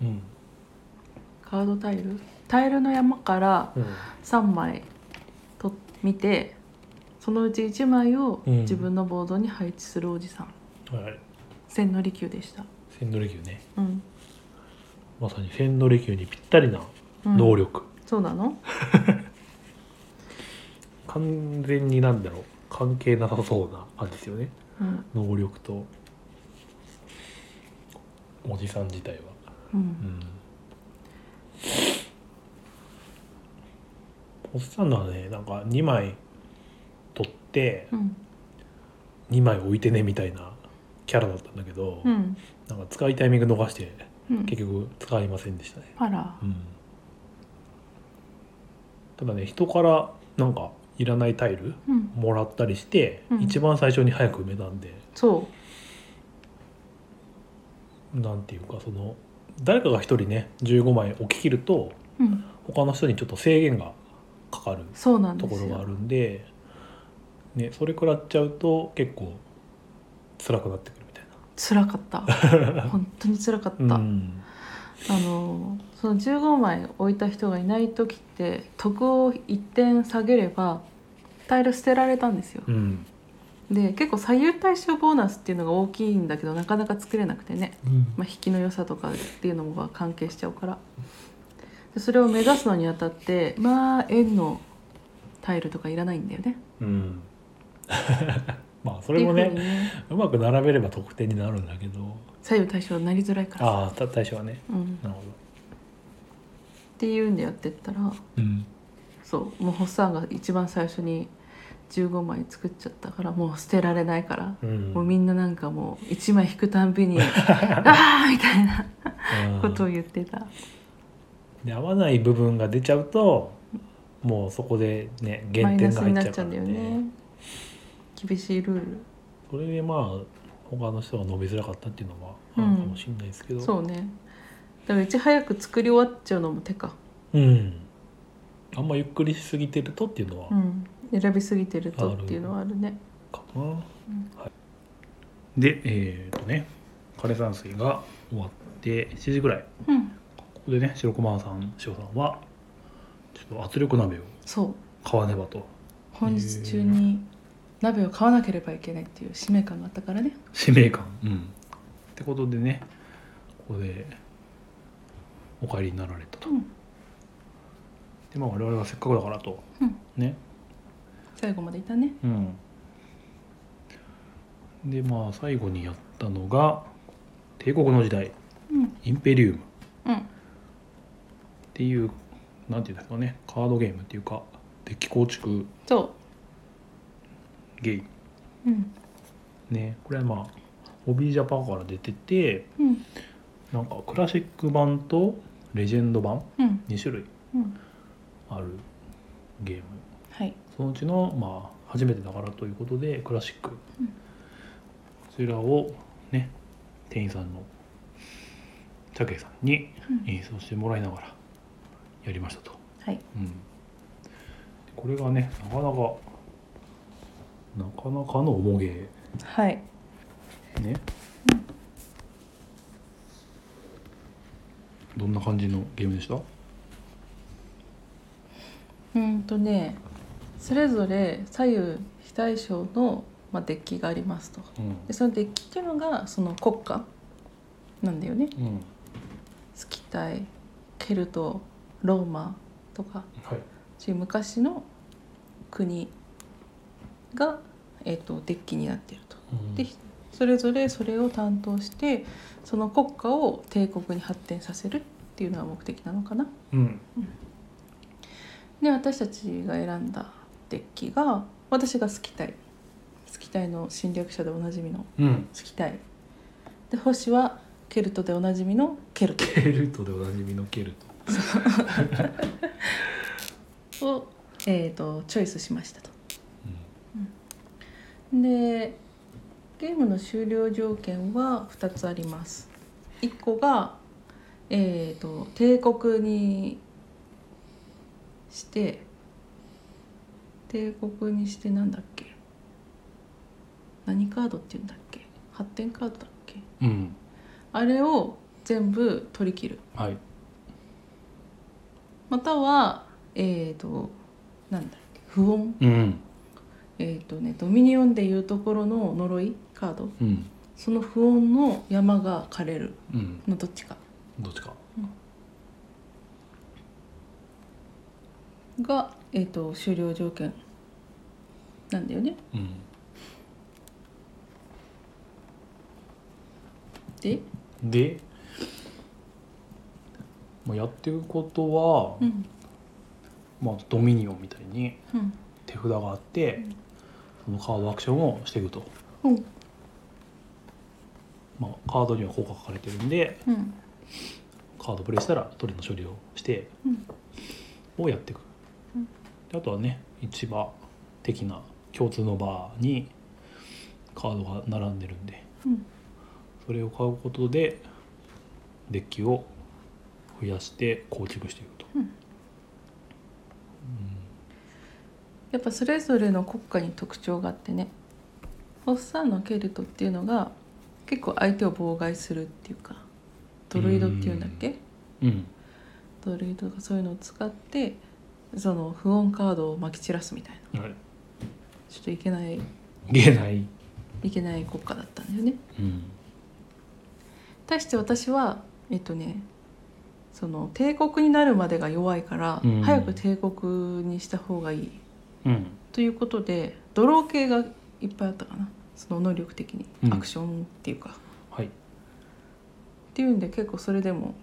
[SPEAKER 1] うん、
[SPEAKER 2] カードタイル。タイルの山から。
[SPEAKER 1] うん
[SPEAKER 2] 3枚と見てそのうち1枚を
[SPEAKER 1] うん
[SPEAKER 2] 自分のボードに配置するおじさん、
[SPEAKER 1] はい、
[SPEAKER 2] 千利休でした、
[SPEAKER 1] 千利休ね
[SPEAKER 2] うん
[SPEAKER 1] まさに千利休にぴったりな
[SPEAKER 2] うん
[SPEAKER 1] 能力、
[SPEAKER 2] そうなの
[SPEAKER 1] 完全になんだろう関係なさそうな感じですよね
[SPEAKER 2] うん、
[SPEAKER 1] 能力とおじさん自体は、う
[SPEAKER 2] う、
[SPEAKER 1] んん、おっさんのはねなんか2枚取って
[SPEAKER 2] うん
[SPEAKER 1] 2枚置いてねみたいなキャラだったんだけど、
[SPEAKER 2] うん
[SPEAKER 1] なんか使いタイミング逃して
[SPEAKER 2] うん
[SPEAKER 1] 結局使いませんでしたね
[SPEAKER 2] あら
[SPEAKER 1] うんただね人からなんかいらないタイル
[SPEAKER 2] うん
[SPEAKER 1] もらったりして、
[SPEAKER 2] うん
[SPEAKER 1] 一番最初に早く埋めたんで
[SPEAKER 2] そ
[SPEAKER 1] なんていうかその誰かが一人ね15枚置き切ると
[SPEAKER 2] う、うん、
[SPEAKER 1] 他の人にちょっと制限がかかる
[SPEAKER 2] そうなん
[SPEAKER 1] と
[SPEAKER 2] で
[SPEAKER 1] こ
[SPEAKER 2] す
[SPEAKER 1] ろがあ
[SPEAKER 2] よ
[SPEAKER 1] るんでね、それ食らっちゃうと結構辛くなってくるみたい
[SPEAKER 2] 辛かった 本当に辛かった、
[SPEAKER 1] な。
[SPEAKER 2] あ
[SPEAKER 1] ん
[SPEAKER 2] のその15枚置いた人がいない時って得を1点下げればタイル捨てられたんですよ
[SPEAKER 1] うん
[SPEAKER 2] で結構左右対称ボーナスっていうのが大きいんだけどなかなか作れなくてね、
[SPEAKER 1] うん
[SPEAKER 2] まあ、引きの良さとかっていうのが関係しちゃうからでそれを目指すのにあたってまあ円のタイルとかいらないんだよね。
[SPEAKER 1] うん、 まあそれもね
[SPEAKER 2] っていうふうにね
[SPEAKER 1] うまく並べれば得点になるんだけど
[SPEAKER 2] 左右対称になりづらいからさ、
[SPEAKER 1] ああた対象はね
[SPEAKER 2] うん、
[SPEAKER 1] なるほど。
[SPEAKER 2] っていうんでやってったら
[SPEAKER 1] うん
[SPEAKER 2] そうもうホッサンが一番最初に15枚作っちゃったからもう捨てられないから、
[SPEAKER 1] うん、
[SPEAKER 2] もうみんななんかもう1枚引くたん びに「ああ!」みたいな
[SPEAKER 1] うん
[SPEAKER 2] ことを言ってた。
[SPEAKER 1] で合わない部分が出ちゃうともうそこでね
[SPEAKER 2] マ
[SPEAKER 1] 減点
[SPEAKER 2] イ
[SPEAKER 1] が
[SPEAKER 2] ナス
[SPEAKER 1] 入
[SPEAKER 2] に
[SPEAKER 1] っ
[SPEAKER 2] な
[SPEAKER 1] ちゃ
[SPEAKER 2] っ
[SPEAKER 1] う
[SPEAKER 2] ちゃ
[SPEAKER 1] か
[SPEAKER 2] う
[SPEAKER 1] ら
[SPEAKER 2] んだ
[SPEAKER 1] ね
[SPEAKER 2] よね厳しいルー
[SPEAKER 1] それでまあ他の人が伸びづらかったっていうのはあ
[SPEAKER 2] う
[SPEAKER 1] る
[SPEAKER 2] ん
[SPEAKER 1] かもしれないですけど、
[SPEAKER 2] ルそうねだからいち早く作り終わっちゃうのも手か、
[SPEAKER 1] うんあんまゆっくりしすぎてるとっていうのは
[SPEAKER 2] うん、選びすぎてるとっていうのはあるね
[SPEAKER 1] かな、はい、でえー、っとね枯山水が終わって7時ぐらい
[SPEAKER 2] うん
[SPEAKER 1] ここでね白駒さん塩さんはちょっと圧力鍋を
[SPEAKER 2] そう
[SPEAKER 1] 買わねばと
[SPEAKER 2] 本日中に鍋を買わなければいけないっていう使命感があったからね
[SPEAKER 1] 使命感、うん、ってことでねここでお帰りになられたと、
[SPEAKER 2] うん
[SPEAKER 1] でまあ我々はせっかくだからと、
[SPEAKER 2] うん
[SPEAKER 1] ね
[SPEAKER 2] 最後までいたね
[SPEAKER 1] うんでまあ最後にやったのが帝国の時代
[SPEAKER 2] うん
[SPEAKER 1] インペリウムっ
[SPEAKER 2] うん
[SPEAKER 1] ていうなんていうんですかねカードゲームっていうかデッキ構築
[SPEAKER 2] そ
[SPEAKER 1] ゲイ
[SPEAKER 2] うん
[SPEAKER 1] ねこれはまあオビージャパンから出てて
[SPEAKER 2] うん
[SPEAKER 1] なんかクラシック版とレジェンド版
[SPEAKER 2] うん
[SPEAKER 1] 2種類
[SPEAKER 2] うん
[SPEAKER 1] あるゲーム
[SPEAKER 2] はい
[SPEAKER 1] そのうちの、まあ、初めてだからということでクラシック、
[SPEAKER 2] うん
[SPEAKER 1] こちらをね店員さんの武井さんに
[SPEAKER 2] うん
[SPEAKER 1] 演奏してもらいながらやりましたと、
[SPEAKER 2] はい
[SPEAKER 1] うん、これがねなかなかなかなかの重げ
[SPEAKER 2] はい
[SPEAKER 1] ね、どんな感じのゲームでした
[SPEAKER 2] うんとねそれぞれ左右非対称の、まあ、デッキがありますと
[SPEAKER 1] うん
[SPEAKER 2] でそのデッキっていうのがその国家なんだよね
[SPEAKER 1] うん
[SPEAKER 2] スキタイケルトローマとか
[SPEAKER 1] はい
[SPEAKER 2] そういう昔の国が、えっとデッキになっていると。
[SPEAKER 1] うん
[SPEAKER 2] でそれぞれそれを担当してその国家を帝国に発展させるっていうのが目的なのかな。
[SPEAKER 1] うん
[SPEAKER 2] で私たちが選んだデッキが私がスキタイスキタイの侵略者でおなじみの
[SPEAKER 1] うん
[SPEAKER 2] スキタイで星はケルトでおなじみのケルト
[SPEAKER 1] ケルトでおなじみのケルト
[SPEAKER 2] を、えー、とチョイスしましたと。
[SPEAKER 1] う
[SPEAKER 2] でゲームの終了条件は2つあります。1個が、えー、と帝国にして帝国にしてなんだっけ何カードって言うんだっけ発展カードだっけ
[SPEAKER 1] ん、うん、
[SPEAKER 2] あれを全部取り切る
[SPEAKER 1] はい
[SPEAKER 2] またはえー、となんだっけ不穏
[SPEAKER 1] うん
[SPEAKER 2] えーとね、ドミニオンでいうところの呪いカード
[SPEAKER 1] うん
[SPEAKER 2] その不穏の山が枯れる
[SPEAKER 1] うん
[SPEAKER 2] のどっちか
[SPEAKER 1] どっちか
[SPEAKER 2] が、えー、と終了条件なんだよね。
[SPEAKER 1] うん
[SPEAKER 2] で、
[SPEAKER 1] でまあやってることは、
[SPEAKER 2] うん
[SPEAKER 1] まあ、ドミニオンみたいに
[SPEAKER 2] うん
[SPEAKER 1] 手札があって、そのカードアクションをしていくと、
[SPEAKER 2] うん
[SPEAKER 1] まあ、カードには効果が書かれてるんで
[SPEAKER 2] うん
[SPEAKER 1] カードプレイしたら取りの処理をして、
[SPEAKER 2] うん
[SPEAKER 1] をやっていく、
[SPEAKER 2] うん
[SPEAKER 1] であとはね市場的な共通のバーにカードが並んでるんで
[SPEAKER 2] うん
[SPEAKER 1] それを買うことでデッキを増やして構築していくと、
[SPEAKER 2] うんやっぱそれぞれの国家に特徴があってねホッサンのケルトっていうのが結構相手を妨害するっていうかドロイドっていうんだっけ
[SPEAKER 1] うんうん
[SPEAKER 2] ドロイドとかそういうのを使ってその不穏カードをまき散らすみたいな
[SPEAKER 1] はい
[SPEAKER 2] ちょっといけない
[SPEAKER 1] 言えない、
[SPEAKER 2] いけない国家だったんだよね。
[SPEAKER 1] うん
[SPEAKER 2] 対して私はえっとねその帝国になるまでが弱いから、
[SPEAKER 1] うん
[SPEAKER 2] 早く帝国にした方がいい
[SPEAKER 1] うん
[SPEAKER 2] ということでドロー系がいっぱいあったかなその能力的に、
[SPEAKER 1] うん
[SPEAKER 2] アクションっていうかっ
[SPEAKER 1] はい
[SPEAKER 2] ていうんで結構それでも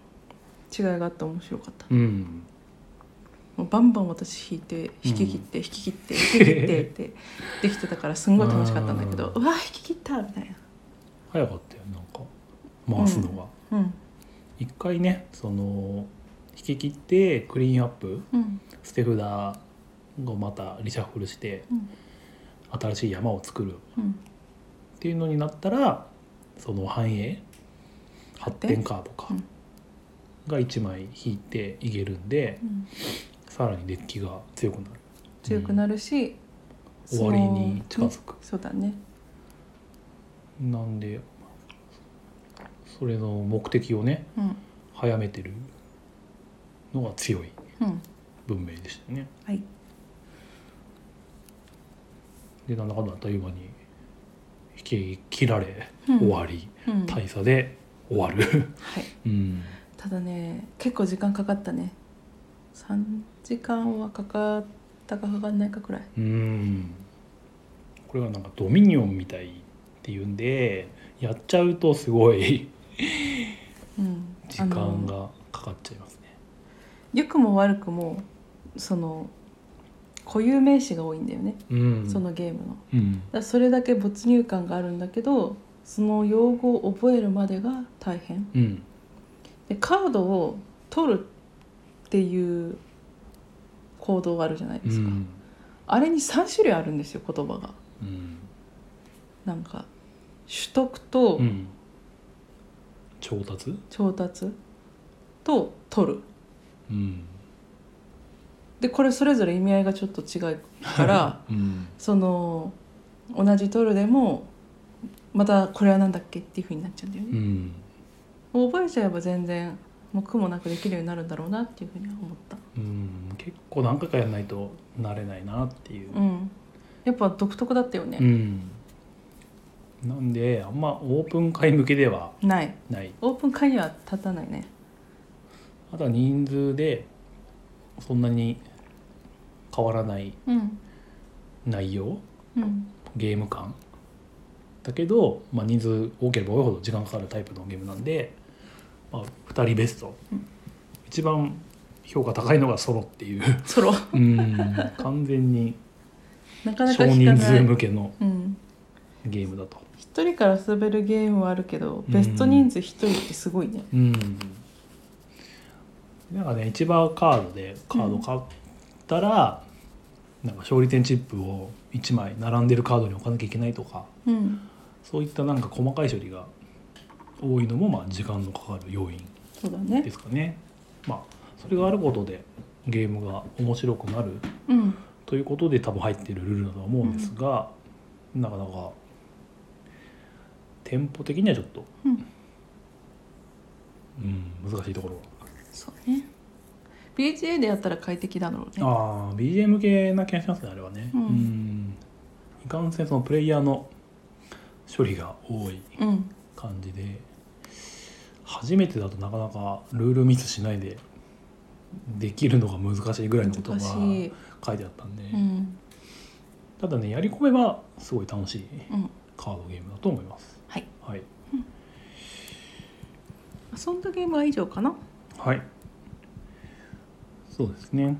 [SPEAKER 2] 違いがあって面白かった、
[SPEAKER 1] うん
[SPEAKER 2] もうバンバン私引いて引き切って引き切って引き切ってってできてたからすんごい楽しかったんだけどうわ引き切ったみたい
[SPEAKER 1] 早かったよなんか回すのが、
[SPEAKER 2] なうん
[SPEAKER 1] 一回ねその引き切ってクリーンアップ
[SPEAKER 2] うん
[SPEAKER 1] 捨て札をまたリシャッフルして
[SPEAKER 2] うん
[SPEAKER 1] 新しい山を作るっ
[SPEAKER 2] うん
[SPEAKER 1] ていうのになったらその繁栄発展カードか
[SPEAKER 2] うん
[SPEAKER 1] が1枚引いていけるんで
[SPEAKER 2] うん
[SPEAKER 1] さらにデッキが強くなる
[SPEAKER 2] 強くなるし、
[SPEAKER 1] うん終わりに近づく
[SPEAKER 2] そうだね
[SPEAKER 1] なんでそれの目的をね
[SPEAKER 2] うん
[SPEAKER 1] 早めてるのが強い
[SPEAKER 2] うん
[SPEAKER 1] 文明でしたね
[SPEAKER 2] はい
[SPEAKER 1] でなんだかんだあっという間に引き切られ
[SPEAKER 2] うん
[SPEAKER 1] 終わり、
[SPEAKER 2] うんはい
[SPEAKER 1] 大差で終わるうん
[SPEAKER 2] ただね結構時間かかったね3時間はかかったかかかんないかくらい
[SPEAKER 1] うんこれはなんかドミニオンみたいっていうんでやっちゃうとすご い
[SPEAKER 2] うん
[SPEAKER 1] 時
[SPEAKER 2] あの
[SPEAKER 1] 間がかかっちゃいますね
[SPEAKER 2] 良くも悪くもその固有名詞が多いんだよね、
[SPEAKER 1] うん
[SPEAKER 2] そのゲームの。だか
[SPEAKER 1] うん
[SPEAKER 2] らそれだけ没入感があるんだけどその用語を覚えるまでが大変。
[SPEAKER 1] うん
[SPEAKER 2] でカードを取るっていう行動があるじゃないで
[SPEAKER 1] う
[SPEAKER 2] すか、
[SPEAKER 1] ん
[SPEAKER 2] あれに3種類あるんですよ言葉が
[SPEAKER 1] うん
[SPEAKER 2] なんか取得と
[SPEAKER 1] うん調達
[SPEAKER 2] 調達と取る
[SPEAKER 1] うん
[SPEAKER 2] でこれそれぞれ意味合いがちょっと違うか ら
[SPEAKER 1] うん
[SPEAKER 2] その同じ取るでもまたこれは何だっけっていうふうになっちゃうんだよ
[SPEAKER 1] う
[SPEAKER 2] ね、
[SPEAKER 1] ん
[SPEAKER 2] 覚えちゃえば全然もう苦もなくできるようになるんだろうなっていうふうには思った
[SPEAKER 1] うん結構何回かやらないと慣れないなっていう
[SPEAKER 2] うんやっぱ独特だったよ
[SPEAKER 1] う
[SPEAKER 2] ね、
[SPEAKER 1] んなんであんまオープン会向けでは
[SPEAKER 2] ない
[SPEAKER 1] ない
[SPEAKER 2] オープン会には立たないね
[SPEAKER 1] あとは人数でそんなに変わらない
[SPEAKER 2] うん
[SPEAKER 1] 内容
[SPEAKER 2] うん
[SPEAKER 1] ゲーム感だけど、まあ、人数多ければ多いほど時間かかるタイプのゲームなんで、まあ、2人ベスト、
[SPEAKER 2] うん
[SPEAKER 1] 一番評価高いのがソロっていう
[SPEAKER 2] ソロ
[SPEAKER 1] うん 完全に
[SPEAKER 2] なかなか
[SPEAKER 1] 少
[SPEAKER 2] 引か
[SPEAKER 1] 人
[SPEAKER 2] な
[SPEAKER 1] 数
[SPEAKER 2] い
[SPEAKER 1] 向けの
[SPEAKER 2] うん
[SPEAKER 1] ゲームだと。
[SPEAKER 2] 一人から滑るゲームはあるけど
[SPEAKER 1] うん
[SPEAKER 2] ベスト人数一人ってすごいね
[SPEAKER 1] うんなんかね一番カードでカード買ったら、なんか勝利点チップを1枚並んでるカードに置かなきゃいけないとか
[SPEAKER 2] うん
[SPEAKER 1] そういったなんか細かい処理が多いのもまあ時間のかかる要因
[SPEAKER 2] そうだ
[SPEAKER 1] で
[SPEAKER 2] ね
[SPEAKER 1] すかね。まあ、それがあることでゲームが面白くなる
[SPEAKER 2] うん
[SPEAKER 1] ということで多分入ってるルールだとは思うんですが、なかなかテンポ的にはちょっと、
[SPEAKER 2] うん
[SPEAKER 1] うん難しいところは。
[SPEAKER 2] そうね BGA でやったら快適だろうね
[SPEAKER 1] ああ BGM 系な気がしますねあれはね。
[SPEAKER 2] うん
[SPEAKER 1] んいかんせんそのプレイヤーの処理が多い
[SPEAKER 2] うん
[SPEAKER 1] 感じで初めてだとなかなかルールミスしないでできるのが難しいぐらいのことが
[SPEAKER 2] 難しい
[SPEAKER 1] 書いてあったんで、
[SPEAKER 2] うん
[SPEAKER 1] ただねやり込めばすごい楽しい
[SPEAKER 2] うん
[SPEAKER 1] カードゲームだと思います
[SPEAKER 2] はい
[SPEAKER 1] はい、
[SPEAKER 2] 遊んだゲームは以上かな
[SPEAKER 1] はい、そうですね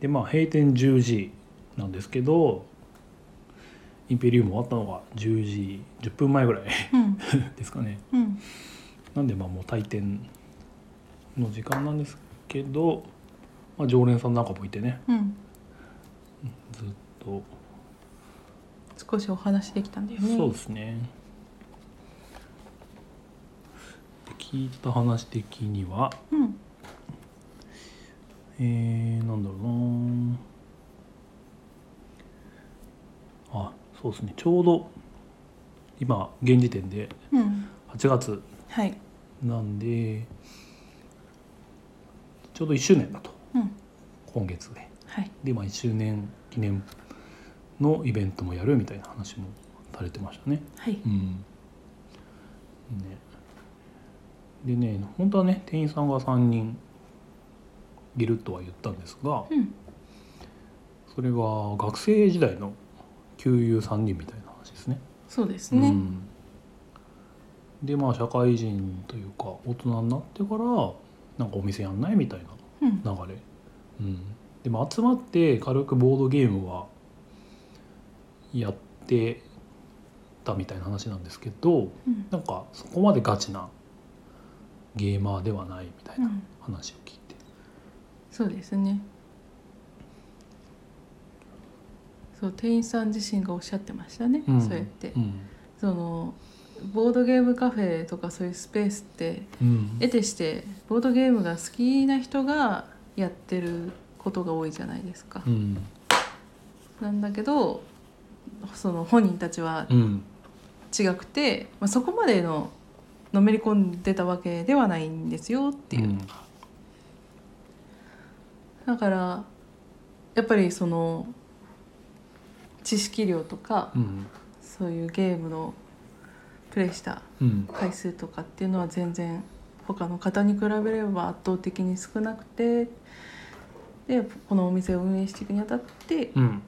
[SPEAKER 1] でまあ閉店10時なんですけどインペリウム終わったのが10時10分前ぐらい
[SPEAKER 2] うん
[SPEAKER 1] ですかね
[SPEAKER 2] うん
[SPEAKER 1] なんでまあもう退店の時間なんですけど、まあ、常連さんなんかもいてね
[SPEAKER 2] うん
[SPEAKER 1] ずっと、
[SPEAKER 2] 少しお話できたんだよね
[SPEAKER 1] そうですねで聞いた話的には
[SPEAKER 2] うん
[SPEAKER 1] えー、なんだろうなあそうですねちょうど今現時点で
[SPEAKER 2] うん
[SPEAKER 1] 8月
[SPEAKER 2] はい
[SPEAKER 1] なんでちょうど1周年だと
[SPEAKER 2] うん
[SPEAKER 1] 今月で
[SPEAKER 2] はい
[SPEAKER 1] で、まあ、1周年記念のイベントもやるみたいな話もされてましたね
[SPEAKER 2] はい
[SPEAKER 1] うんねでね本当はね店員さんが3人いるとは言ったんですが、
[SPEAKER 2] うん
[SPEAKER 1] それが学生時代の旧友3人みたいな話ですね。
[SPEAKER 2] そうです
[SPEAKER 1] う
[SPEAKER 2] ね
[SPEAKER 1] んでまあ社会人というか大人になってからなんかお店やんないみたい
[SPEAKER 2] うん
[SPEAKER 1] な流れ。うん、でも集まって軽くボードゲームはやってたみたいな話なんですけど
[SPEAKER 2] うん
[SPEAKER 1] なんかそこまでガチなゲーマーではないみたいうなん話を聞いて。
[SPEAKER 2] そうですねそう店員さん自身がおっしゃってましたね、
[SPEAKER 1] ん
[SPEAKER 2] そうやって、
[SPEAKER 1] うん
[SPEAKER 2] そのボードゲームカフェとかそういうスペースって
[SPEAKER 1] うん
[SPEAKER 2] 得てしてボードゲームが好きな人がやってることが多いじゃないですか、
[SPEAKER 1] うん
[SPEAKER 2] なんだけどその本人たちは
[SPEAKER 1] うん
[SPEAKER 2] 違くて、まあ、そこまでののめり込んでたわけではないんですよっていう、
[SPEAKER 1] うん
[SPEAKER 2] だからやっぱりその知識量とか
[SPEAKER 1] うん
[SPEAKER 2] そういうゲームのプレイした
[SPEAKER 1] うん
[SPEAKER 2] 回数とかっていうのは全然他の方に比べれば圧倒的に少なくてでこのお店を運営していくにあたって
[SPEAKER 1] うん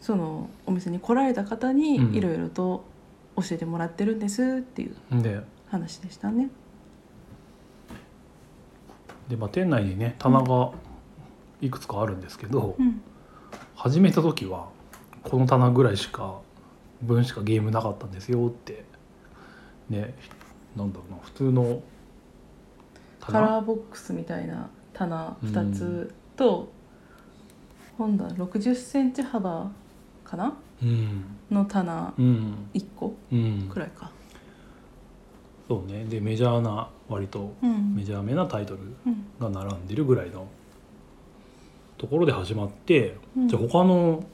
[SPEAKER 2] そのお店に来られた方
[SPEAKER 1] うん
[SPEAKER 2] にいろいろと教えてもらってるんですっていう
[SPEAKER 1] で
[SPEAKER 2] 話でしたね。
[SPEAKER 1] で、まあ、店内にね棚がいくつかあるんですけど、
[SPEAKER 2] うん、
[SPEAKER 1] 始めた時はこの棚ぐらいしか分しかゲームなかったんですよってねなんだろうな普通の
[SPEAKER 2] カラーボックスみたいな棚2つと、本棚60センチ幅かな
[SPEAKER 1] うん
[SPEAKER 2] の棚
[SPEAKER 1] うん
[SPEAKER 2] 1個
[SPEAKER 1] うん
[SPEAKER 2] くらいか。
[SPEAKER 1] そうねでメジャーな割と
[SPEAKER 2] うん
[SPEAKER 1] メジャーめなタイトル
[SPEAKER 2] うん
[SPEAKER 1] が並んでるぐらいのところで始まって、
[SPEAKER 2] うん
[SPEAKER 1] じゃあ他の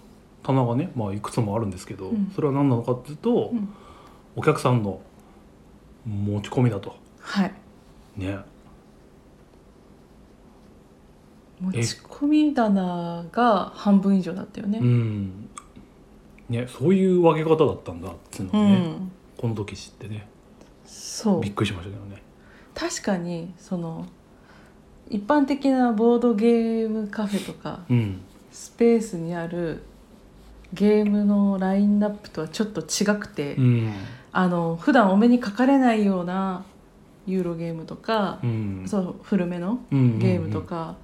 [SPEAKER 1] 棚がね、まあ、いくつもあるんですけど、
[SPEAKER 2] うん
[SPEAKER 1] それは何なのかっていうと、
[SPEAKER 2] うん
[SPEAKER 1] お客さんの持ち込みだと
[SPEAKER 2] はい
[SPEAKER 1] ね
[SPEAKER 2] 持ち込み棚が半分以上だったよね。
[SPEAKER 1] うんねそういう分け方だったんだっていうのをね、
[SPEAKER 2] うん
[SPEAKER 1] この時知ってね
[SPEAKER 2] そう
[SPEAKER 1] びっくりしましたけどね
[SPEAKER 2] 確かにその一般的なボードゲームカフェとか
[SPEAKER 1] うん
[SPEAKER 2] スペースにあるゲームのラインナップとはちょっと違くて、
[SPEAKER 1] うん
[SPEAKER 2] あの普段お目にかかれないようなユーロゲームとか
[SPEAKER 1] う、ん
[SPEAKER 2] そう古めの
[SPEAKER 1] うんうんうん
[SPEAKER 2] ゲームとか、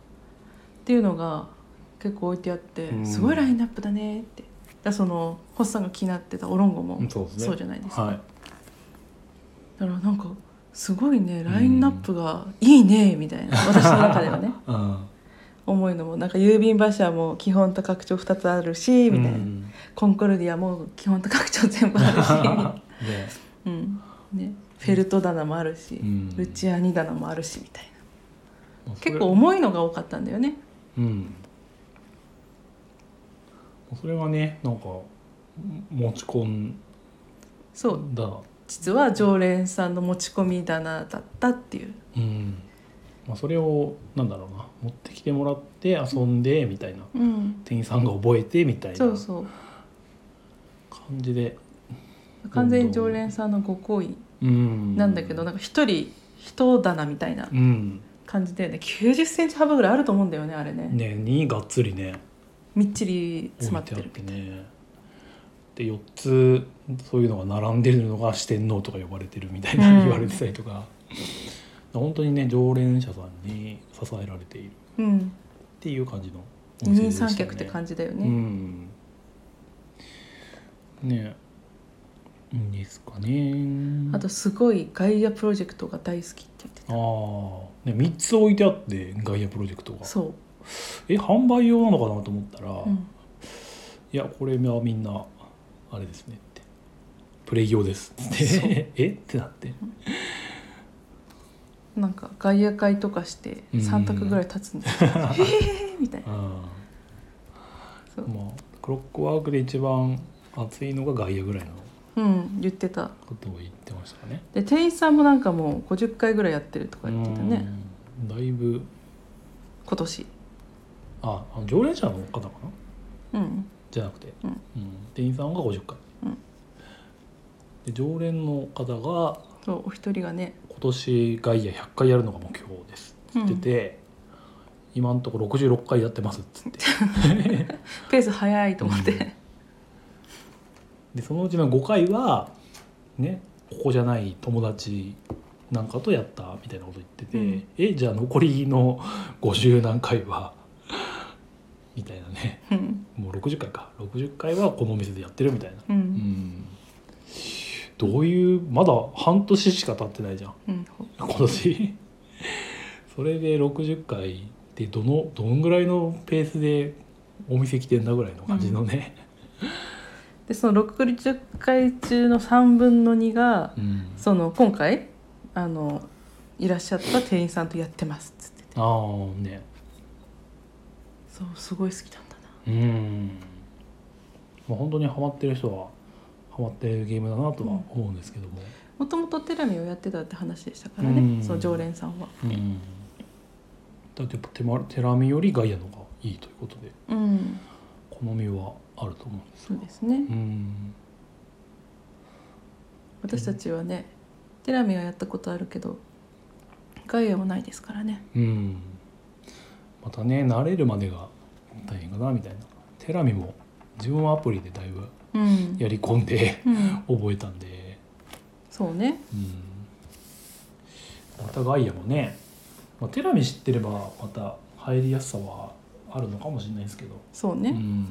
[SPEAKER 2] っていうのが結構置いてあって、
[SPEAKER 1] うん
[SPEAKER 2] すごいラインナップだねってだからそのホッサンが気になってたオロンゴも
[SPEAKER 1] そうですね
[SPEAKER 2] そうじゃないですか、
[SPEAKER 1] はい
[SPEAKER 2] だからなんかすごいねラインナップがいいねみたいな、私の中 ではね
[SPEAKER 1] うん
[SPEAKER 2] 思うのもなんか郵便馬車も基本と拡張2つあるしみた
[SPEAKER 1] う
[SPEAKER 2] いな、
[SPEAKER 1] ん
[SPEAKER 2] コンコルディアも基本と拡張全部あるし、
[SPEAKER 1] ね
[SPEAKER 2] うんね、フェルト棚もあるし、
[SPEAKER 1] うん
[SPEAKER 2] ルチアニ棚もあるしみたい
[SPEAKER 1] ま
[SPEAKER 2] な
[SPEAKER 1] あそれ
[SPEAKER 2] 結構重いのが多かったんだよね。
[SPEAKER 1] うんそれはねなんか持ち込ん
[SPEAKER 2] そう
[SPEAKER 1] だ
[SPEAKER 2] 実は常連さんの持ち込み棚だったっていう
[SPEAKER 1] うん、まあ、それをなんだろうな持ってきてもらって遊んでみたいな、
[SPEAKER 2] うん
[SPEAKER 1] 店員さんが覚えてみたいな
[SPEAKER 2] そう
[SPEAKER 1] 感
[SPEAKER 2] そう
[SPEAKER 1] じで
[SPEAKER 2] 完全に常連さんのご好意
[SPEAKER 1] うん
[SPEAKER 2] なんだけど、なんか一人一棚みたいな
[SPEAKER 1] うん
[SPEAKER 2] 感じだよね9 0ンチ幅ぐらいあると思うんだよねあれね
[SPEAKER 1] ねにがっつりね
[SPEAKER 2] みっちり詰まって
[SPEAKER 1] 置い
[SPEAKER 2] る
[SPEAKER 1] てあってねで4つそういうのが並んでるのが四天王とか呼ばれてるみたいな、
[SPEAKER 2] うん
[SPEAKER 1] 言われてたりとか本当にね常連者さんに支えられているっ
[SPEAKER 2] うん
[SPEAKER 1] ていう感じの
[SPEAKER 2] 二人三脚って
[SPEAKER 1] じ
[SPEAKER 2] 感じだよ
[SPEAKER 1] う
[SPEAKER 2] ね
[SPEAKER 1] んねいいんですかね
[SPEAKER 2] あとすごいガイアプロジェクトが大好きって言って
[SPEAKER 1] あ
[SPEAKER 2] た
[SPEAKER 1] あ、ね、3つ置いてあってガイアプロジェクトが
[SPEAKER 2] そ
[SPEAKER 1] え販売用なのかなと思ったら、
[SPEAKER 2] う、うん、
[SPEAKER 1] いやこれはみんなあれですねってプレイ用ですっ
[SPEAKER 2] そ
[SPEAKER 1] て えってなって
[SPEAKER 2] なんか外野会とかして
[SPEAKER 1] うん
[SPEAKER 2] 3択ぐらい立つん ですよ「へえ!」みたい
[SPEAKER 1] うん
[SPEAKER 2] な
[SPEAKER 1] ま
[SPEAKER 2] そう
[SPEAKER 1] あクロックワークで一番熱いのが外野ぐらいの
[SPEAKER 2] うん言ってた
[SPEAKER 1] ことを言ってましたかね
[SPEAKER 2] で店員さんもなんかもう50回ぐらいやってるとか言ってたね
[SPEAKER 1] うんだいぶ
[SPEAKER 2] 今年
[SPEAKER 1] ああの常連者の方かな
[SPEAKER 2] うん
[SPEAKER 1] じゃなくて、
[SPEAKER 2] うん
[SPEAKER 1] 店員さんが50回、
[SPEAKER 2] うん
[SPEAKER 1] で常連の方が
[SPEAKER 2] そうお一人がね
[SPEAKER 1] 今年外野100回やるのが目標です
[SPEAKER 2] う
[SPEAKER 1] っ
[SPEAKER 2] ん
[SPEAKER 1] て言ってて、今んとこ66回やってますっつって
[SPEAKER 2] ペース早いと思っ
[SPEAKER 1] うん
[SPEAKER 2] て
[SPEAKER 1] でそのうちの5回はねここじゃない友達なんかとやったみたいなこと言ってて、
[SPEAKER 2] うん
[SPEAKER 1] えじゃあ残りの50何回はみたいなね
[SPEAKER 2] うん
[SPEAKER 1] もう60回か60回はこのお店でやってるみたいな、う
[SPEAKER 2] う
[SPEAKER 1] んん、どういうまだ半年しか経ってないじゃん
[SPEAKER 2] うん
[SPEAKER 1] 今年 それで60回ってどのどんぐらいのペースでお店来てんだぐらいの感じのね、
[SPEAKER 2] でその60回中の3分の2が
[SPEAKER 1] うん
[SPEAKER 2] その今回あのいらっしゃった店員さんとやってますっつってて
[SPEAKER 1] ああね
[SPEAKER 2] そうすごい好きなんだな
[SPEAKER 1] うんまあ本当にハマってる人はハマってるゲームだなとは思うんですけども、
[SPEAKER 2] もともとテラミをやってたって話でしたからね、
[SPEAKER 1] うん
[SPEAKER 2] その常連さんは
[SPEAKER 1] うんだって手ま手紙よりガイアの方がいいということで
[SPEAKER 2] うん
[SPEAKER 1] 好みはあると思うんです
[SPEAKER 2] そうですね
[SPEAKER 1] うん
[SPEAKER 2] 私たちはねテラミはやったことあるけどガイアもないですからね
[SPEAKER 1] うんまたね慣れるまでが大変かなみたいなテラミも自分はアプリでだいぶ
[SPEAKER 2] うん
[SPEAKER 1] やり込んで
[SPEAKER 2] うん、
[SPEAKER 1] 覚えたんで、
[SPEAKER 2] そうね
[SPEAKER 1] うん、またガイアもね、まあ、テラミ知ってればまた入りやすさはあるのかもしれないですけど、
[SPEAKER 2] そう
[SPEAKER 1] う
[SPEAKER 2] ね、
[SPEAKER 1] ん、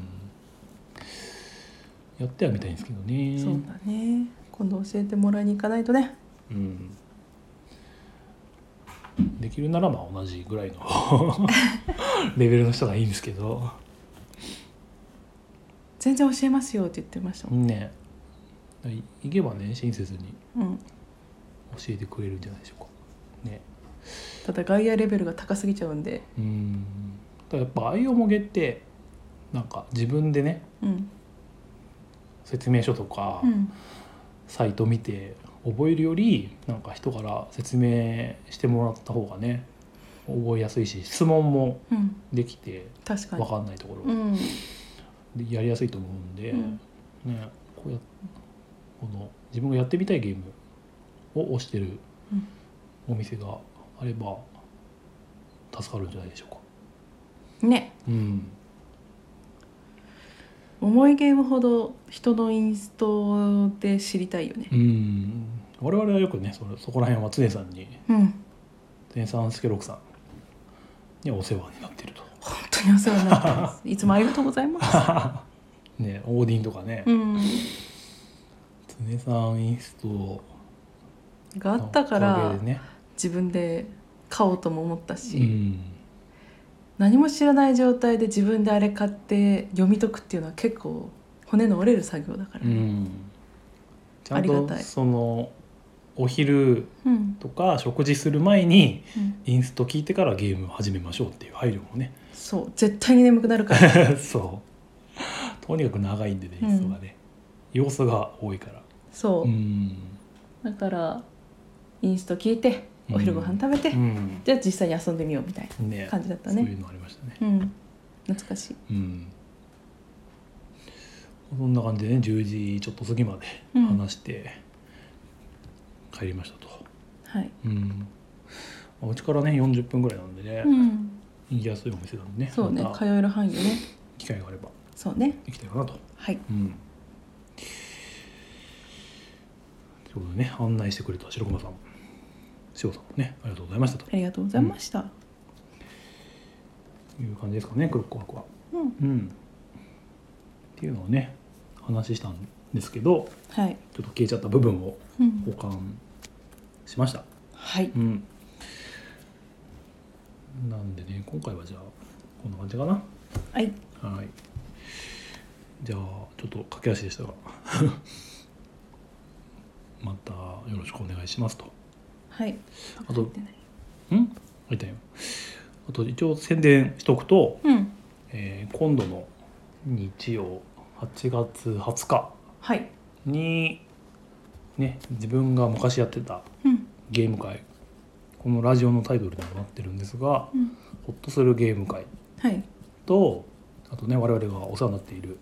[SPEAKER 1] やってはみたいんですけどね
[SPEAKER 2] そうだね今度教えてもらいに行かないとね
[SPEAKER 1] うんできるならまあ同じぐらいの レベルの人がいいんですけど
[SPEAKER 2] 全然教えますよって言ってましたもん、
[SPEAKER 1] ねい行けばね親切に
[SPEAKER 2] うん、
[SPEAKER 1] 教えてくれるんじゃないでしょうかね
[SPEAKER 2] ただ外野レベルが高すぎちゃうんで
[SPEAKER 1] うんただやっぱ愛をもげってなんか自分でね
[SPEAKER 2] うん、
[SPEAKER 1] 説明書とか、
[SPEAKER 2] うん、
[SPEAKER 1] サイト見て覚えるよりなんか人から説明してもらった方がね覚えやすいし質問も
[SPEAKER 2] うん、
[SPEAKER 1] できて
[SPEAKER 2] 確かに
[SPEAKER 1] 分かんないところ
[SPEAKER 2] うん、
[SPEAKER 1] でやりやすいと思うんで、
[SPEAKER 2] うん
[SPEAKER 1] ね、こうやこの自分がやってみたいゲームを推してる
[SPEAKER 2] うん
[SPEAKER 1] お店があれば助かるんじゃないでしょうか。
[SPEAKER 2] ね
[SPEAKER 1] うん、
[SPEAKER 2] 重いゲームほど人のインストで知りたいよね
[SPEAKER 1] うん我々はよくねそれそこら辺は常さんに
[SPEAKER 2] うん
[SPEAKER 1] 常さん助六さんにお世話になってると。
[SPEAKER 2] 本当にお世話になって ますいつもありがとうございます
[SPEAKER 1] ね、オーディンとかね、
[SPEAKER 2] うん
[SPEAKER 1] 常さんインスト
[SPEAKER 2] があ
[SPEAKER 1] あ
[SPEAKER 2] ったから
[SPEAKER 1] ね、
[SPEAKER 2] 自分で買おうとも思った
[SPEAKER 1] う
[SPEAKER 2] し、
[SPEAKER 1] ん、
[SPEAKER 2] 何も知らない状態で自分であれ買って読み解くっていうのは結構骨の折れる作業だから
[SPEAKER 1] う
[SPEAKER 2] ね
[SPEAKER 1] ん、ちゃん
[SPEAKER 2] ありが
[SPEAKER 1] と
[SPEAKER 2] たい
[SPEAKER 1] そのお昼
[SPEAKER 2] うん、
[SPEAKER 1] とか食事する前に
[SPEAKER 2] うん
[SPEAKER 1] インスト聞いてからゲームを始めましょうっていう配慮もね
[SPEAKER 2] そう絶対に眠くなるから
[SPEAKER 1] そうとにかく長いんでねイ
[SPEAKER 2] うん
[SPEAKER 1] ンストがね、要素が多いから
[SPEAKER 2] そう、
[SPEAKER 1] うん、
[SPEAKER 2] だからインスト聞いてお昼ご飯食べて、
[SPEAKER 1] うん
[SPEAKER 2] じゃあ実際に遊んでみようみたい
[SPEAKER 1] ね
[SPEAKER 2] な感じだった
[SPEAKER 1] そうい
[SPEAKER 2] ね
[SPEAKER 1] うのありましたね
[SPEAKER 2] うん懐かしい
[SPEAKER 1] うんそんな感じでね10時ちょっと過ぎまで
[SPEAKER 2] うん
[SPEAKER 1] 話して帰りましたと
[SPEAKER 2] はい、
[SPEAKER 1] うんまあうちからね40分ぐらいなんでね、
[SPEAKER 2] うん、
[SPEAKER 1] 行きやすいお店なんでね
[SPEAKER 2] そうね
[SPEAKER 1] ま
[SPEAKER 2] 通
[SPEAKER 1] た
[SPEAKER 2] える範囲でね
[SPEAKER 1] 機会があれば
[SPEAKER 2] そうね
[SPEAKER 1] 行きたいかなと
[SPEAKER 2] はい
[SPEAKER 1] うん。ということでね、案内してくれた白駒さん、塩さんもね、ありがとうございましたと
[SPEAKER 2] ありがとうございました
[SPEAKER 1] いう感じですかね、クロックワークは。
[SPEAKER 2] うん、
[SPEAKER 1] うん。っていうのをね、話したんですけど、
[SPEAKER 2] はい、
[SPEAKER 1] ちょっと消えちゃった部分を
[SPEAKER 2] うん
[SPEAKER 1] 保、管しました。
[SPEAKER 2] はい
[SPEAKER 1] うん。なんでね、今回はじゃあ、こんな感じかな。
[SPEAKER 2] はい
[SPEAKER 1] はい。じゃあちょっと駆け足でしたが またよろしくお願いしますと。
[SPEAKER 2] はい
[SPEAKER 1] あと
[SPEAKER 2] 入ってない
[SPEAKER 1] んあいたよ。あと一応宣伝しとくと、
[SPEAKER 2] うん
[SPEAKER 1] えー今度の日曜8月20日
[SPEAKER 2] はい
[SPEAKER 1] にね自分が昔やってた
[SPEAKER 2] うん
[SPEAKER 1] ゲーム会このラジオのタイトルにもなってるんですが
[SPEAKER 2] うん
[SPEAKER 1] 「ホッとするゲーム会」
[SPEAKER 2] はい
[SPEAKER 1] とあとね我々がお世話になっている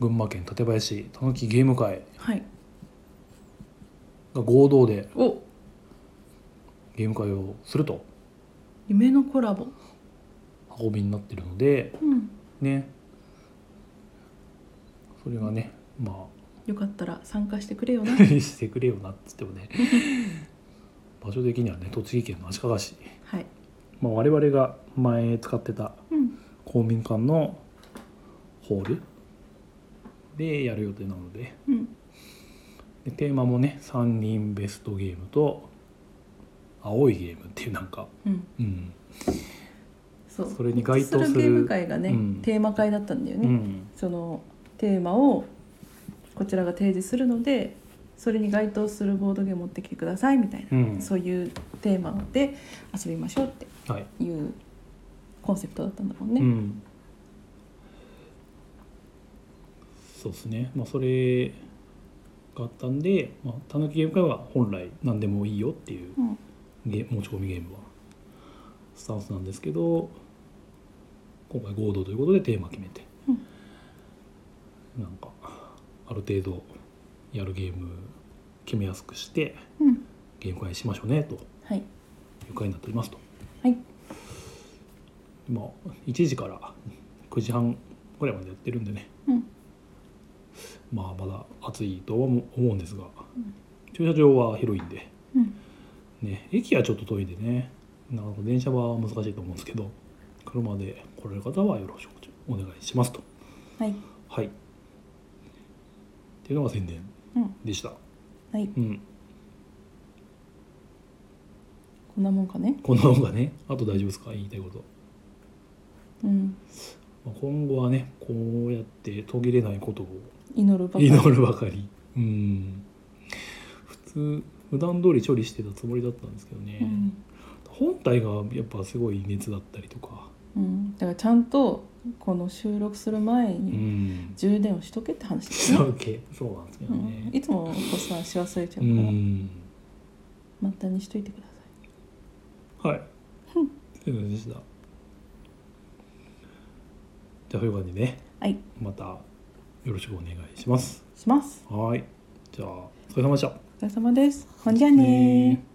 [SPEAKER 1] 群馬県館林市たぬきゲーム会
[SPEAKER 2] はい
[SPEAKER 1] が合同で
[SPEAKER 2] お
[SPEAKER 1] ゲーム会をすると
[SPEAKER 2] 夢のコラボ
[SPEAKER 1] 運びになってるので
[SPEAKER 2] うん
[SPEAKER 1] ねそれがねま
[SPEAKER 2] よかったら参加してくれよな
[SPEAKER 1] あ してくれよなっつってもね場所的にはね栃木県の足利市、
[SPEAKER 2] はい
[SPEAKER 1] まあ、我々が前使ってた
[SPEAKER 2] うん
[SPEAKER 1] 公民館のホールでやる予定なので
[SPEAKER 2] うん
[SPEAKER 1] でテーマもね「3人ベストゲーム」と「青いゲーム」っていうなんか、
[SPEAKER 2] うん
[SPEAKER 1] うん
[SPEAKER 2] そう
[SPEAKER 1] それに該当する
[SPEAKER 2] ホッとゲーム会がね、
[SPEAKER 1] うん
[SPEAKER 2] テーマ会だったんだよ
[SPEAKER 1] う
[SPEAKER 2] ね、
[SPEAKER 1] ん、
[SPEAKER 2] そのテーマをこちらが提示するのでそれに該当するボードゲーム持ってきてくださいみたいな、
[SPEAKER 1] うん
[SPEAKER 2] そういうテーマで遊びましょうって
[SPEAKER 1] はい、
[SPEAKER 2] いうコンセプトだったんだもんね、
[SPEAKER 1] うん、そうですねまあそれがあったんで「まあ、たぬきゲーム会」は本来何でもいいよっていう
[SPEAKER 2] うん
[SPEAKER 1] ゲ持ち込みゲームはスタンスなんですけど今回合同ということでテーマ決めて、
[SPEAKER 2] うん
[SPEAKER 1] なんかある程度やるゲーム決めやすくして
[SPEAKER 2] うん
[SPEAKER 1] ゲーム会しましょうねとい
[SPEAKER 2] はい、
[SPEAKER 1] う会になっておりますと
[SPEAKER 2] はい、
[SPEAKER 1] まあ1時から9時半ぐらいまでやってるんでね
[SPEAKER 2] うん、
[SPEAKER 1] まあまだ暑いとは思うんですが、
[SPEAKER 2] ん
[SPEAKER 1] 駐車場は広いんで、
[SPEAKER 2] うん
[SPEAKER 1] ね、駅はちょっと遠いんでねなかなか電車は難しいと思うんですけど車で来られる方はよろしくお願いしますと
[SPEAKER 2] はい
[SPEAKER 1] はいっていうのが宣伝
[SPEAKER 2] うん
[SPEAKER 1] でした。
[SPEAKER 2] はい
[SPEAKER 1] うん、
[SPEAKER 2] こんなもんかね
[SPEAKER 1] こんなもんがね、あと大丈夫ですか言いたいこと。
[SPEAKER 2] うん
[SPEAKER 1] まあ今後はね、こうやって途切れないことを
[SPEAKER 2] 祈るばかり
[SPEAKER 1] 祈るばかり。うん。普通、普段通り処理してたつもりだったんですけどね。
[SPEAKER 2] うん
[SPEAKER 1] 本体がやっぱすごい熱だったりとか。
[SPEAKER 2] うん、だからちゃんとこの収録する前
[SPEAKER 1] う
[SPEAKER 2] に
[SPEAKER 1] ん。
[SPEAKER 2] 充電をしとけって話ですね
[SPEAKER 1] そうけそうなんですけど
[SPEAKER 2] うん、
[SPEAKER 1] ね。
[SPEAKER 2] いつもこうさし忘れちゃ
[SPEAKER 1] う
[SPEAKER 2] うから、
[SPEAKER 1] ん。
[SPEAKER 2] 満タンにしといてくださ
[SPEAKER 1] はい。という感じでした。じゃあ、そういう感じでね、
[SPEAKER 2] いはい
[SPEAKER 1] またよろしくお願いします。
[SPEAKER 2] します
[SPEAKER 1] はい。じゃあ、お疲れ様でした。
[SPEAKER 2] お疲れ様ですほんじゃあねー
[SPEAKER 1] ね